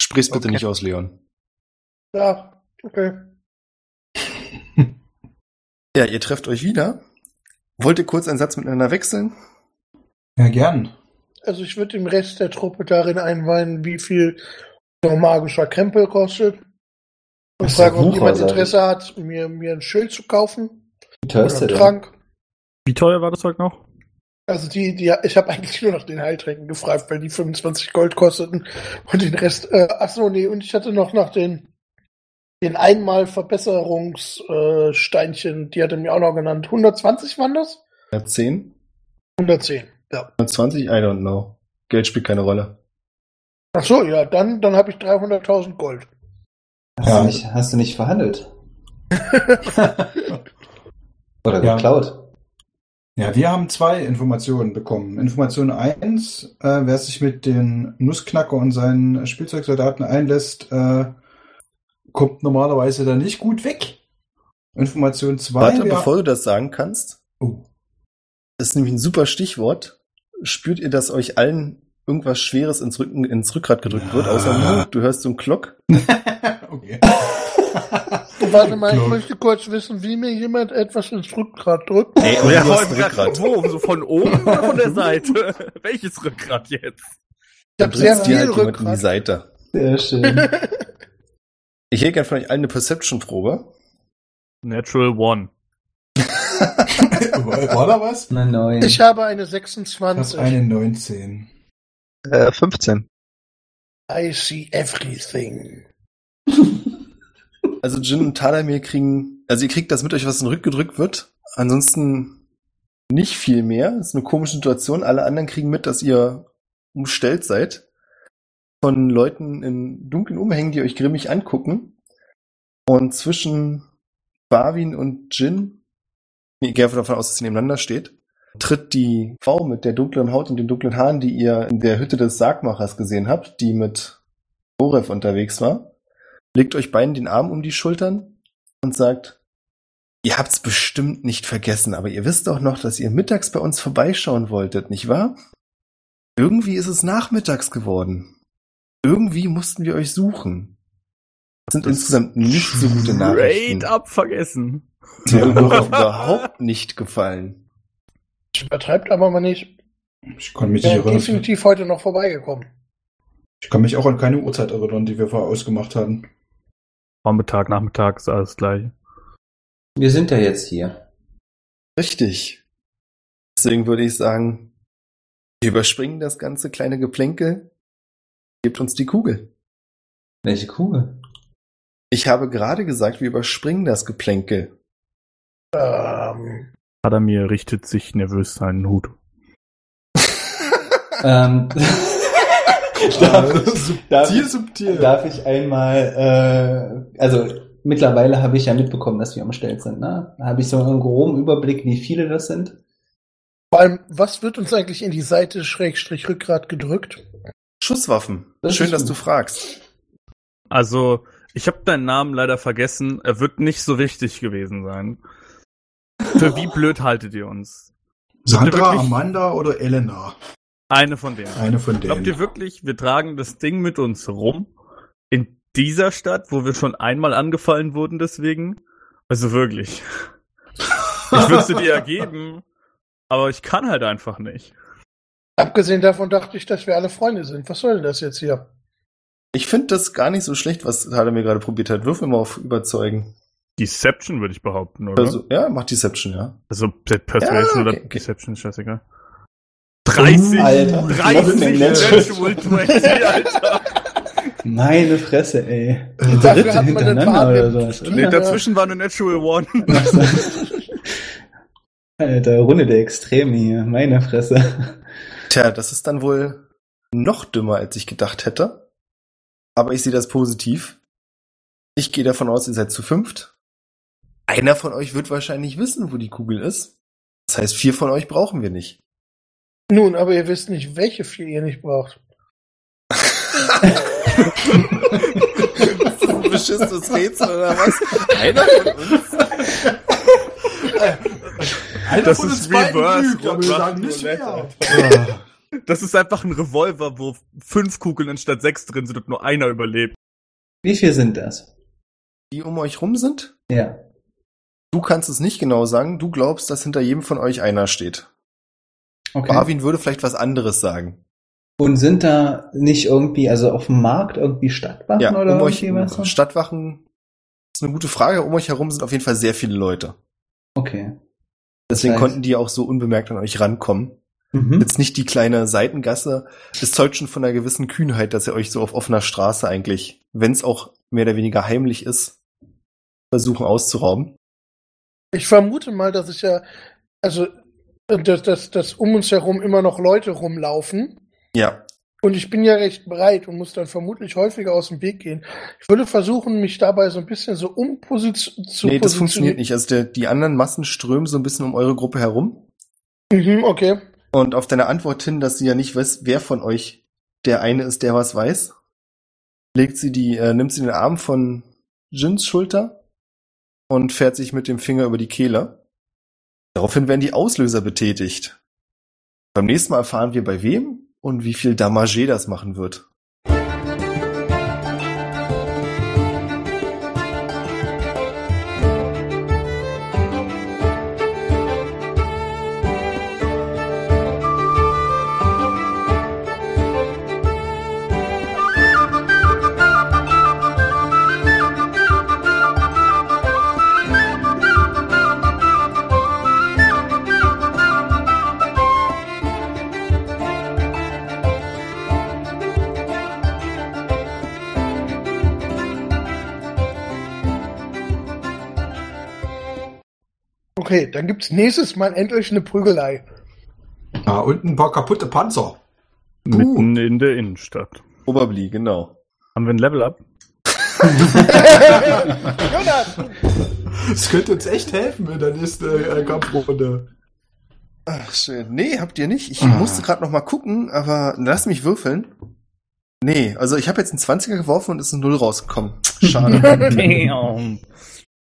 Sprich's bitte
Okay.
nicht aus, Leon.
Ja, okay.
Ja, ihr trefft euch wieder. Wollt ihr kurz einen Satz miteinander wechseln?
Ja, gern.
Also ich würde den Rest der Truppe darin einweihen, wie viel so ein magischer Krempel kostet. Und
Das ist ja
fragen, ob
Wucher,
jemand
sag ich.
Interesse hat, mir, mir ein Schild zu kaufen.
Wie teuer ist
Oder
der
einen
denn?
Trank.
Wie teuer war das Zeug noch?
Also die, die, ich habe eigentlich nur nach den Heiltränken gefragt, weil die 25 Gold kosteten und den Rest, äh, ach so, nee, und ich hatte noch nach den, den einmal Verbesserungssteinchen, äh, Steinchen, die hat er mir auch noch genannt. 120 waren das?
10?
110, ja.
20? I don't know. Geld spielt keine Rolle.
Ach so, ja, dann, dann habe ich 300.000 Gold.
Hast,
Ja.
du nicht, hast du nicht verhandelt? Oder
Ja.
geklaut?
Ja, wir haben zwei Informationen bekommen. Information eins: äh, wer sich mit den Nussknacker und seinen Spielzeugsoldaten einlässt, äh, kommt normalerweise da nicht gut weg. Information zwei:
Warte,
wir-
bevor du das sagen kannst,
oh,
das ist nämlich ein super Stichwort. Spürt ihr, dass euch allen irgendwas Schweres ins, Rücken, ins Rückgrat gedrückt wird, außer mir? Du hörst so einen Glock.
okay.
Warte mal, ich
Klopp.
möchte kurz wissen, wie mir jemand etwas ins Rückgrat drückt.
Ey, aber du hast ein Rückgrat.
Wo? So von oben oder von der Seite? Welches Rückgrat jetzt?
Ich habe sehr
Blitzt dir
viel
halt jemand in die
Rückgrat.
Seite.
Sehr schön.
Ich hätte gerne von euch allen eine Perception-Probe.
Natural One.
War da was?
Eine neue.
Ich habe eine
Ich hab
26.
eine 19.
Äh, 15.
I see everything.
Also Jin und Tadamir kriegen, also ihr kriegt das mit euch, was in den Rück gedrückt wird. Ansonsten nicht viel mehr. Ist eine komische Situation. Alle anderen kriegen mit, dass ihr umstellt seid. Von Leuten in dunklen Umhängen, die euch grimmig angucken. Und zwischen Barwin und Jin, ich gehe davon aus, dass sie nebeneinander steht, tritt die Frau mit der dunklen Haut und den dunklen Haaren, die ihr in der Hütte des Sargmachers gesehen habt, die mit Borev unterwegs war, legt euch beiden den Arm um die Schultern und sagt, ihr habt's bestimmt nicht vergessen, aber ihr wisst auch noch, dass ihr mittags bei uns vorbeischauen wolltet, nicht wahr? Irgendwie ist es nachmittags geworden. Irgendwie mussten wir euch suchen. Das sind insgesamt nicht so gute Nachrichten.
Straight up vergessen.
Die haben mir überhaupt nicht gefallen.
Ich übertreibt aber mal nicht.
Ich kann mich nicht
Ich wäre
erinnern.
definitiv heute noch vorbeigekommen.
Ich kann mich auch an keine Uhrzeit erinnern, die wir vorher ausgemacht hatten.
Vormittag, Nachmittag ist alles gleich.
Wir sind ja jetzt hier.
Richtig. Deswegen würde ich sagen, wir überspringen das ganze kleine Geplänkel. Gebt uns die Kugel.
Welche Kugel?
Ich habe gerade gesagt, wir überspringen das Geplänkel.
Ähm,
Adamir richtet sich nervös seinen Hut.
ähm, darf, ich, darf,
subtil.
darf ich einmal, äh, also mittlerweile habe ich ja mitbekommen, dass wir umstellt sind. Ne? Habe ich so einen groben Überblick, wie viele das sind?
vor allem, was wird uns eigentlich in die Seite Schrägstrich Rückgrat gedrückt?
Schusswaffen.
Das ist
Schön, dass
gut.
du fragst.
Also, ich habe deinen Namen leider vergessen. Er wird nicht so wichtig gewesen sein. Für wie blöd haltet ihr uns?
Sandra,
Wirklich?
Amanda oder Elena?
Eine von denen.
Eine von
Glaubt ihr
denen.
wirklich, wir tragen das Ding mit uns rum? In dieser Stadt, wo wir schon einmal angefallen wurden deswegen? Also wirklich. Ich würde sie dir ja geben, aber ich kann halt einfach nicht.
Abgesehen davon dachte ich, dass wir alle Freunde sind. Was soll denn das jetzt hier?
Ich finde das gar nicht so schlecht, was Tade mir gerade probiert hat. Wirf mir mal auf überzeugen.
Deception würde ich behaupten,
Mhm.
oder?
Also, ja, mach Deception, ja.
Also Per- Persuasion
Ja, okay,
oder
okay.
Deception, scheißegal. 30,
Alter.
30 Natural 20, Alter.
Meine Fresse, ey.
Äh,
Die
dafür
dritte
hat man den
hintereinander
Faden
oder
im-
sowas.
Nee,
Oder?
dazwischen war eine Natural One.
Alter, Runde der Extreme hier. Meine Fresse.
Tja, das ist dann wohl noch dümmer, als ich gedacht hätte. Aber ich sehe das positiv. Ich gehe davon aus, ihr seid zu fünft. Einer von euch wird wahrscheinlich wissen, wo die Kugel ist. Das heißt, vier von euch brauchen wir nicht.
Nun, aber ihr wisst nicht, welche vier ihr nicht braucht.
Das ist ein beschissenes Rätsel oder was? Einer von uns?
Einer
Das
von
ist
uns beiden
reverse,
lügt, aber wir
Gott,
sagen
was
nicht
du nett,
mehr. Ah.
Das ist einfach ein Revolver, wo fünf Kugeln anstatt sechs drin sind und nur einer überlebt.
Wie viel sind das?
Die um euch rum sind?
Ja.
Du kannst es nicht genau sagen. Du glaubst, dass hinter jedem von euch einer steht.
Okay.
Barwin würde vielleicht was anderes sagen.
Und sind da nicht irgendwie, also auf dem Markt irgendwie Stadtwachen
Ja,
oder
um euch
irgendwie was?
Stadtwachen ist eine gute Frage. Um euch herum sind auf jeden Fall sehr viele Leute.
okay.
Deswegen
heißt-
konnten die auch so unbemerkt an euch rankommen.
Mhm.
Jetzt nicht die kleine Seitengasse. Das zeugt schon von einer gewissen Kühnheit, dass ihr euch so auf offener Straße eigentlich, wenn es auch mehr oder weniger heimlich ist, versuchen auszurauben.
Ich vermute mal, dass ich ja, also, dass, dass, dass um uns herum immer noch Leute rumlaufen.
Ja,
Und ich bin ja recht breit und muss dann vermutlich häufiger aus dem Weg gehen. Ich würde versuchen, mich dabei so ein bisschen so umposition zu
nee, das
positionieren.
funktioniert nicht. Also der, die anderen Massen strömen so ein bisschen um eure Gruppe herum.
Mhm, okay.
Und auf deine Antwort hin, dass sie ja nicht weiß, wer von euch der eine ist, der was weiß, legt sie die, äh, nimmt sie den Arm von Jins Schulter und fährt sich mit dem Finger über die Kehle. Daraufhin werden die Auslöser betätigt. Beim nächsten Mal erfahren wir bei wem und wie viel Damage das machen wird.
Okay, dann gibt's nächstes Mal endlich eine Prügelei.
Ah, und ein paar kaputte Panzer.
Mitten in der Innenstadt.
Oberbli, genau.
Haben wir ein Level up?
Jonas,
Das könnte uns echt helfen in der nächsten äh, Kampfrunde.
Ach, schön. Nee, habt ihr nicht. Ich
Ah.
musste gerade noch mal gucken, aber lass mich würfeln. Nee, also ich habe jetzt einen 20er geworfen und ist ein Null rausgekommen. Schade.
Damn.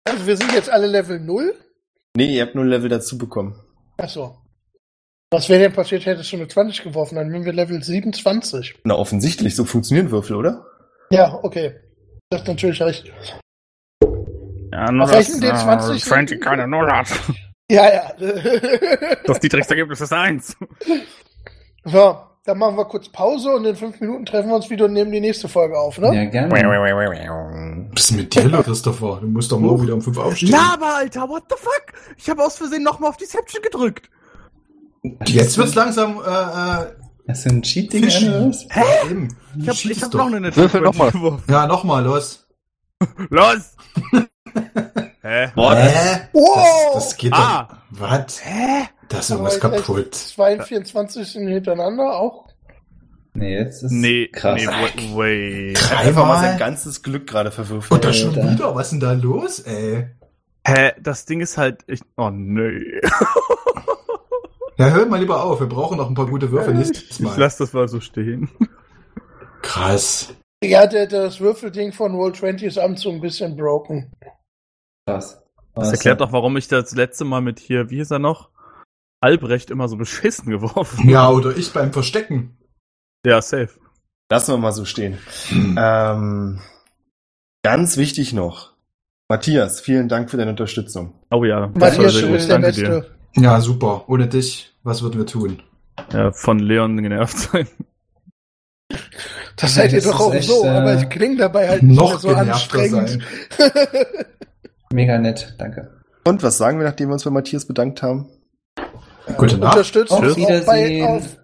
also wir sind jetzt alle Level 0.
nee, ihr habt nur ein Level dazu bekommen.
Achso. Was wäre denn passiert, hättest du eine 20 geworfen, dann wären wir Level 27.
Na, offensichtlich, so funktionieren Würfel, oder?
Ja, okay. Das ist natürlich recht.
Ja,
Auf das, welchem D20 äh, Frantic keine
Null hat.
Ja, ja.
Das Dietrichsergebnis ist eins.
so, dann machen wir kurz Pause und in fünf Minuten treffen wir uns wieder und nehmen die nächste Folge auf, ne?
Ja, gerne.
Was ist mit dir, los, Christopher? Du musst doch morgen wieder um fünf aufstehen.
Laber, Alter, what the fuck? Ich habe aus Versehen nochmal auf Deception gedrückt.
Jetzt wird's langsam äh, äh,
Das sind Cheating
Fischen.
oder was?
Hä? Eben.
Ich habe
Schieß
ich hab
doch.
noch eine
Würfel noch mal.
geworfen.
Ja, nochmal, los.
Los! Hä?
Hä?
Wow!
Das, das geht doch.
Ah!
Was?
Hä?
Das ist
Oh. Aber
irgendwas
jetzt echt
kaputt.
Zwei und 24 sind hintereinander auch.
Nee, jetzt ist
Nee,
krass.
nee, wa- wait.
Er hat einfach mal sein
Dreimal?
ganzes Glück gerade verwürfelt.
Und das schon
Alter.
wieder? Was ist denn da los, ey?
Hä, das Ding ist halt, ich, oh nee.
Ja, hört mal lieber auf. Wir brauchen noch ein paar gute Würfel nächstes
Ich
Mal.
lass das mal so stehen.
Krass.
Ja, der, das Würfelding von Roll 20 ist abends so ein bisschen broken.
krass.
Das erklärt auch, warum ich das letzte Mal mit hier, wie ist er noch? Albrecht immer so beschissen geworfen.
Ja, oder ich beim Verstecken.
Ja, safe.
Lassen wir mal so stehen. Ähm, ganz wichtig noch. Matthias, vielen Dank für deine Unterstützung.
Oh ja. das war
Matthias,
sehr
du
gut.
bist der
Danke
Beste.
Ja, super. Ohne dich, was würden wir tun?
dir. Ja, von Leon genervt sein.
Das seid ihr
Das
doch
ist
auch
echt,
so,
äh,
aber ich klinge dabei halt nicht mehr
Noch
so
genervter
anstrengend.
sein.
Mega nett, danke.
Und was sagen wir, nachdem wir uns bei Matthias bedankt haben?
Gute Nacht.
Unterstützt
Auf
uns auch bei,
Wiedersehen.
auf,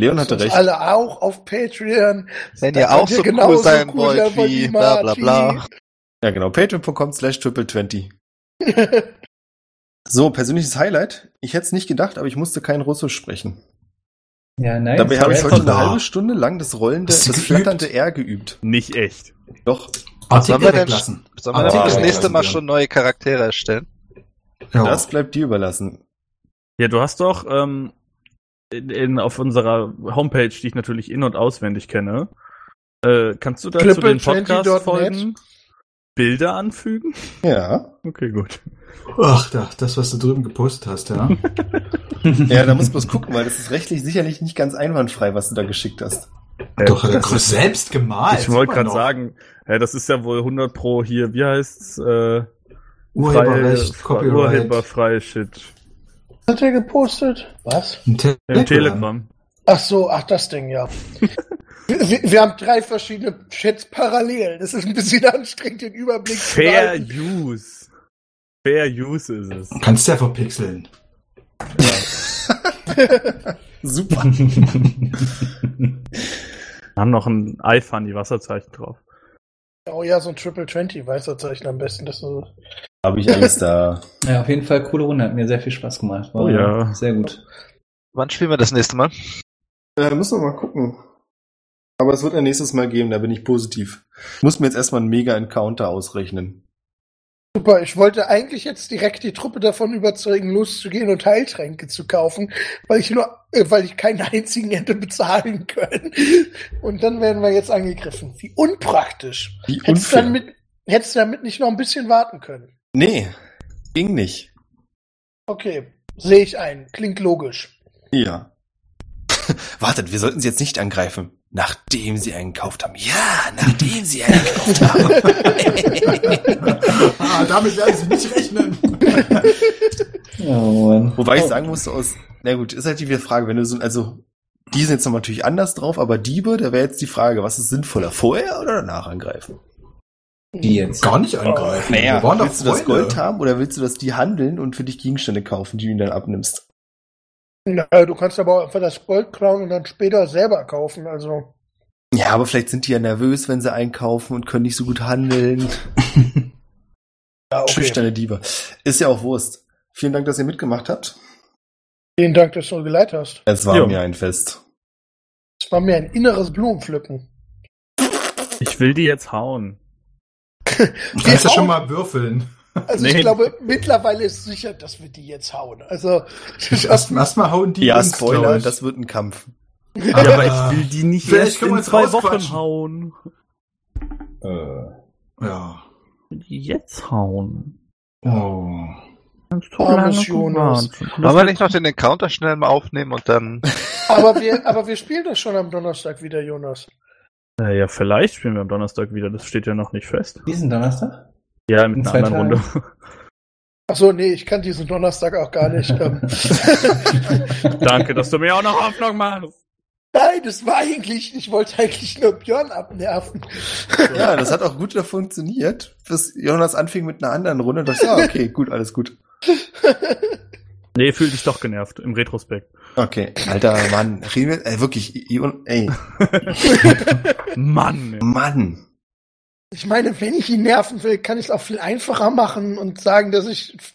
Leon hatte recht.
alle auch auf Patreon.
Wenn
Da
ihr
könnt
auch so cool
genauso
sein
cool
wollt
sein
wie bla bla
Marty.
bla.
Ja, genau. Patreon.com slash triple 20. So, persönliches Highlight. Ich hätte es nicht gedacht, aber ich musste kein Russisch sprechen.
Ja, nice.
Dabei habe ich heute eine
Wunderbar.
halbe Stunde lang das rollende,
Hast
das
du geübt?
flatternde R geübt.
Nicht echt.
Doch,
Sollen wir
Artikel
denn-
weglassen.
Sollen wir dann
Aber-
das nächste Mal
Ah, Ja.
schon neue Charaktere erstellen?
Ja.
das bleibt dir überlassen.
Ja, du hast doch ähm, in, in, auf unserer Homepage, die ich natürlich in- und auswendig kenne, äh, kannst du da zu den Podcast-Folgen Bilder anfügen?
Ja.
Okay, gut.
Ach, da, das, was du drüben gepostet hast, ja.
Ja, da musst du bloß gucken, weil das ist rechtlich sicherlich nicht ganz einwandfrei, was du da geschickt hast.
Doch,
Äh,
äh, selbst gemalt.
ich wollte
Super
gerade
noch.
sagen, äh, das ist ja wohl 100 pro hier, wie heißt's? Äh,
Urheberrecht,
freie-
Copyright.
Urheberfreie Shit.
Hat er gepostet? Was?
Im Te-
Im Telegram.
Ach so, ach das Ding, ja. wir, wir haben drei verschiedene Chats parallel. Das ist ein bisschen anstrengend, den Überblick
Fair
behalten.
Use. Fair Use ist es.
Kannst ja verpixeln.
Super.
Wir haben noch ein iPhone, die Wasserzeichen drauf.
Oh ja, so ein Triple 20 weißer Zeichen am besten. Das ist so.
Habe ich alles da.
ja, auf jeden Fall coole Runde, hat mir sehr viel Spaß gemacht. War
Oh ja.
Sehr gut.
Wann spielen wir das nächste Mal?
Äh, müssen wir mal gucken. Aber es wird ein nächstes Mal geben, da bin ich positiv. Muss mir jetzt erstmal einen Mega-Encounter ausrechnen.
Super, ich wollte eigentlich jetzt direkt die Truppe davon überzeugen, loszugehen und Heiltränke zu kaufen, weil ich nur, äh, weil ich keinen einzigen hätte bezahlen können. Und dann werden wir jetzt angegriffen. Wie unpraktisch.
Wie
Hättest du
unfair.
damit, hättest du damit nicht noch ein bisschen warten können.
Nee, ging nicht.
Okay, sehe ich ein. Klingt logisch.
Ja. Wartet, wir sollten sie jetzt nicht angreifen. Nachdem sie einen gekauft haben. Ja, nachdem sie einen gekauft haben.
ah, damit werden sie nicht rechnen.
Oh Mann.
Wobei ich sagen musste, aus, na gut, ist halt die wieder Frage, wenn du so, also, die sind jetzt noch natürlich anders drauf, aber Diebe, da wäre jetzt die Frage, was ist sinnvoller, vorher oder danach angreifen?
Wie jetzt?
Gar nicht angreifen. Wir waren doch
willst du das Gold
Freunde.
haben oder willst du, dass die handeln und für dich Gegenstände kaufen, die du ihnen dann abnimmst?
Na, du kannst aber auch einfach das Gold klauen und dann später selber kaufen. Also,
Ja, aber vielleicht sind die ja nervös, wenn sie einkaufen und können nicht so gut handeln.
ja, okay.
Schüchterne Diebe. Ist ja auch Wurst. Vielen Dank, dass ihr mitgemacht habt.
Vielen Dank, dass du geleitet hast.
Es war
Jo.
mir ein Fest.
Es war mir ein inneres Blumenpflücken.
Ich will die jetzt hauen.
Du kannst ja
hauen-
schon mal würfeln.
Also
Nee.
ich glaube, mittlerweile ist sicher, dass wir die jetzt hauen. Also
Erst, erst mal hauen die
ja,
uns, glaub
Spoiler,
ich.
das wird ein Kampf.
Ja, aber ich will die nicht
Vielleicht
erst
können wir
in
uns
zwei Wochen
rausquatschen.
hauen.
Äh,
Ja.
Die jetzt hauen.
Oh.
Ganz
Armes Jonas.
Wollen wir nicht noch den Encounter schnell mal aufnehmen und dann.
Aber wir, aber wir spielen das schon am Donnerstag wieder, Jonas.
Naja, Äh, vielleicht spielen wir am Donnerstag wieder, das steht ja noch nicht fest.
Diesen Donnerstag?
Ja, mit
In
einer
zwei
anderen Runde.
Ach so, nee, ich kann diesen Donnerstag auch gar nicht. Ähm.
Danke, dass du mir auch noch Hoffnung machst.
Nein, das war eigentlich, ich wollte eigentlich nur Björn abnerven.
Ja, das hat auch gut funktioniert, bis Jonas anfing mit einer anderen Runde. Da dachte ich, ah, okay, gut, alles gut.
Nee, fühl dich doch genervt, im Retrospekt.
Okay, alter Mann, reden wir, ey, wirklich, Ion- ey,
Mann!
Mann.
Ich meine, wenn ich ihn nerven will, kann ich es auch viel einfacher machen und sagen, dass ich